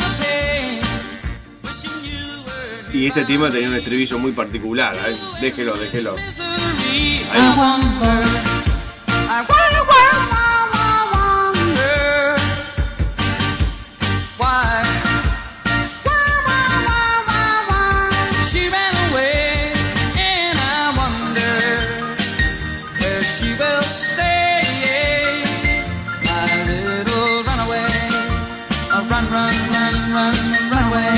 Speaker 5: the
Speaker 8: Este tema tenía un estribillo muy particular. a ver, Déjelo, déjelo.
Speaker 5: I wonder, I wonder, wonder, why, she ran away, and I wonder where she will stay. My little runaway, a run, run, run, run, runaway.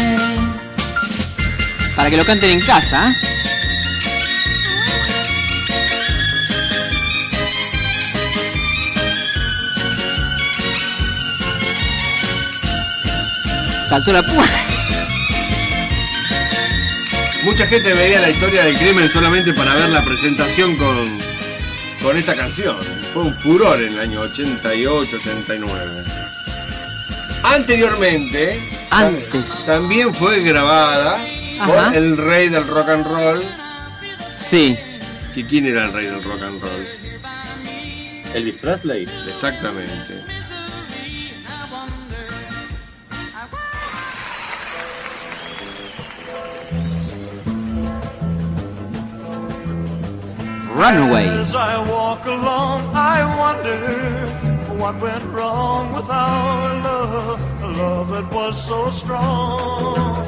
Speaker 7: Para que lo canten en casa. ¿eh? Saltó la púa.
Speaker 8: Mucha gente veía la historia del crimen solamente para ver la presentación con, con esta canción. Fue un furor en el año 88, 89. Anteriormente, tam- también fue grabada
Speaker 7: Ajá.
Speaker 8: por el rey del rock and roll.
Speaker 7: Sí.
Speaker 8: ¿Que ¿Quién era el rey del rock and roll?
Speaker 9: Elvis Presley.
Speaker 8: Exactamente.
Speaker 7: Runaway.
Speaker 5: As I walk along, I wonder what went wrong with our love, a love that was so strong.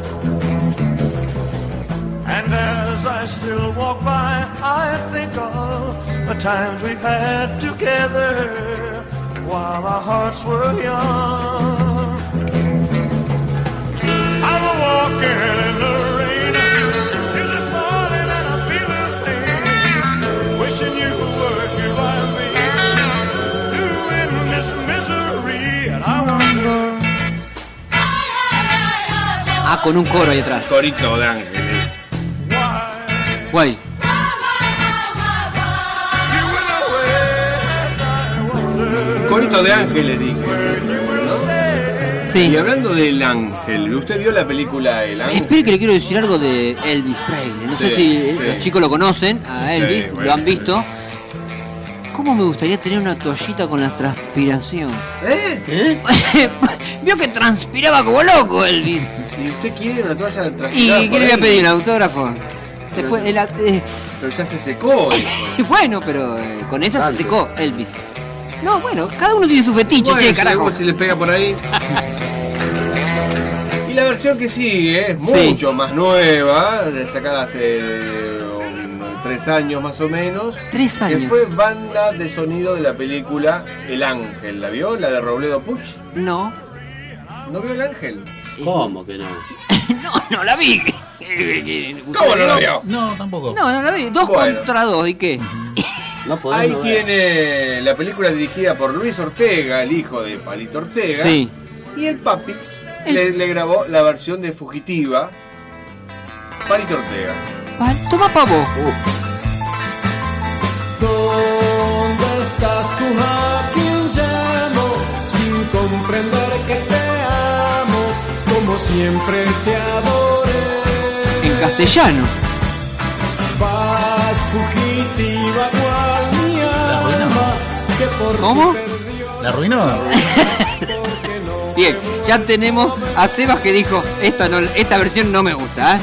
Speaker 5: And as I still walk by, I think of the times we've had together while our hearts were young. I'm a walking in the rain, till it's falling and I'm feeling pain, wishing you were here by me to end this misery. And I wonder.
Speaker 7: Ah, con un coro ahí atrás.
Speaker 8: Corito de ángeles.
Speaker 7: Guay.
Speaker 8: Corito de ángeles, dije.
Speaker 7: Sí. Eh,
Speaker 8: Y hablando del ángel, ¿usted vio la película El ángel?
Speaker 7: Espere que le quiero decir algo de Elvis Presley. No sé
Speaker 8: Sí,
Speaker 7: si eh,
Speaker 8: sí.
Speaker 7: los chicos lo conocen, a
Speaker 8: Sí,
Speaker 7: Elvis,
Speaker 8: bueno.
Speaker 7: lo han visto. ¿Cómo me gustaría tener una toallita con la transpiración?
Speaker 8: ¿Eh?
Speaker 7: [laughs] Vio que transpiraba como loco Elvis.
Speaker 8: ¿Y usted quiere una toalla
Speaker 7: ¿Y
Speaker 8: transpirada
Speaker 7: qué
Speaker 8: por
Speaker 7: le voy a
Speaker 8: él?
Speaker 7: pedir? ¿Un autógrafo? Después, el, eh,
Speaker 8: Pero ya se secó. hijo.
Speaker 7: [laughs] bueno, pero eh, con esa
Speaker 8: Tanto.
Speaker 7: se secó Elvis. No, bueno, cada uno tiene su fetiche,
Speaker 8: Bueno,
Speaker 7: che,
Speaker 8: si
Speaker 7: carajo.
Speaker 8: le- Si le pega por
Speaker 7: [laughs]
Speaker 8: ahí. Y la versión que sigue es mucho más nueva, de- sacada hace eh, un- tres años más o menos.
Speaker 7: Tres
Speaker 8: Que
Speaker 7: años.
Speaker 8: fue banda de sonido de la película El Ángel. ¿La vio? ¿La de Robledo Puch?
Speaker 7: No.
Speaker 8: ¿No vio El Ángel?
Speaker 9: ¿Cómo que no?
Speaker 7: Eh, [laughs] No la vi.
Speaker 8: ¿Cómo no la vio?
Speaker 10: No, tampoco.
Speaker 7: No, no la vi. Dos
Speaker 8: Bueno.
Speaker 7: contra dos, ¿y qué?
Speaker 8: Ahí tiene la película dirigida por Luis Ortega, el hijo de Palito Ortega.
Speaker 7: Sí.
Speaker 8: Y el papi le, le grabó la versión de Fugitiva, Palito Ortega.
Speaker 7: Pa- Toma pavo.
Speaker 8: Oh.
Speaker 5: ¿Dónde estás tú a quien llamo? Sin comprender que te amo, como siempre te adoré.
Speaker 7: En castellano.
Speaker 5: Vas fugitiva cual mi alma, que por
Speaker 7: ¿Cómo?
Speaker 5: ti perdí.
Speaker 10: ¿La arruinó?
Speaker 7: [laughs] Bien, ya tenemos a Sebas que dijo, esta no, esta versión no me gusta, ¿eh?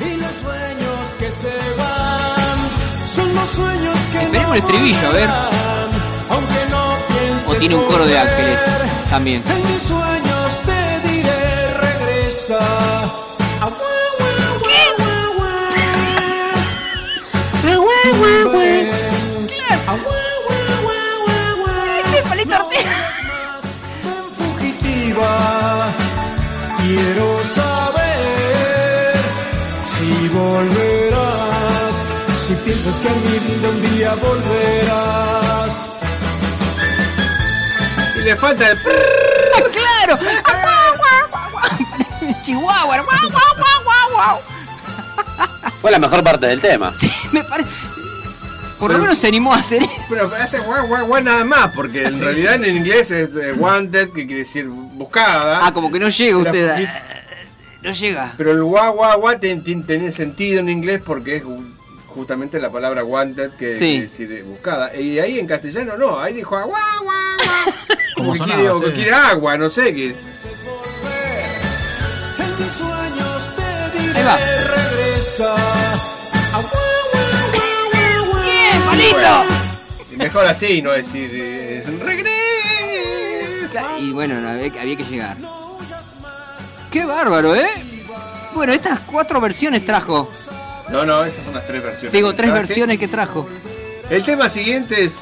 Speaker 5: Y los sueños que se van son los sueños que
Speaker 7: Esperemos el
Speaker 5: no
Speaker 7: estribillo, a ver.
Speaker 5: volverán, Aunque no pienses
Speaker 7: O tiene un coro de
Speaker 5: volver,
Speaker 7: ángeles también.
Speaker 5: En mis sueños te diré regresa. Ah, guau, guau, guau, guau. Ah, guau, guau, guau, guau, guau. No seas más tan fugitiva. Quiero saber si volverás, si piensas que a mi vida un día volverás.
Speaker 8: Y le falta el...
Speaker 7: Ah, ¡Claro! [laughs] Chihuahua, guau, guau, guau, guau, guau.
Speaker 9: Fue la mejor parte del tema.
Speaker 7: Por lo menos se animó a hacer
Speaker 8: Pero hace guau, guau, guau nada más, porque en
Speaker 7: Sí,
Speaker 8: realidad en inglés es eh, wanted, que quiere decir buscada.
Speaker 7: Ah, como que no llega
Speaker 8: La
Speaker 7: usted.
Speaker 8: fugi-
Speaker 7: ah, No llega.
Speaker 8: Pero el guau, guau, guau ten- ten- tiene sentido en inglés porque es ju- justamente la palabra wanted que
Speaker 7: Sí.
Speaker 8: quiere decir eh, buscada. Y ahí en castellano no, ahí dijo ah, guau, guau,
Speaker 10: [laughs]
Speaker 8: guau. Como que
Speaker 10: sonaba,
Speaker 8: quiere, o que
Speaker 10: sí.
Speaker 8: quiere agua, no sé qué.
Speaker 5: En mis sueños te
Speaker 7: Ahí va.
Speaker 5: diré
Speaker 8: Mejor así, no decir. eh,
Speaker 7: Ca- Y bueno, no, había, que- había que llegar. ¡Qué bárbaro, eh! Bueno, estas cuatro versiones trajo.
Speaker 8: No, no, esas son las tres versiones.
Speaker 7: Digo, tres
Speaker 8: ¿Sabes qué?
Speaker 7: versiones que trajo.
Speaker 8: El tema siguiente es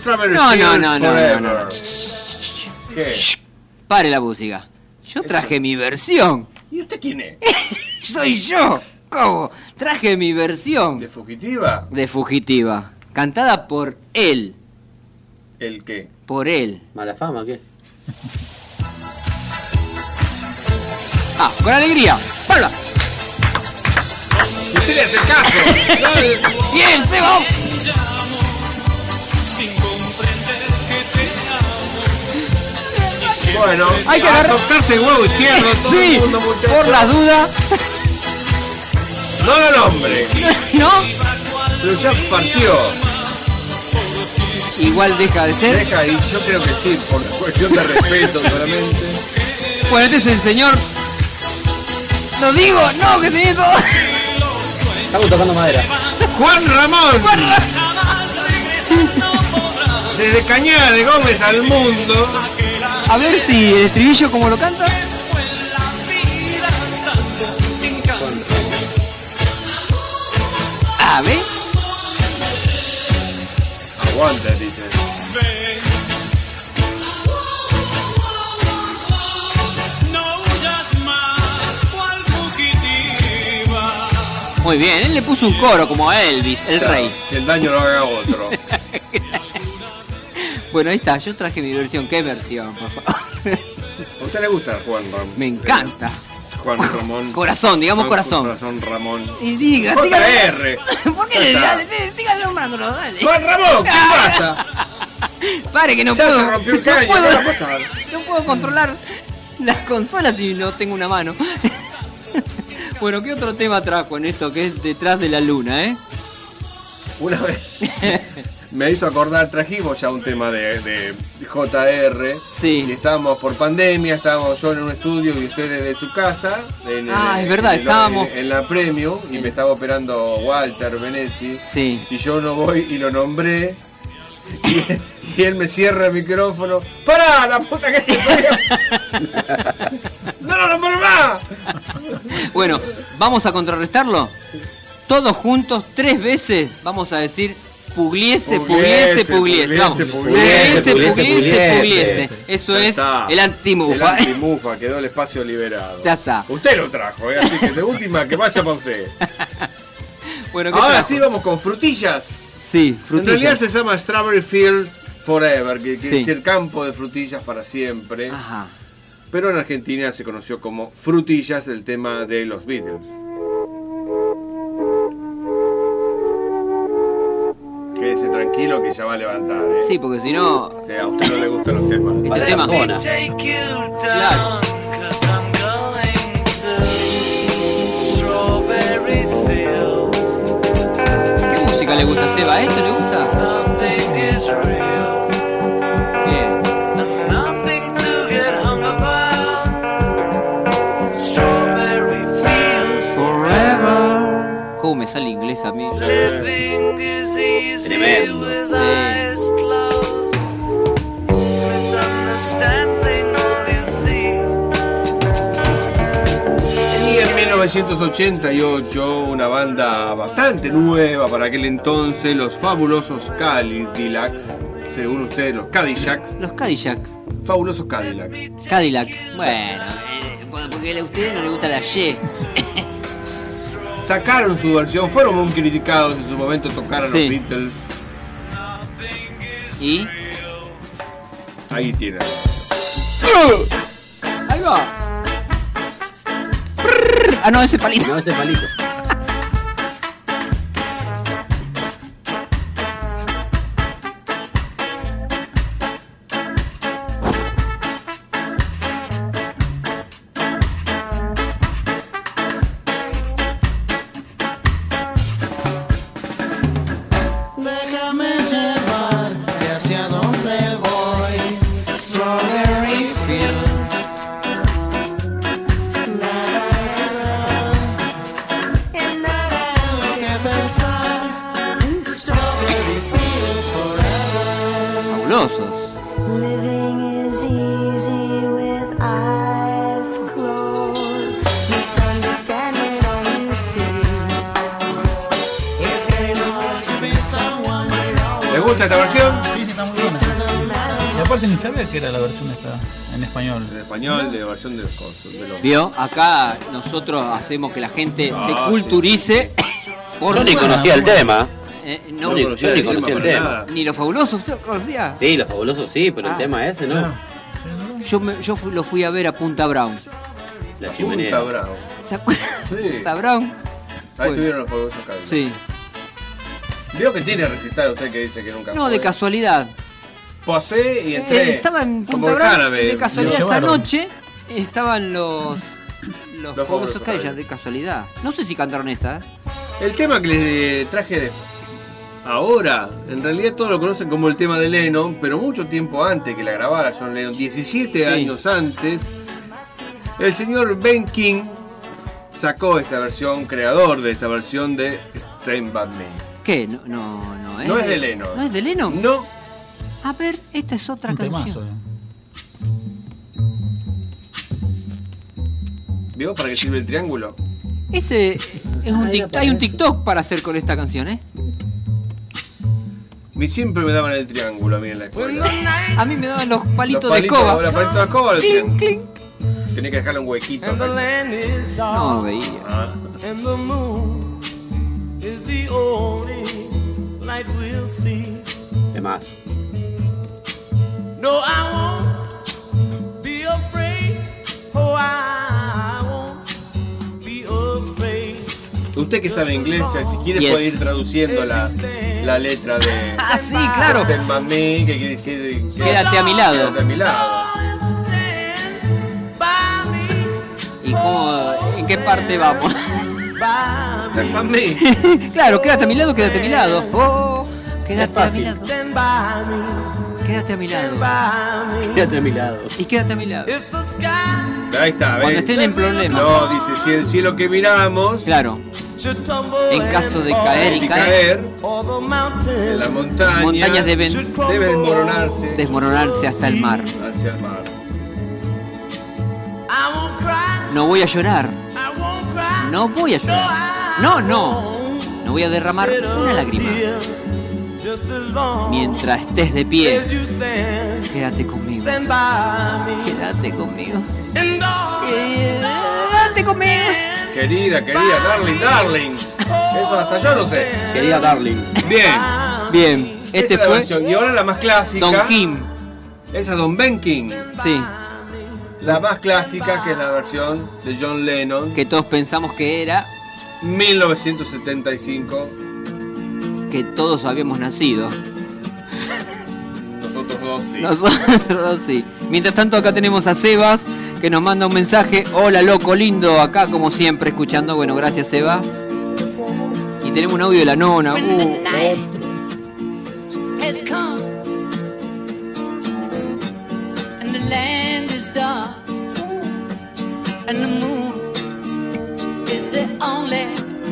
Speaker 8: Strawberry
Speaker 7: No, no,
Speaker 8: Fields
Speaker 7: no, no,
Speaker 8: Forever.
Speaker 7: no, no, no.
Speaker 8: ¿Qué?
Speaker 7: Pare la música. Yo traje mi versión.
Speaker 8: ¿Y usted quién es?
Speaker 7: ¡Soy yo! ¿Cómo? Traje mi versión. ¿De
Speaker 8: Fugitiva?
Speaker 7: De Fugitiva. Cantada por él.
Speaker 8: ¿El qué?
Speaker 7: Por él.
Speaker 9: ¿Mala fama qué?
Speaker 7: ¡Ah! ¡Con alegría! ¡Pabla!
Speaker 8: ¡Usted le hace caso!
Speaker 7: [laughs] ¡Bien, se va!
Speaker 8: Bueno,
Speaker 5: Hay que
Speaker 8: a
Speaker 5: agarrar-
Speaker 8: tocarse el huevo izquierdo todo
Speaker 5: Sí,
Speaker 8: el mundo, muchachos.
Speaker 5: por las
Speaker 7: dudas.
Speaker 8: No lo nombre.
Speaker 7: [laughs] ¿No?
Speaker 8: Pero ya partió.
Speaker 7: Igual deja de ser.
Speaker 8: Deja y yo creo que sí, por cuestión de respeto solamente.
Speaker 7: Bueno, este es el señor. ¡Lo digo! ¡No, que tiene dos!
Speaker 9: Estamos tocando madera.
Speaker 8: ¡Juan Ramón! Desde Cañada de Gómez al mundo.
Speaker 7: A ver si el estribillo como lo canta. A ver.
Speaker 8: Aguanta, dice.
Speaker 5: No huyas más, cual fugitiva.
Speaker 7: Muy bien, él le puso un coro como a Elvis, el
Speaker 8: Claro,
Speaker 7: rey.
Speaker 8: Que el daño lo haga otro.
Speaker 7: [laughs] Bueno, ahí está, yo traje mi versión. ¿Qué versión, por favor?
Speaker 8: ¿A usted le gusta Juan Ramón?
Speaker 7: Me encanta.
Speaker 8: Juan Ramón.
Speaker 7: Corazón, digamos
Speaker 8: Juan
Speaker 7: corazón.
Speaker 8: Corazón Ramón.
Speaker 7: Y diga, diga.
Speaker 8: JR.
Speaker 7: [laughs] [laughs] ¿Por
Speaker 8: Ya
Speaker 7: qué le Ah.
Speaker 8: está.
Speaker 7: dale, dale, siga nombrándolo? Dale.
Speaker 8: Juan Ramón, ¿qué pasa?
Speaker 7: [laughs] Pare que no
Speaker 8: ya
Speaker 7: puedo.
Speaker 8: se rompió el
Speaker 7: no
Speaker 8: caño,
Speaker 7: puedo.
Speaker 8: ¿qué va a pasar?
Speaker 7: [laughs] No puedo controlar las consolas si no tengo una mano. Bueno, ¿qué otro tema trajo en esto que es detrás de la luna, eh?
Speaker 8: Una
Speaker 7: [laughs]
Speaker 8: vez. Me hizo acordar, trajimos ya un tema de, de JR.
Speaker 7: Sí.
Speaker 8: Y estábamos por pandemia, estábamos yo en un estudio y usted desde su casa. en el-
Speaker 7: Ah, es verdad,
Speaker 8: en el-
Speaker 7: estábamos-
Speaker 8: En, en la Premium y me estaba operando Walter Benesi.
Speaker 7: Sí.
Speaker 8: Y yo no voy y lo nombré. Y, y [laughs] él me cierra el micrófono. ¡Para! ¡La puta que te parió! [laughs] ¡No lo nombré más!
Speaker 7: Bueno, vamos a contrarrestarlo. Todos juntos, tres veces, vamos a decir pugliese, pugliese,
Speaker 8: Pugliese,
Speaker 7: pugliese. Vamos.
Speaker 8: pugliese,
Speaker 7: Pugliese, pugliese,
Speaker 8: pugliese.
Speaker 7: pugliese. Eso
Speaker 8: Ya
Speaker 7: es
Speaker 8: está.
Speaker 7: el antimufa.
Speaker 8: El antimufa, quedó el espacio liberado.
Speaker 7: Ya está.
Speaker 8: Usted lo trajo, ¿eh? así que de última que vaya para usted.
Speaker 7: [laughs] Bueno, ¿qué
Speaker 8: Ahora
Speaker 7: trajo?
Speaker 8: sí vamos con frutillas.
Speaker 7: Sí,
Speaker 8: En
Speaker 7: frutillas.
Speaker 8: realidad se llama Strawberry Fields Forever, que quiere
Speaker 7: Sí.
Speaker 8: decir campo de frutillas para siempre. Pero en Argentina se conoció como Frutillas, el tema de los Beatles. Quédese tranquilo que ya va a levantar. ¿eh?
Speaker 7: Sí, porque si no.
Speaker 8: Sí, a usted no le gustan los temas.
Speaker 7: Este tema. Claro. ¿Qué música le gusta, Seba? ¿A ¿Esto le gusta? Bien. ¿Cómo me sale inglés a mí?
Speaker 8: Y en 1988, una banda bastante nueva para aquel entonces, los fabulosos Cadillacs, según ustedes, los Cadillacs.
Speaker 7: Los Cadillacs.
Speaker 8: Fabulosos Cadillacs.
Speaker 7: Cadillac. Bueno, eh, porque a ustedes no les gusta la Y.
Speaker 8: Sacaron su versión, fueron muy criticados en su momento, tocaron
Speaker 7: Sí.
Speaker 8: los Beatles.
Speaker 7: ¿Y?
Speaker 8: Ahí tienen.
Speaker 7: Ahí va. Prrr. Ah, no, ese palito.
Speaker 9: No, ese palito.
Speaker 5: Déjame llevarte hacia donde voy. Strawberry Fields. Nada es
Speaker 8: ¿Te gusta esta versión?
Speaker 10: Sí, sí, está muy buena. Y aparte ni sabía que era la versión esta en español.
Speaker 8: En español, de versión de los costos. de los-
Speaker 7: Vio, acá nosotros hacemos que la gente
Speaker 8: Ah,
Speaker 7: se
Speaker 8: sí.
Speaker 7: culturice. por-
Speaker 9: [laughs] Yo ni conocía el tema.
Speaker 7: Eh,
Speaker 9: Yo
Speaker 7: no,
Speaker 9: ni- yo ni conocía el tema.
Speaker 7: Ni lo fabuloso, ¿usted lo conocía?
Speaker 9: Sí, los fabulosos sí, pero
Speaker 7: Ah.
Speaker 9: el tema ese, ¿no?
Speaker 7: Yo, me- yo fui- lo fui a ver a Punta Brown.
Speaker 9: La chimenea.
Speaker 8: Punta Bravo.
Speaker 7: ¿Se acuerdan?
Speaker 8: Sí.
Speaker 7: Punta Brown.
Speaker 8: Ahí
Speaker 7: Bueno.
Speaker 8: estuvieron los fabulosos acá.
Speaker 7: Sí.
Speaker 8: Veo que tiene recital usted que dice que nunca
Speaker 7: No, de
Speaker 8: fue.
Speaker 7: casualidad.
Speaker 8: Pasé y entré.
Speaker 7: Eh, estaba en
Speaker 8: Como
Speaker 7: Punta Bravo.
Speaker 8: Cannabis.
Speaker 7: De casualidad,
Speaker 8: Lo
Speaker 7: esa
Speaker 8: llevaron.
Speaker 7: noche estaban los. Los,
Speaker 8: Los
Speaker 7: fabulosos
Speaker 8: Fabulosos
Speaker 7: Cadillacs,
Speaker 8: Cadillacs.
Speaker 7: de casualidad. No sé si cantaron esta. ¿eh?
Speaker 8: El tema que les eh, traje de- ahora, en realidad todos lo conocen como el tema de Lennon, pero mucho tiempo antes que la grabara John Lennon, 17
Speaker 7: Sí.
Speaker 8: años antes, el señor Ben King sacó esta versión, creador de esta versión de Stand By Me.
Speaker 7: ¿Qué? No, no, no.
Speaker 8: No es de Lennon.
Speaker 7: Eh, ¿No es de Lennon?
Speaker 8: No.
Speaker 7: A ver, esta es otra canción.
Speaker 8: ¿Vio para qué sirve el triángulo?
Speaker 7: Este es un tic- hay un TikTok para hacer con esta canción, ¿eh?
Speaker 8: Me- Siempre me daban el triángulo a mí en la escuela.
Speaker 7: A mí me daban los palitos,
Speaker 8: Los palitos,
Speaker 7: de escoba.
Speaker 8: los palitos de escoba, el
Speaker 7: Clink,
Speaker 8: triángulo.
Speaker 7: clink.
Speaker 8: Tenía que dejarle un huequito. Ah.
Speaker 5: And the
Speaker 8: acá.
Speaker 5: land is
Speaker 7: No
Speaker 5: dark.
Speaker 7: veía.
Speaker 5: And the moon is the only light we'll see.
Speaker 9: Temazo.
Speaker 5: No, I won't be afraid. Oh, I won't be afraid.
Speaker 8: Usted que sabe inglés, ya, si quiere
Speaker 9: Yes.
Speaker 8: puede ir traduciendo la, la letra de.
Speaker 5: Ah, sí,
Speaker 7: claro.
Speaker 8: Stand by me, que quiere decir.
Speaker 7: Quédate a mi lado.
Speaker 8: Quédate a mi lado.
Speaker 7: ¿Y cómo, en qué parte vamos?
Speaker 8: Stand by me.
Speaker 7: [laughs] claro, quédate a mi lado, quédate a mi lado. Oh, quédate a mi lado.
Speaker 5: Stand by me.
Speaker 7: Quédate a mi lado.
Speaker 9: Quédate a mi lado.
Speaker 7: Y quédate a mi lado.
Speaker 8: Ahí está, ¿ves?
Speaker 7: Cuando estén en problemas.
Speaker 8: No, dice, si el cielo que miramos.
Speaker 7: Claro. En caso de caer y
Speaker 8: Y
Speaker 7: caer,
Speaker 8: Oh, caer en la montaña.
Speaker 7: las montañas deben
Speaker 8: Debe desmoronarse
Speaker 7: desmoronarse hasta el mar.
Speaker 8: hacia el mar.
Speaker 5: I won't cry.
Speaker 7: No voy a llorar.
Speaker 5: I won't cry.
Speaker 7: No voy a llorar. Oh, No, no. No voy a derramar una lágrima.
Speaker 5: Just as long
Speaker 7: Mientras estés de pie,
Speaker 5: as you stand,
Speaker 7: quédate conmigo.
Speaker 5: stand by me.
Speaker 7: Quédate conmigo.
Speaker 5: And all
Speaker 7: Quédate conmigo.
Speaker 8: Querida, querida, darling, darling. Eso hasta yo lo sé.
Speaker 9: Querida Darling.
Speaker 8: Bien.
Speaker 7: Bien,
Speaker 8: Esa
Speaker 7: este
Speaker 8: es la
Speaker 7: fue
Speaker 8: versión. Y ahora la más clásica.
Speaker 7: Don Kim.
Speaker 8: Esa es Don Ben King.
Speaker 7: Sí,
Speaker 8: La más clásica que es la versión de John Lennon.
Speaker 7: que todos pensamos que era
Speaker 8: 1975.
Speaker 7: que todos habíamos nacido.
Speaker 8: Nosotros dos sí.
Speaker 7: Nosotros sí. Mientras tanto acá tenemos a Sebas que nos manda un mensaje. Hola loco, lindo, acá como siempre escuchando. Bueno, gracias Seba. Y tenemos un audio de la nona. Uh,
Speaker 14: has come and the land is dark and the moon is the only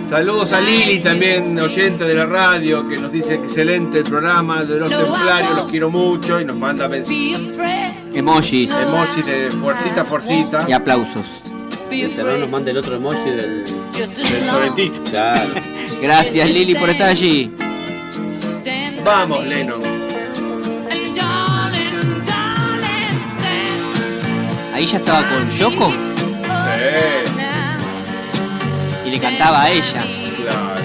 Speaker 8: Saludos a Lili también, oyente de la radio, que nos dice excelente el programa de los templarios, los quiero mucho y nos manda
Speaker 14: be
Speaker 8: mensajes.
Speaker 14: afraid
Speaker 7: emojis
Speaker 8: Emoji de fuercita, fuercita.
Speaker 7: y aplausos.
Speaker 9: También nos manda el otro emoji del.
Speaker 14: just as
Speaker 8: Del
Speaker 14: long
Speaker 8: Sorrentito.
Speaker 9: Claro.
Speaker 7: Gracias Lili por estar allí.
Speaker 14: stand
Speaker 8: Vamos, Lennon.
Speaker 14: and darling darling stand
Speaker 7: Ahí ya estaba con Yoko
Speaker 8: Sí,
Speaker 14: now
Speaker 7: y le cantaba a ella.
Speaker 8: claro.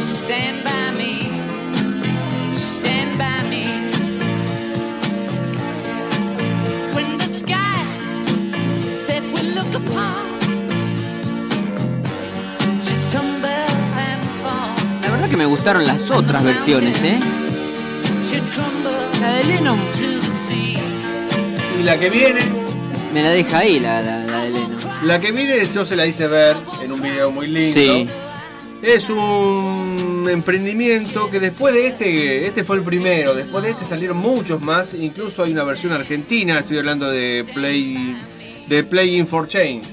Speaker 14: stand by me stand by me when the sky that we look upon should tumble and fall
Speaker 7: La verdad que me gustaron las otras versiones, ¿eh?
Speaker 14: should crumble
Speaker 7: La de Lennon
Speaker 14: to the sea
Speaker 8: Y la que viene,
Speaker 7: me la deja ahí, la, la- la de Lennon.
Speaker 8: la que viene yo se la hice ver en un video muy lindo.
Speaker 7: Sí.
Speaker 8: Es un emprendimiento que después de este, este fue el primero, después de este salieron muchos más, incluso hay una versión argentina, estoy hablando de Play de Playing for Change.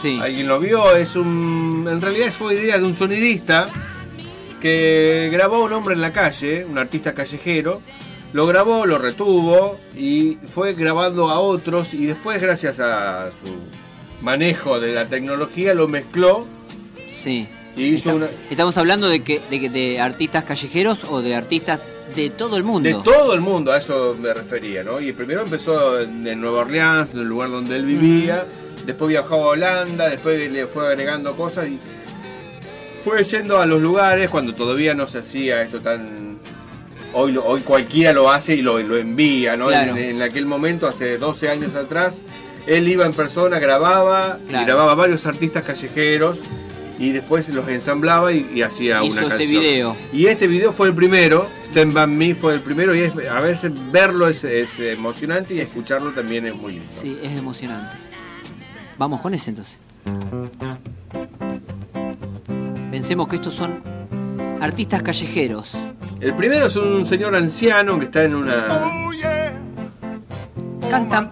Speaker 7: Sí.
Speaker 8: Alguien lo vio, es un en realidad fue idea de un sonidista que grabó a un hombre en la calle, un artista callejero, lo grabó, lo retuvo y fue grabando a otros y después gracias a su manejo de la tecnología lo mezcló
Speaker 7: Sí.
Speaker 8: y Y hizo una-
Speaker 7: Estamos hablando de que de, que- de artistas callejeros o de artistas de todo el mundo.
Speaker 8: De todo el mundo, a eso me refería, ¿no? Y primero empezó en, en Nueva Orleans, en el lugar donde él vivía, después viajó a Holanda, después le fue agregando cosas y fue yendo a los lugares cuando todavía no se hacía esto tan... Hoy, lo- hoy cualquiera lo hace y lo, lo envía, ¿no?
Speaker 7: Claro.
Speaker 8: En, en aquel momento, hace 12 años atrás, él iba en persona, grababa, y
Speaker 7: Claro.
Speaker 8: grababa varios artistas callejeros y después los ensamblaba y, y hacía
Speaker 7: Hizo
Speaker 8: una
Speaker 7: este
Speaker 8: canción.
Speaker 7: video.
Speaker 8: Y este video fue el primero, Stand By Me fue el primero y es- a veces verlo es, es emocionante y escucharlo también es muy lindo.
Speaker 7: Sí, es emocionante. Vamos con ese entonces. Pensemos que estos son artistas callejeros.
Speaker 8: El primero es un señor anciano que está en una...
Speaker 7: Canta,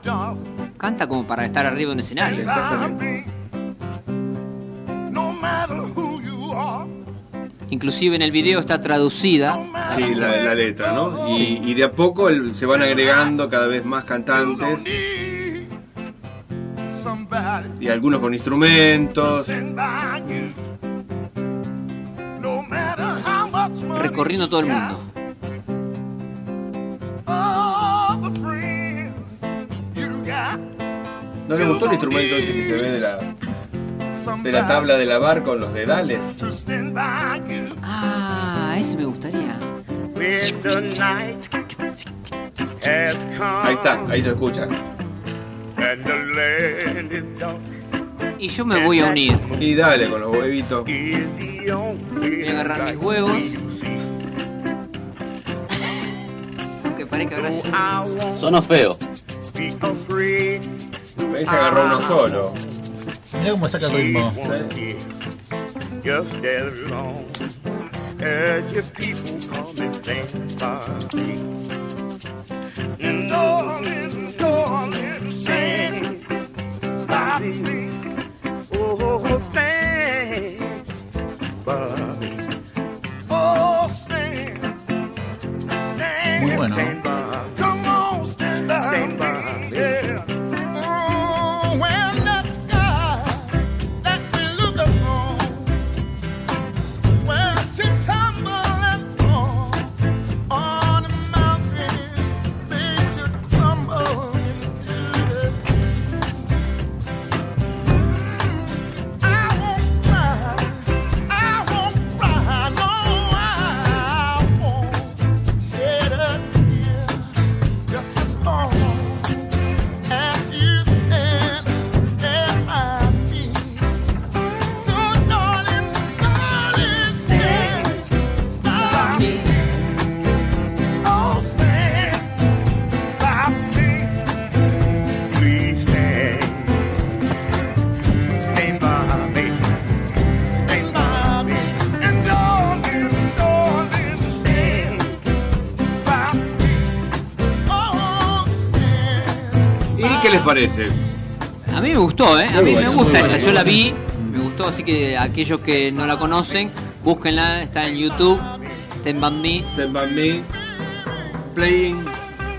Speaker 7: canta como para estar arriba de un escenario. Inclusive en el video está traducida.
Speaker 8: Sí, la, la letra, ¿no? Y, y de a poco el- se van agregando cada vez más cantantes y algunos con instrumentos.
Speaker 7: Recorriendo todo el mundo.
Speaker 8: ¿No le gustó el instrumento ese que se ve de la, de la tabla de lavar con los dedales?
Speaker 7: Ah, ese me gustaría.
Speaker 8: Ahí está, ahí se escucha.
Speaker 7: Y yo me voy a unir.
Speaker 8: Y dale con los huevitos.
Speaker 7: Voy a agarrar mis huevos. Aunque parezca gracioso.
Speaker 9: Sonó feo.
Speaker 8: Ahí se agarró uno solo.
Speaker 10: Mirá cómo saca el ritmo.
Speaker 5: Oh, oh,
Speaker 10: Muy bueno.
Speaker 8: ¿Y qué les parece?
Speaker 7: A mí me gustó, ¿eh? A
Speaker 8: Muy
Speaker 7: mí
Speaker 8: bueno,
Speaker 7: me gusta
Speaker 8: muy
Speaker 7: esta.
Speaker 8: bueno.
Speaker 7: Yo la vi, me gustó, así que aquellos que no la conocen, búsquenla, está en YouTube. Ten Band Me.
Speaker 8: Playing.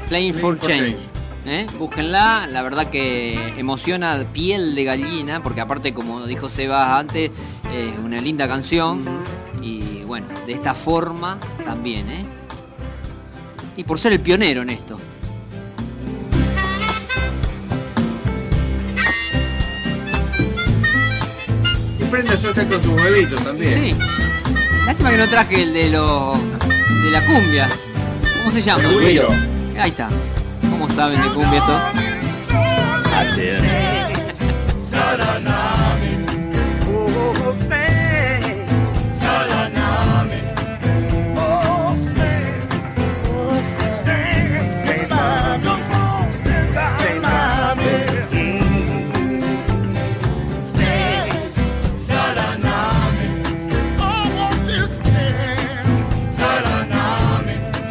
Speaker 7: Playing for Change. ¿Eh? Búsquenla, la verdad que emociona piel de gallina, porque aparte, como dijo Sebas antes, es una linda canción. Y bueno, de esta forma también, ¿eh? Y por ser el pionero en esto.
Speaker 8: Y prende yo usted con sus huevitos también.
Speaker 7: Sí. Lástima que no traje el de los. de la cumbia. ¿Cómo se llama?
Speaker 8: El güiro.
Speaker 7: Ahí está. ¿Cómo saben de cumbia esto?
Speaker 8: Ah,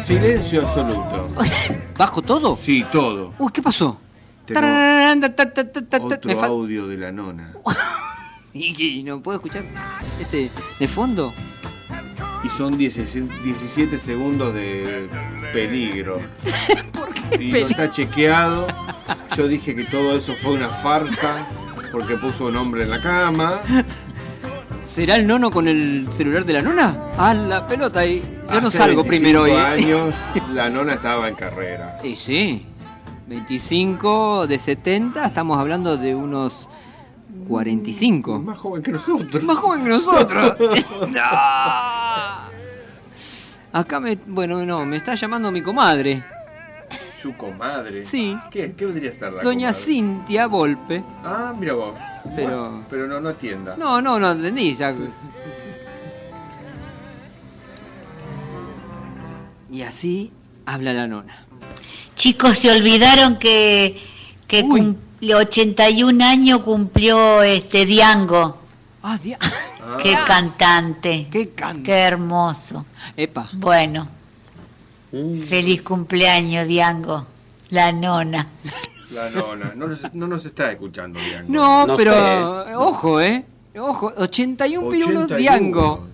Speaker 8: Silencio absoluto.
Speaker 7: ¿Bajo todo?
Speaker 8: Sí, todo.
Speaker 7: Uy, ¿qué pasó?
Speaker 8: Tengo
Speaker 7: Tararán, ta, ta, ta, ta, ta. Me
Speaker 8: otro
Speaker 7: fal-
Speaker 8: audio de la nona.
Speaker 7: Y y no puedo escuchar este de fondo.
Speaker 8: Y son 16 17 segundos de peligro. Y no está chequeado. Yo dije que todo eso fue una farsa porque puso un hombre en la cama.
Speaker 7: ¿Será el nono con el celular de la nona? A la pelota y yo no
Speaker 8: Hace 25
Speaker 7: salgo primero hoy. ¿eh? [laughs]
Speaker 8: años la nona estaba en carrera.
Speaker 7: Y sí, 25 de 70, estamos hablando de unos 45.
Speaker 8: Mm, Más joven que nosotros.
Speaker 7: Más joven
Speaker 8: [laughs]
Speaker 7: que nosotros. [laughs] Acá me. Bueno, no, me está llamando mi comadre,
Speaker 8: Su comadre.
Speaker 7: Sí.
Speaker 8: ¿Qué, qué podría estar la
Speaker 7: doña
Speaker 8: comadre?
Speaker 7: Cintia Volpe.
Speaker 8: Ah, mira vos.
Speaker 7: Pero-
Speaker 8: Bueno, pero no, no atienda.
Speaker 7: No, no, no entendí ya. Y así habla la nona.
Speaker 15: Chicos, se olvidaron que, que cumple 81 años cumplió este Diango.
Speaker 7: Ah, Diango.
Speaker 15: Qué cantante.
Speaker 7: Qué
Speaker 15: Qué hermoso.
Speaker 7: Epa.
Speaker 15: Bueno, feliz cumpleaños, Diango. La nona.
Speaker 8: La nona. No nos, no nos está escuchando, Diango.
Speaker 7: No, pero ojo, ¿eh? Ojo, 81 pirulos
Speaker 8: 81.
Speaker 7: Diango.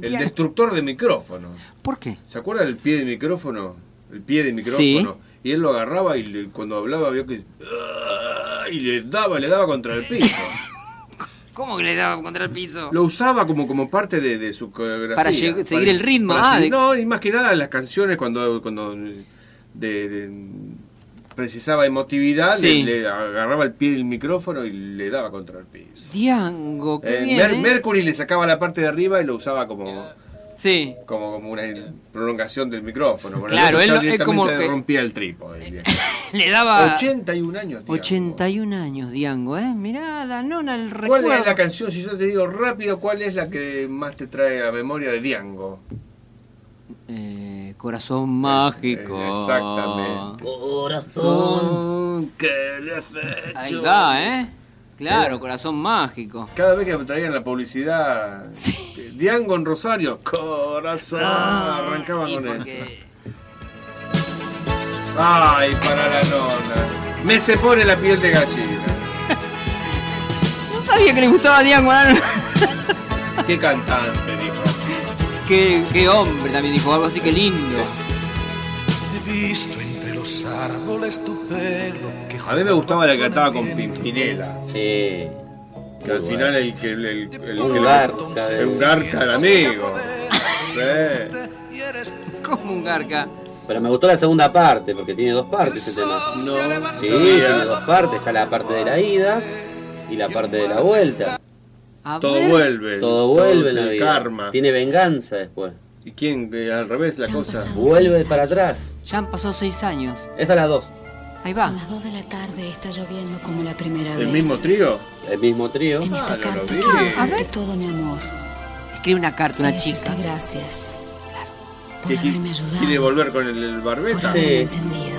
Speaker 8: El destructor de micrófonos.
Speaker 7: ¿Por qué?
Speaker 8: ¿Se acuerda del pie de micrófono? El pie de micrófono. Y él lo agarraba y le- cuando hablaba vio que... ¡ah! Y le daba, le daba contra el piso.
Speaker 7: ¿Cómo que le daba contra el piso?
Speaker 8: Lo usaba como, como parte de, de su coreografía.
Speaker 7: Para lleg- seguir el ritmo, ah,
Speaker 8: seguir-
Speaker 7: de-
Speaker 8: No, y más que nada las canciones cuando, cuando de- de- precisaba emotividad,
Speaker 7: Sí.
Speaker 8: le, le agarraba el pie del micrófono y le daba contra el piso.
Speaker 7: Diango, qué
Speaker 8: Eh,
Speaker 7: bien.
Speaker 8: Mer-
Speaker 7: ¿eh?
Speaker 8: Mercury le sacaba la parte de arriba y lo usaba como...
Speaker 7: Sí.
Speaker 8: Como, como una prolongación del micrófono. Bueno,
Speaker 7: Claro,
Speaker 8: el otro
Speaker 7: él
Speaker 8: ya
Speaker 7: lo- él
Speaker 8: directamente
Speaker 7: como
Speaker 8: le
Speaker 7: que-
Speaker 8: rompía el trípode. bien.
Speaker 7: [laughs] Le daba.
Speaker 8: 81 años.
Speaker 7: 81 años, Diango, ¿eh? Mirá la nona, el
Speaker 8: ¿Cuál
Speaker 7: recuerdo.
Speaker 8: es la canción, si yo te digo rápido, cuál es la que más te trae a la memoria de Diango?
Speaker 7: Eh, corazón mágico. Ah.
Speaker 8: Exactamente.
Speaker 7: Corazón
Speaker 8: que le has
Speaker 7: Ahí va, ¿eh? Claro, corazón mágico.
Speaker 8: Cada vez que me traían la publicidad, eh, Diango en Rosario, corazón,
Speaker 7: Ah,
Speaker 8: arrancaban
Speaker 7: y
Speaker 8: con eso.
Speaker 7: porque-
Speaker 8: Ay, para la nona. Me se pone la piel de gallina.
Speaker 7: No sabía que le gustaba Diango a la [laughs] nona.
Speaker 8: Qué cantante, dijo.
Speaker 7: qué, qué hombre también dijo, algo así que lindo.
Speaker 5: He visto entre los árboles tu pelo que
Speaker 8: A mí me gustaba la que cantaba con Pimpinela.
Speaker 9: Sí.
Speaker 8: Que al final el que el, el, el,
Speaker 9: Un
Speaker 8: que-
Speaker 9: garca,
Speaker 8: el
Speaker 9: eh.
Speaker 8: garca al amigo. Eh.
Speaker 7: Como un garca.
Speaker 9: Pero me gustó la segunda parte, porque tiene dos partes ese tema.
Speaker 8: No.
Speaker 9: Sí, tiene dos partes. Está la parte de la ida y la parte de la
Speaker 19: pues,
Speaker 9: vuelta.
Speaker 7: A
Speaker 8: Todo
Speaker 7: ver.
Speaker 8: vuelve.
Speaker 9: Todo vuelve en la
Speaker 8: el
Speaker 9: vida.
Speaker 8: karma.
Speaker 9: Tiene venganza después.
Speaker 8: ¿Y quién? Eh, al revés la cosa.
Speaker 9: Vuelve para atrás.
Speaker 7: Ya han pasado seis años.
Speaker 9: Esa es la dos.
Speaker 7: Ahí va.
Speaker 19: Son las 2 de la tarde, está lloviendo como la primera vez.
Speaker 9: ¿El mismo
Speaker 8: trío?
Speaker 9: El mismo trío.
Speaker 19: En esta carta Ah, quiero darte todo mi amor.
Speaker 7: Escribe una carta, una
Speaker 19: Quiero
Speaker 7: chica.
Speaker 19: decirte gracias.
Speaker 8: ¿Qué, qui- ¿Quiere volver con el, el barbeta?
Speaker 19: Sí,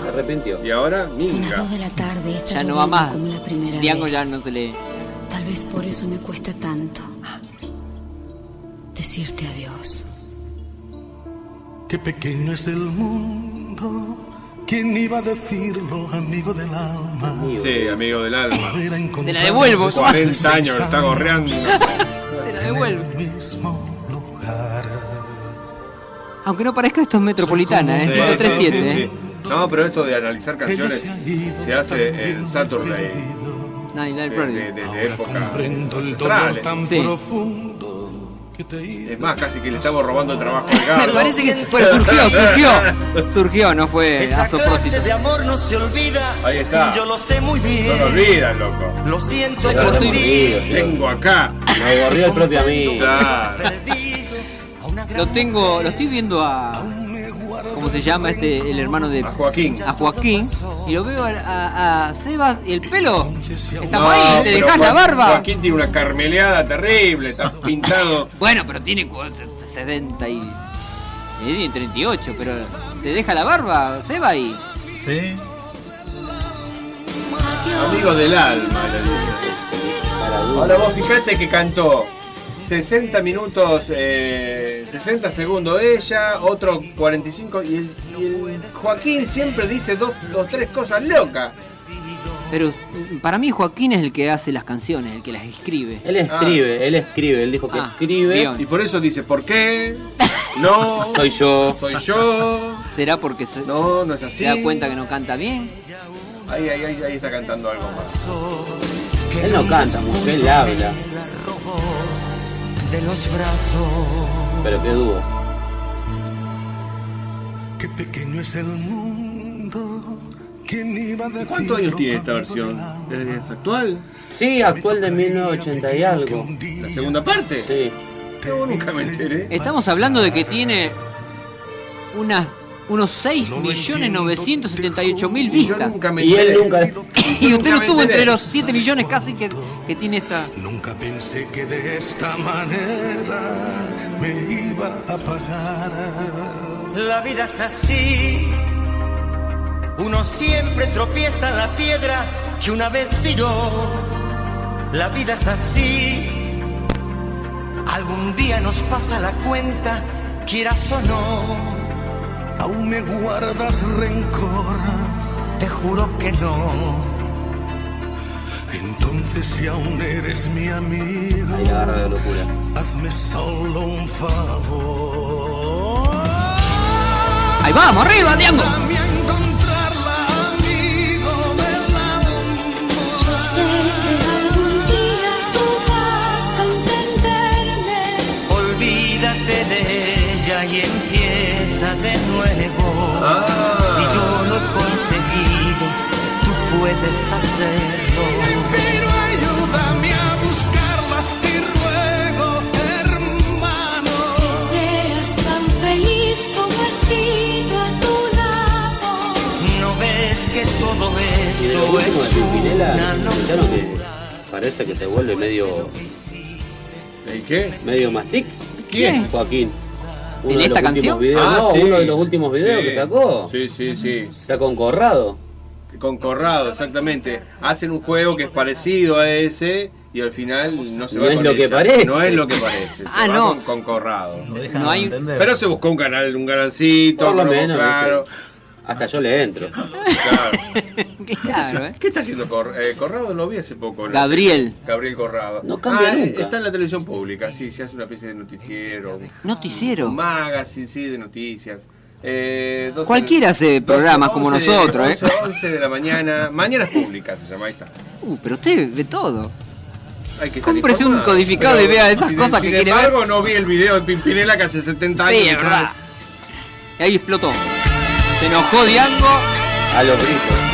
Speaker 8: se
Speaker 9: arrepintió.
Speaker 8: ¿Y ahora?
Speaker 19: Son las
Speaker 8: Minga.
Speaker 19: 2 de la tarde, está
Speaker 7: Ya no
Speaker 19: lloviendo
Speaker 7: va más.
Speaker 19: como la primera
Speaker 7: Diango
Speaker 19: vez.
Speaker 7: ya no se le.
Speaker 19: Tal vez por eso me cuesta tanto
Speaker 7: Ah.
Speaker 19: decirte adiós.
Speaker 5: Qué pequeño es el mundo. ¿Quién iba a decirlo, amigo del alma?
Speaker 8: Sí, amigo del alma.
Speaker 5: Te la devuelvo.
Speaker 8: 40 años, lo está gorreando.
Speaker 7: Te la devuelve. Aunque no parezca, esto es metropolitana, ¿eh?
Speaker 8: Sí,
Speaker 7: 1037,
Speaker 8: sí, sí,
Speaker 7: ¿eh?
Speaker 8: sí. No, pero esto de analizar canciones se hace en Saturday.
Speaker 7: Nine Live
Speaker 8: Desde
Speaker 7: Project.
Speaker 8: época
Speaker 5: comprendo el dolor
Speaker 8: ancestrales.
Speaker 5: tan
Speaker 8: Sí.
Speaker 5: profundo que te
Speaker 8: Es más, casi que le estamos robando el trabajo
Speaker 7: [laughs]
Speaker 8: al gato.
Speaker 7: Me parece que. Bueno,
Speaker 8: [laughs]
Speaker 7: surgió, surgió. Surgió, no
Speaker 8: Eh,
Speaker 7: fue a
Speaker 20: Esa clase
Speaker 7: propósito.
Speaker 20: de amor no se olvida.
Speaker 8: Ahí está.
Speaker 20: Yo lo sé muy bien.
Speaker 8: No lo olvidas, loco.
Speaker 20: Lo siento
Speaker 8: Lo
Speaker 20: por ti.
Speaker 8: Tengo acá.
Speaker 9: Me borrió el propio amigo.
Speaker 8: Claro.
Speaker 7: Lo tengo, lo estoy viendo a. ¿Cómo se llama este? El hermano de. A
Speaker 8: Joaquín.
Speaker 7: A Joaquín. Y lo veo a, a- a Sebas y el pelo. Estamos
Speaker 8: No,
Speaker 7: ahí, te
Speaker 8: pero
Speaker 7: dejás la
Speaker 8: Joa-
Speaker 7: barba.
Speaker 8: Joaquín tiene una carmeleada terrible, [laughs] está pintado.
Speaker 7: Bueno, pero tiene cu- se- se- 70 y. y Tiene 38, pero. ¿Se deja la barba, Seba? Y.
Speaker 10: Sí.
Speaker 8: Amigo del alma. Ahora vos fijate que cantó 60 minutos, eh, 60 segundos ella, otro 45 y el, y el Joaquín siempre dice dos o tres cosas locas.
Speaker 7: Pero mm, para mí Joaquín es el que hace las canciones, el que las escribe.
Speaker 9: Él escribe, él escribe, él dijo que
Speaker 7: Ah,
Speaker 9: escribe.
Speaker 7: guión.
Speaker 8: Y por eso dice, ¿por
Speaker 9: [laughs]
Speaker 8: qué? No.
Speaker 9: Soy yo.
Speaker 8: Soy yo.
Speaker 7: ¿Será porque se,
Speaker 8: No, no es así.
Speaker 7: se da cuenta que no canta bien?
Speaker 8: Ahí, ahí, ahí, ahí está cantando algo más.
Speaker 9: Él no canta mucho, él habla.
Speaker 20: de los brazos.
Speaker 9: Pero qué dúo.
Speaker 5: Qué pequeño es el mundo. ¿Quién iba a decir?
Speaker 8: ¿Cuántos años tiene esta versión? ¿Es actual?
Speaker 9: Sí, actual de 1980 y algo.
Speaker 8: ¿La segunda parte?
Speaker 9: Sí.
Speaker 8: Yo nunca me enteré.
Speaker 7: Estamos hablando de que tiene unas unos 6.978.000 vistas.
Speaker 8: Y él nunca-
Speaker 7: [laughs] y usted no
Speaker 5: me
Speaker 7: estuvo entre
Speaker 5: enteré.
Speaker 7: los 7 millones casi que, que tiene esta.
Speaker 5: Nunca pensé que de esta manera me iba a pagar.
Speaker 20: La vida es así. Uno siempre tropieza en la piedra que una vez tiró. La vida es así. Algún día nos pasa la cuenta, quieras o no.
Speaker 5: Aún me guardas rencor.
Speaker 20: Te juro que no.
Speaker 5: Entonces si aún eres mi amigo,
Speaker 9: Ahí la agarra de locura.
Speaker 5: hazme solo un favor.
Speaker 7: Ahí vamos, arriba, Diango.
Speaker 5: Dame a encontrarla, amigo del alma.
Speaker 19: Yo sé que algún día tú vas a entenderme.
Speaker 20: Olvídate de ella y empieza de nuevo. Si yo lo he conseguido, tú puedes hacerlo.
Speaker 5: Pero ayúdame a buscarla, te ruego, hermano.
Speaker 19: Que seas tan feliz como he sido a tu lado.
Speaker 20: No ves que todo
Speaker 9: Y de lo
Speaker 20: esto
Speaker 9: último de
Speaker 20: es
Speaker 9: Pimpinela,
Speaker 20: una
Speaker 9: escucharon que parece que se vuelve medio.
Speaker 8: ¿El qué?
Speaker 9: Medio mastic.
Speaker 8: ¿Quién?
Speaker 9: Joaquín. Uno
Speaker 8: ¿En
Speaker 9: de
Speaker 8: esta
Speaker 9: los últimos
Speaker 8: canción?
Speaker 9: videos-
Speaker 8: Ah,
Speaker 9: no,
Speaker 8: sí.
Speaker 9: uno de los últimos videos
Speaker 8: Sí.
Speaker 9: que sacó.
Speaker 8: Sí, sí, sí.
Speaker 9: Está con Corrado.
Speaker 8: Con Corrado, exactamente. Hacen un juego que es parecido a ese y al final no se
Speaker 9: No
Speaker 8: va
Speaker 9: es
Speaker 8: con
Speaker 9: lo que
Speaker 8: ella.
Speaker 9: parece.
Speaker 8: No es lo que parece. Se
Speaker 7: Ah,
Speaker 8: va
Speaker 7: no.
Speaker 8: Con, con Corrado.
Speaker 7: dejan No hay- entender.
Speaker 8: Pero se buscó un canal, un ganancito,
Speaker 9: Por lo
Speaker 8: algo
Speaker 9: menos,
Speaker 8: claro.
Speaker 9: Hasta yo le entro.
Speaker 7: [laughs] Claro, ¿eh?
Speaker 8: ¿Qué está haciendo Cor- eh, Corrado? Lo vi hace poco. ¿no?
Speaker 7: Gabriel.
Speaker 8: Gabriel Corrado.
Speaker 9: No cambia
Speaker 8: Ah,
Speaker 9: nunca.
Speaker 8: Está en la televisión pública, sí, se hace una especie de noticiero. un-
Speaker 7: Noticiero.
Speaker 8: Un magazine, sí, de noticias. Eh, 12
Speaker 7: Cualquiera hace programas como nosotros, ¿eh?
Speaker 8: 11, 11 de la mañana. Mañanas públicas se llama, ahí está.
Speaker 7: Uh, pero usted ve todo.
Speaker 8: Hay que estar
Speaker 7: Cómprese un
Speaker 8: informado.
Speaker 7: codificado y
Speaker 8: Pero,
Speaker 7: vea esas
Speaker 8: sin-
Speaker 7: cosas que quiere
Speaker 8: Sin
Speaker 7: ver.
Speaker 8: embargo, no vi el video de Pimpinela que hace 70 años.
Speaker 7: Sí, es verdad. Y ahí explotó. Se enojó Diango.
Speaker 9: A los gritos.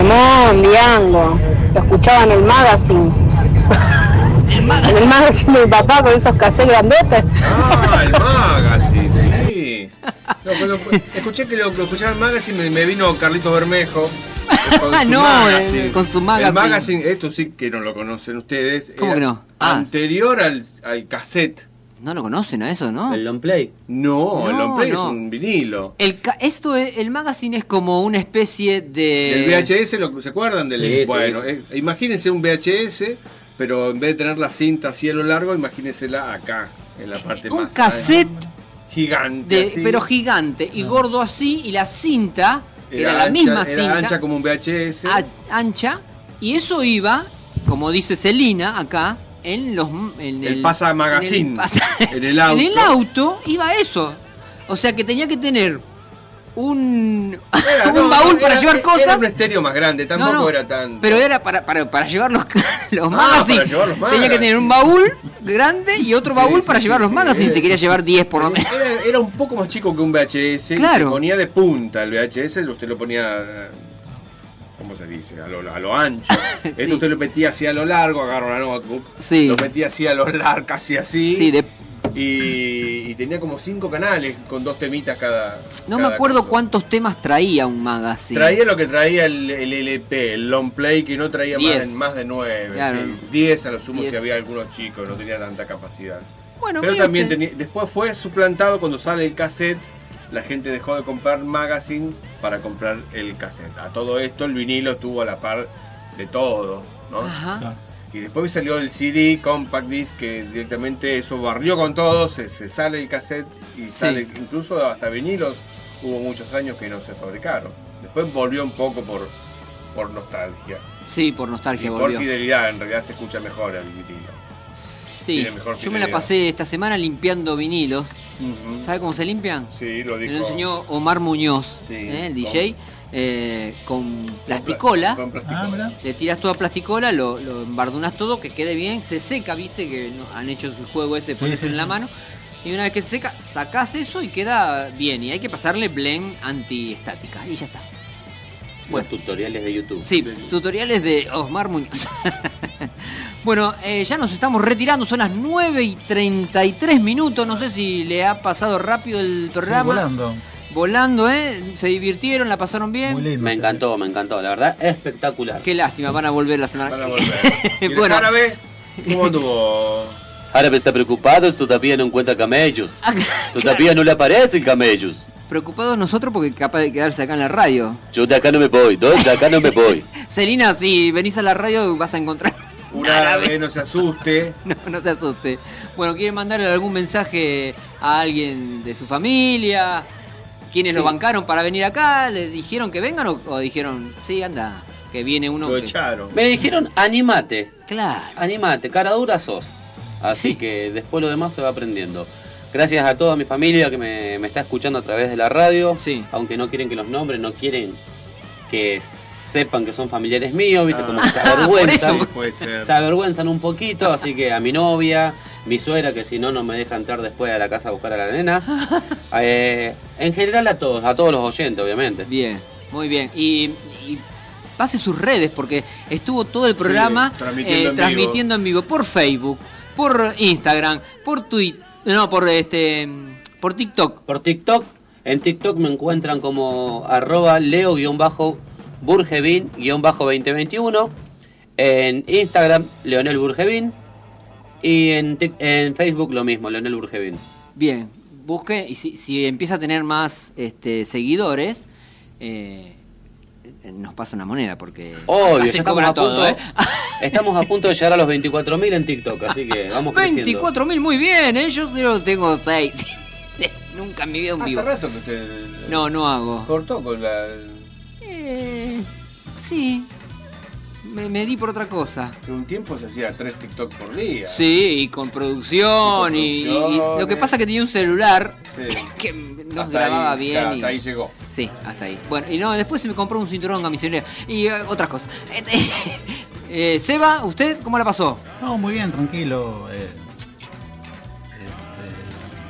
Speaker 21: No, Diango. Lo escuchaba en el
Speaker 12: [laughs]
Speaker 21: magazine. En el magazine de mi papá con esos cassettes grandotes.
Speaker 8: Ah, [laughs] el magazine, sí. No, cuando escuché que lo, lo escuchaba el magazine, me, me vino Carlitos Bermejo. eh,
Speaker 7: [laughs] No, eh, con su
Speaker 8: El
Speaker 7: magazine.
Speaker 8: magazine, esto sí que no lo conocen ustedes.
Speaker 7: ¿Cómo que no? Ah.
Speaker 8: Anterior al, al cassette.
Speaker 7: No lo conocen a eso, ¿no?
Speaker 9: El long play.
Speaker 8: No, el
Speaker 7: No,
Speaker 8: long play
Speaker 7: no.
Speaker 8: es un vinilo.
Speaker 7: El ca- esto es- el magazine es como una especie de.
Speaker 8: El VHS, lo, ¿se acuerdan del?
Speaker 9: Sí, sí.
Speaker 8: bueno, eh, imagínense un VHS, pero en vez de tener la cinta así a lo largo, imagínensela acá, en la parte
Speaker 7: Un
Speaker 8: más.
Speaker 7: cassette
Speaker 8: gigante,
Speaker 7: de-
Speaker 8: así.
Speaker 7: pero gigante y gordo así y la cinta que era, la
Speaker 8: ancha-
Speaker 7: misma
Speaker 8: Ah. era
Speaker 7: cinta Ah,
Speaker 8: ancha como un VHS.
Speaker 7: a- ancha y eso iba como dice Celina acá en los en
Speaker 8: El pasa magazine, [laughs] en el auto.
Speaker 7: en el auto iba eso o sea que tenía que tener un,
Speaker 8: Era,
Speaker 7: [laughs] un
Speaker 8: no,
Speaker 7: baúl
Speaker 8: era-
Speaker 7: para llevar
Speaker 8: era
Speaker 7: cosas
Speaker 8: un estéreo más grande, tampoco
Speaker 7: No, no,
Speaker 8: era tan.
Speaker 7: pero era para, para, para llevar los, [laughs] los
Speaker 8: Ah,
Speaker 7: magazines.
Speaker 8: para llevar los
Speaker 7: Tenía que
Speaker 8: magazines.
Speaker 7: tener un baúl grande y otro baúl para llevar los magazines.
Speaker 8: sí.
Speaker 7: Se quería llevar 10 por lo menos.
Speaker 8: Era, era un poco más chico que un VHS. y
Speaker 7: Claro.
Speaker 8: se ponía de punta el VHS, usted lo ponía. eh, ¿Cómo se dice? A lo, a lo
Speaker 7: [laughs]
Speaker 8: ancho. Esto usted lo metía así a lo largo, agarra una notebook.
Speaker 7: Sí.
Speaker 8: Lo metía así a lo largo, casi así.
Speaker 7: Sí, de-
Speaker 8: y, y tenía como cinco canales con dos temitas cada.
Speaker 7: No me
Speaker 8: cada
Speaker 7: acuerdo cuántos temas traía un magazine.
Speaker 8: Traía lo que traía el, el LP, el long play, que no traía más,
Speaker 7: Diez.
Speaker 8: de- más de 9,
Speaker 7: Claro.
Speaker 8: 10 a lo sumo
Speaker 7: Diez.
Speaker 8: si había algunos chicos, no tenía tanta capacidad.
Speaker 7: Bueno,
Speaker 8: Pero
Speaker 7: mire
Speaker 8: también
Speaker 7: usted.
Speaker 8: tenía- después fue suplantado cuando sale el cassette, la gente dejó de comprar magazine para comprar el cassette. A todo esto el vinilo estuvo a la par de todo, ¿no?
Speaker 7: Ajá.
Speaker 8: Y después salió el CD, Compact Disc, que directamente eso barrió con todo, se, se sale el cassette y sale incluso hasta vinilos. Hubo muchos años que no se fabricaron. Después volvió un poco por, por nostalgia.
Speaker 7: Sí, por nostalgia
Speaker 8: Y por
Speaker 7: volvió.
Speaker 8: fidelidad, en realidad se escucha mejor el vinilo.
Speaker 7: Sí.
Speaker 8: tiene mejor
Speaker 7: Yo me la
Speaker 8: fidelidad.
Speaker 7: pasé esta semana limpiando vinilos.
Speaker 8: Ujú.
Speaker 7: ¿Sabe cómo se limpian?
Speaker 8: Sí, lo
Speaker 7: Me
Speaker 8: dijo.
Speaker 7: lo enseñó Omar Muñoz, ¿eh? el DJ.
Speaker 8: con-
Speaker 7: eh, con plasticola.
Speaker 10: Ah, mirá.
Speaker 7: Le tiras toda plasticola, lo, lo embardunas todo, que quede bien, se seca, viste, que no- han hecho el juego ese, pones en la mano. Y una vez que se seca, sacás eso y queda bien. Y hay que pasarle blend antiestática. Y ya está.
Speaker 9: Bueno, tutoriales de YouTube.
Speaker 7: Sí, tutoriales de Osmar Muñoz. [laughs] bueno, eh, ya nos estamos retirando, son las 9 y 33 minutos. No sé si le ha pasado rápido el programa.
Speaker 10: Sí, volando.
Speaker 7: Volando, ¿eh? Se divirtieron, la pasaron bien.
Speaker 9: Me encantó, me encantó, la verdad, espectacular.
Speaker 7: Qué lástima, van a volver la semana que
Speaker 9: el
Speaker 7: bueno,
Speaker 9: ¿Cómo anduvo? [laughs] Árabe está preocupado, todavía no encuentra
Speaker 7: [laughs]
Speaker 9: camellos.
Speaker 7: Ah,
Speaker 9: Todavía no le aparecen camellos.
Speaker 7: preocupados nosotros porque capaz de quedarse acá en la radio.
Speaker 9: Yo de acá no me voy, ¿no? de acá no me voy.
Speaker 7: Selina, si venís a la radio vas a encontrar.
Speaker 8: Un árabe, no se asuste.
Speaker 7: [laughs] No, no se asuste. Bueno, ¿quieren mandarle algún mensaje a alguien de su familia? ¿Quiénes lo
Speaker 9: Sí.
Speaker 7: bancaron para venir acá? ¿Le dijeron que vengan o, o dijeron, sí, anda, que viene uno? que-".
Speaker 9: Me dijeron, animate.
Speaker 7: Claro.
Speaker 9: Animate, cara dura sos. Así que después lo demás se va aprendiendo. Gracias a toda mi familia que me, me está escuchando a través de la radio. Aunque no quieren que los nombres, no quieren que sepan que son familiares míos,
Speaker 7: Ah.
Speaker 9: ¿viste? Como que
Speaker 7: [laughs]
Speaker 9: se avergüenzan.
Speaker 8: Puede ser.
Speaker 9: Se avergüenzan un poquito, así que a mi novia, mi suegra, que si no, no me deja entrar después a la casa a buscar a la
Speaker 7: [laughs]
Speaker 9: nena. Eh, en general a todos, a todos los oyentes, obviamente.
Speaker 7: Bien, muy bien. Y, y pase sus redes porque estuvo todo el programa eh,
Speaker 9: transmitiendo en vivo.
Speaker 7: transmitiendo en vivo por Facebook, por Instagram, por Twitter, no, por este por TikTok.
Speaker 9: Por TikTok, en TikTok me encuentran como arroba leo-burgevin-2021. En Instagram, Leonel Burgevin. Y en, Tik- en Facebook lo mismo, Leonel Burgevin.
Speaker 7: Bien, busque y si, si empieza a tener más este, seguidores, eh, nos pasa una moneda porque
Speaker 9: Obvio,
Speaker 7: así
Speaker 9: ya estamos
Speaker 7: cobra
Speaker 9: a, punto,
Speaker 7: todo, ¿eh?
Speaker 9: [laughs] estamos a punto de llegar a los 24.000 en TikTok, así que vamos creciendo.
Speaker 7: 24 mil, muy bien, ¿eh? yo creo que tengo 6. [laughs] Nunca en mi vida un
Speaker 8: Hace
Speaker 7: vivo.
Speaker 8: rato que usted.
Speaker 7: No, no hago.
Speaker 8: Este, Cortó con la.
Speaker 7: Eh, sí, me, me di por otra cosa.
Speaker 8: Que un tiempo se pues hacía tres TikTok por día.
Speaker 7: Sí, y con producción y,
Speaker 8: Y
Speaker 7: y-
Speaker 8: con producciones.
Speaker 7: lo que pasa es que tenía un celular
Speaker 8: Sí.
Speaker 7: que nos
Speaker 8: Hasta
Speaker 7: grababa
Speaker 8: ahí,
Speaker 7: bien
Speaker 8: claro,
Speaker 7: y
Speaker 8: Hasta ahí llegó.
Speaker 7: sí, hasta ahí. Bueno, y no, después se me compró un cinturón camisolero y eh, otras cosas. [laughs] Este, eh, Seba, ¿usted cómo la pasó?
Speaker 10: No, muy bien, tranquilo. eh,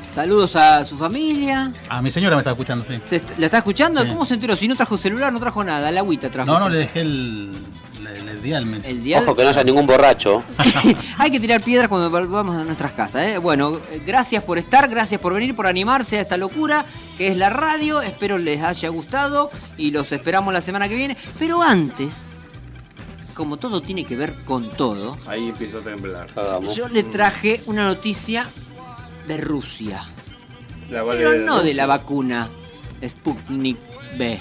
Speaker 7: Saludos a su familia.
Speaker 10: Ah, mi señora me está escuchando, sí.
Speaker 7: ¿Se est- ¿La está escuchando?
Speaker 10: Sí.
Speaker 7: ¿Cómo se enteró? Si no trajo celular, no trajo nada, la agüita trajo.
Speaker 10: No, no, le dejé el, el, el dial. me-
Speaker 7: El dial- Ojo
Speaker 9: que no haya ningún borracho.
Speaker 7: Hay que tirar piedras cuando volvamos a nuestras casas. ¿eh? Bueno, eh, gracias por estar, gracias por venir, por animarse a esta locura que es la radio. Espero les haya gustado y los esperamos la semana que viene. Pero antes, como todo tiene que ver con todo,
Speaker 8: Ahí empezó a temblar.
Speaker 7: yo le traje una noticia de Rusia.
Speaker 8: La vale
Speaker 7: Pero no de
Speaker 8: Rusia.
Speaker 7: la vacuna Sputnik B.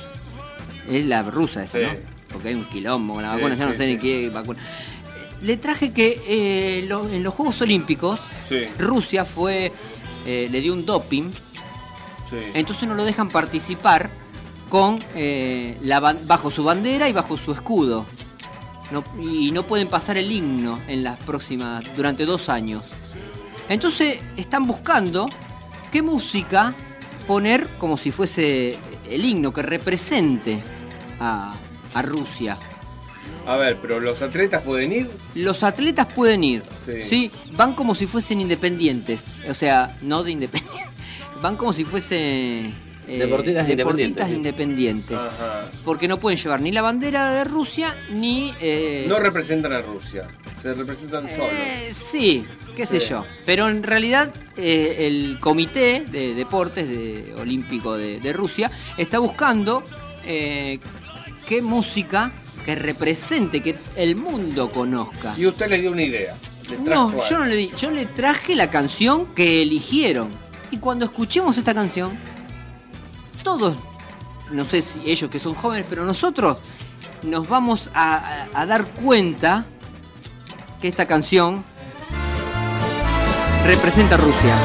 Speaker 7: Es la rusa esa,
Speaker 8: Sí.
Speaker 7: ¿no? Porque hay un quilombo con la
Speaker 8: Sí,
Speaker 7: vacuna, ya no
Speaker 8: sí,
Speaker 7: sé ni
Speaker 8: sí.
Speaker 7: qué vacuna. Le traje que eh, lo- en los Juegos Olímpicos
Speaker 8: Sí.
Speaker 7: Rusia fue eh, le dio un doping,
Speaker 8: Sí.
Speaker 7: entonces no lo dejan participar con eh, la ban- bajo su bandera y bajo su escudo. No- y no pueden pasar el himno en las próximas durante dos años. Entonces están buscando qué música poner como si fuese el himno que represente a, a Rusia.
Speaker 8: A ver, pero los atletas pueden ir.
Speaker 7: Los atletas pueden ir,
Speaker 8: Sí.
Speaker 7: sí. Van como si fuesen independientes, o sea, no de independientes, [laughs] van como si fuese eh,
Speaker 9: Deportistas independientes, sí.
Speaker 7: independientes.
Speaker 8: Ajá.
Speaker 7: porque no pueden llevar ni la bandera de Rusia ni eh,
Speaker 8: No representan a Rusia. Se representan
Speaker 7: eh, sí, qué sé
Speaker 8: Sí.
Speaker 7: yo. Pero en realidad eh, el Comité de Deportes de- Olímpico de, de Rusia está buscando eh, qué música que represente, que el mundo conozca.
Speaker 8: solos. Y usted les dio una idea. Les trajo
Speaker 7: No,
Speaker 8: algo.
Speaker 7: yo no le di, yo le traje la canción que eligieron. Y cuando escuchemos esta canción, todos, no sé si ellos que son jóvenes, pero nosotros nos vamos a, a- a dar cuenta que esta canción representa a Rusia.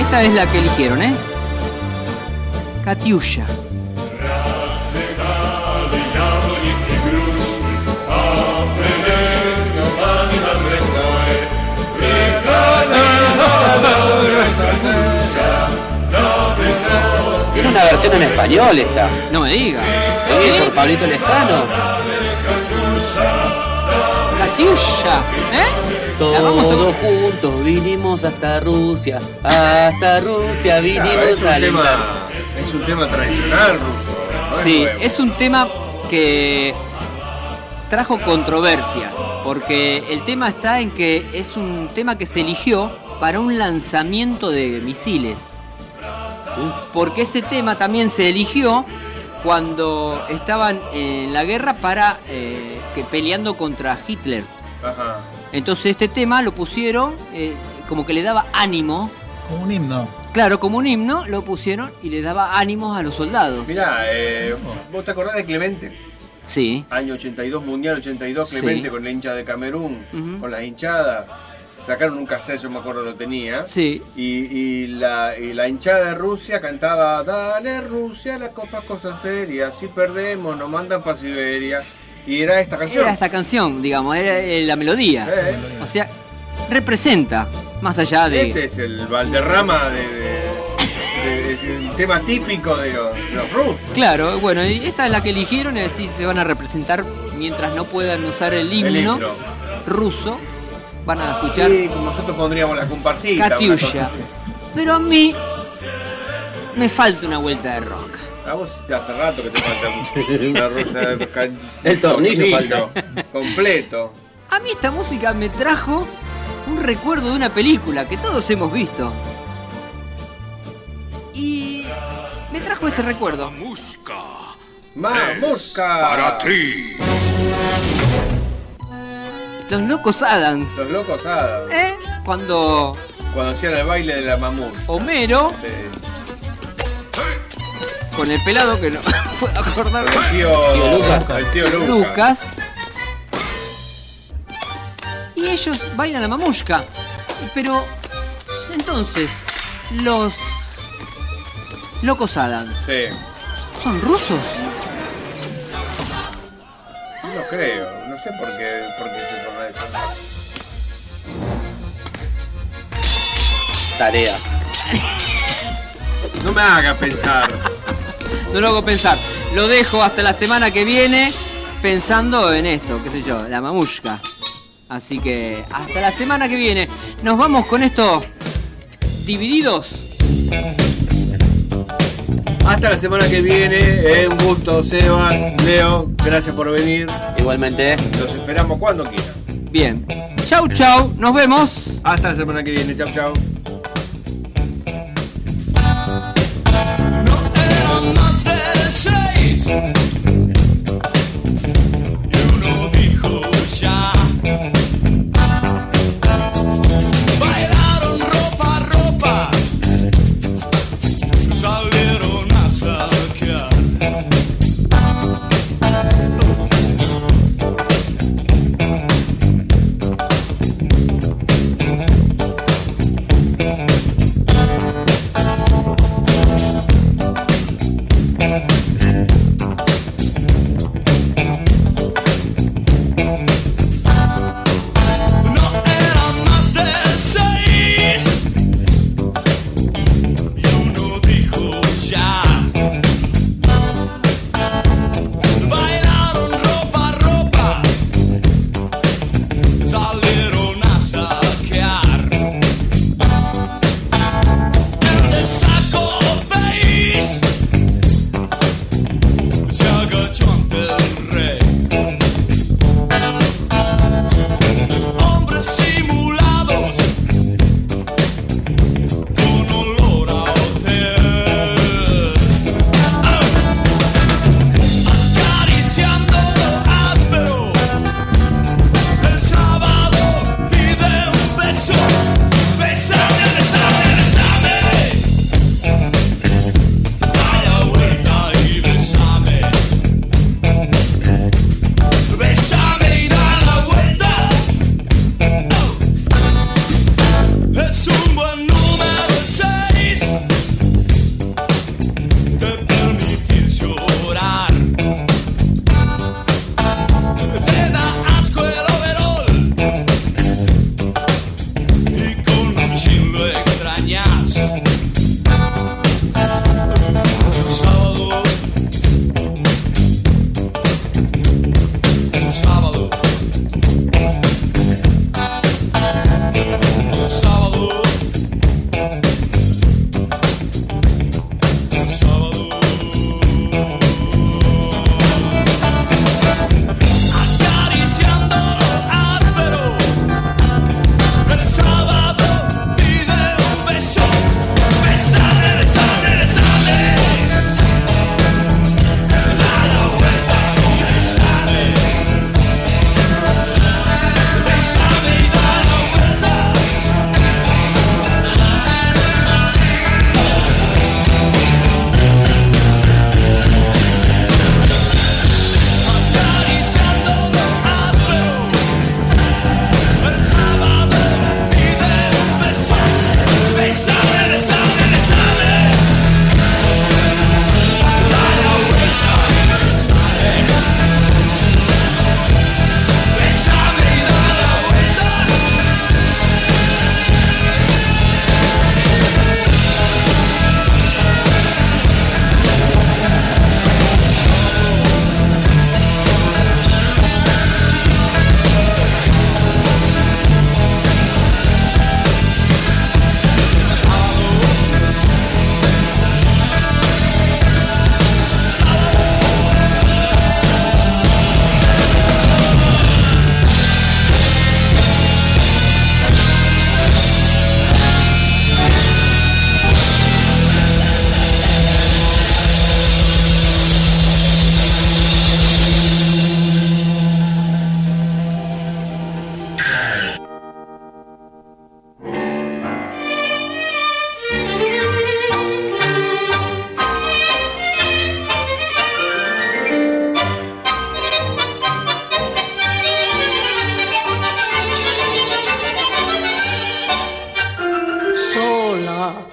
Speaker 7: Esta es la que eligieron, ¿eh? Katyusha.
Speaker 5: Засыпали яблони и груши, а примерно пани над рекой. Прекрасная дорога, Катюша, до высоких
Speaker 9: Tiene una versión en español está.
Speaker 7: No me digas.
Speaker 9: Sí, por Pablito Lescano.
Speaker 7: Catiusha, ¿eh?
Speaker 9: Todos juntos vinimos hasta Rusia, hasta Rusia
Speaker 8: Claro, es,
Speaker 9: vinimos
Speaker 8: un
Speaker 9: al mar.
Speaker 8: tema, es un tema tradicional ruso. no es
Speaker 7: Sí,
Speaker 8: nuevo.
Speaker 7: es un tema que trajo controversias, porque el tema está en que es un tema que se eligió para un lanzamiento de misiles. Porque ese tema también se eligió cuando estaban en la guerra para eh, que peleando contra Hitler.
Speaker 8: Ajá.
Speaker 7: Entonces este tema lo pusieron eh, como que le daba ánimo,
Speaker 10: Como un himno.
Speaker 7: claro, como un himno, lo pusieron y le daba ánimos a los soldados.
Speaker 8: Mirá, eh, ¿vos te acordás de Clemente?
Speaker 7: Sí.
Speaker 8: Año 82, Mundial 82, Clemente
Speaker 7: Sí.
Speaker 8: con la hincha de Camerún, con las hinchadas. Sacaron un cassette, yo me acuerdo lo tenía.
Speaker 7: Sí.
Speaker 8: Y, y la, y la hinchada de Rusia cantaba, dale Rusia, la copa es cosa seria, si perdemos nos mandan para Siberia. Y era esta canción.
Speaker 7: Era esta canción, digamos, era eh, la melodía.
Speaker 8: Eh.
Speaker 7: O sea, representa, más allá de...
Speaker 8: Este es el Valderrama de, de- de- es el tema típico de los, de los rusos.
Speaker 7: Claro, bueno, y esta es la que eligieron, es decir, se van a representar mientras no puedan usar el himno,
Speaker 8: El himno.
Speaker 7: ruso, van a escuchar
Speaker 8: Sí, como nosotros pondríamos la comparsita. una
Speaker 7: Katiusha.
Speaker 8: cosa.
Speaker 7: Pero a mí me falta una vuelta de rock.
Speaker 8: A vos hace rato que te falta un- una rusa de can-
Speaker 9: El tornillo
Speaker 8: tornillo completo.
Speaker 7: A mí esta música me trajo un recuerdo de una película que todos hemos visto. Y me trajo este recuerdo.
Speaker 8: ¡Mamushka!
Speaker 7: para
Speaker 8: ti!
Speaker 7: Los locos Adams.
Speaker 8: Los locos Adams.
Speaker 7: ¿Eh? Cuando
Speaker 8: Cuando hacían el baile de la mamushka.
Speaker 7: Homero, con el pelado que no [laughs] puedo acordar.
Speaker 8: El tío,
Speaker 7: Tío Lucas.
Speaker 8: El tío Lucas.
Speaker 7: Lucas. Y ellos bailan la mamushka. Pero entonces, los locos Adams
Speaker 8: Sí.
Speaker 7: son rusos.
Speaker 8: No creo. No sé por qué, por qué se forma eso.
Speaker 9: Tarea.
Speaker 8: No me haga pensar.
Speaker 7: No lo hago pensar. Lo dejo hasta la semana que viene pensando en esto, qué sé yo, la mamushka. Así que hasta la semana que viene. Nos vamos con esto divididos.
Speaker 8: Hasta la semana que viene. eh, un gusto, Sebas, Leo. Gracias por venir.
Speaker 9: Igualmente.
Speaker 8: Los esperamos cuando quieran.
Speaker 7: Bien. Chau, chau. Nos vemos.
Speaker 8: Hasta la semana que viene. Chau, chau.
Speaker 5: más de seis. Y uno dijo ya. Bailaron ropa, ropa. Salieron a saquear. Oh.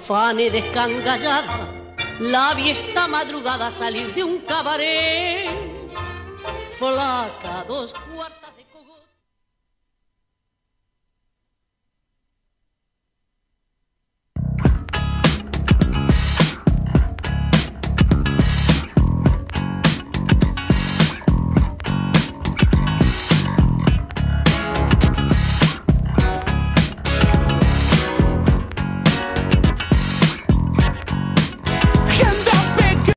Speaker 14: sale descangallada. La vi esta madrugada salir de un cabaret. Flaca, dos cuartos.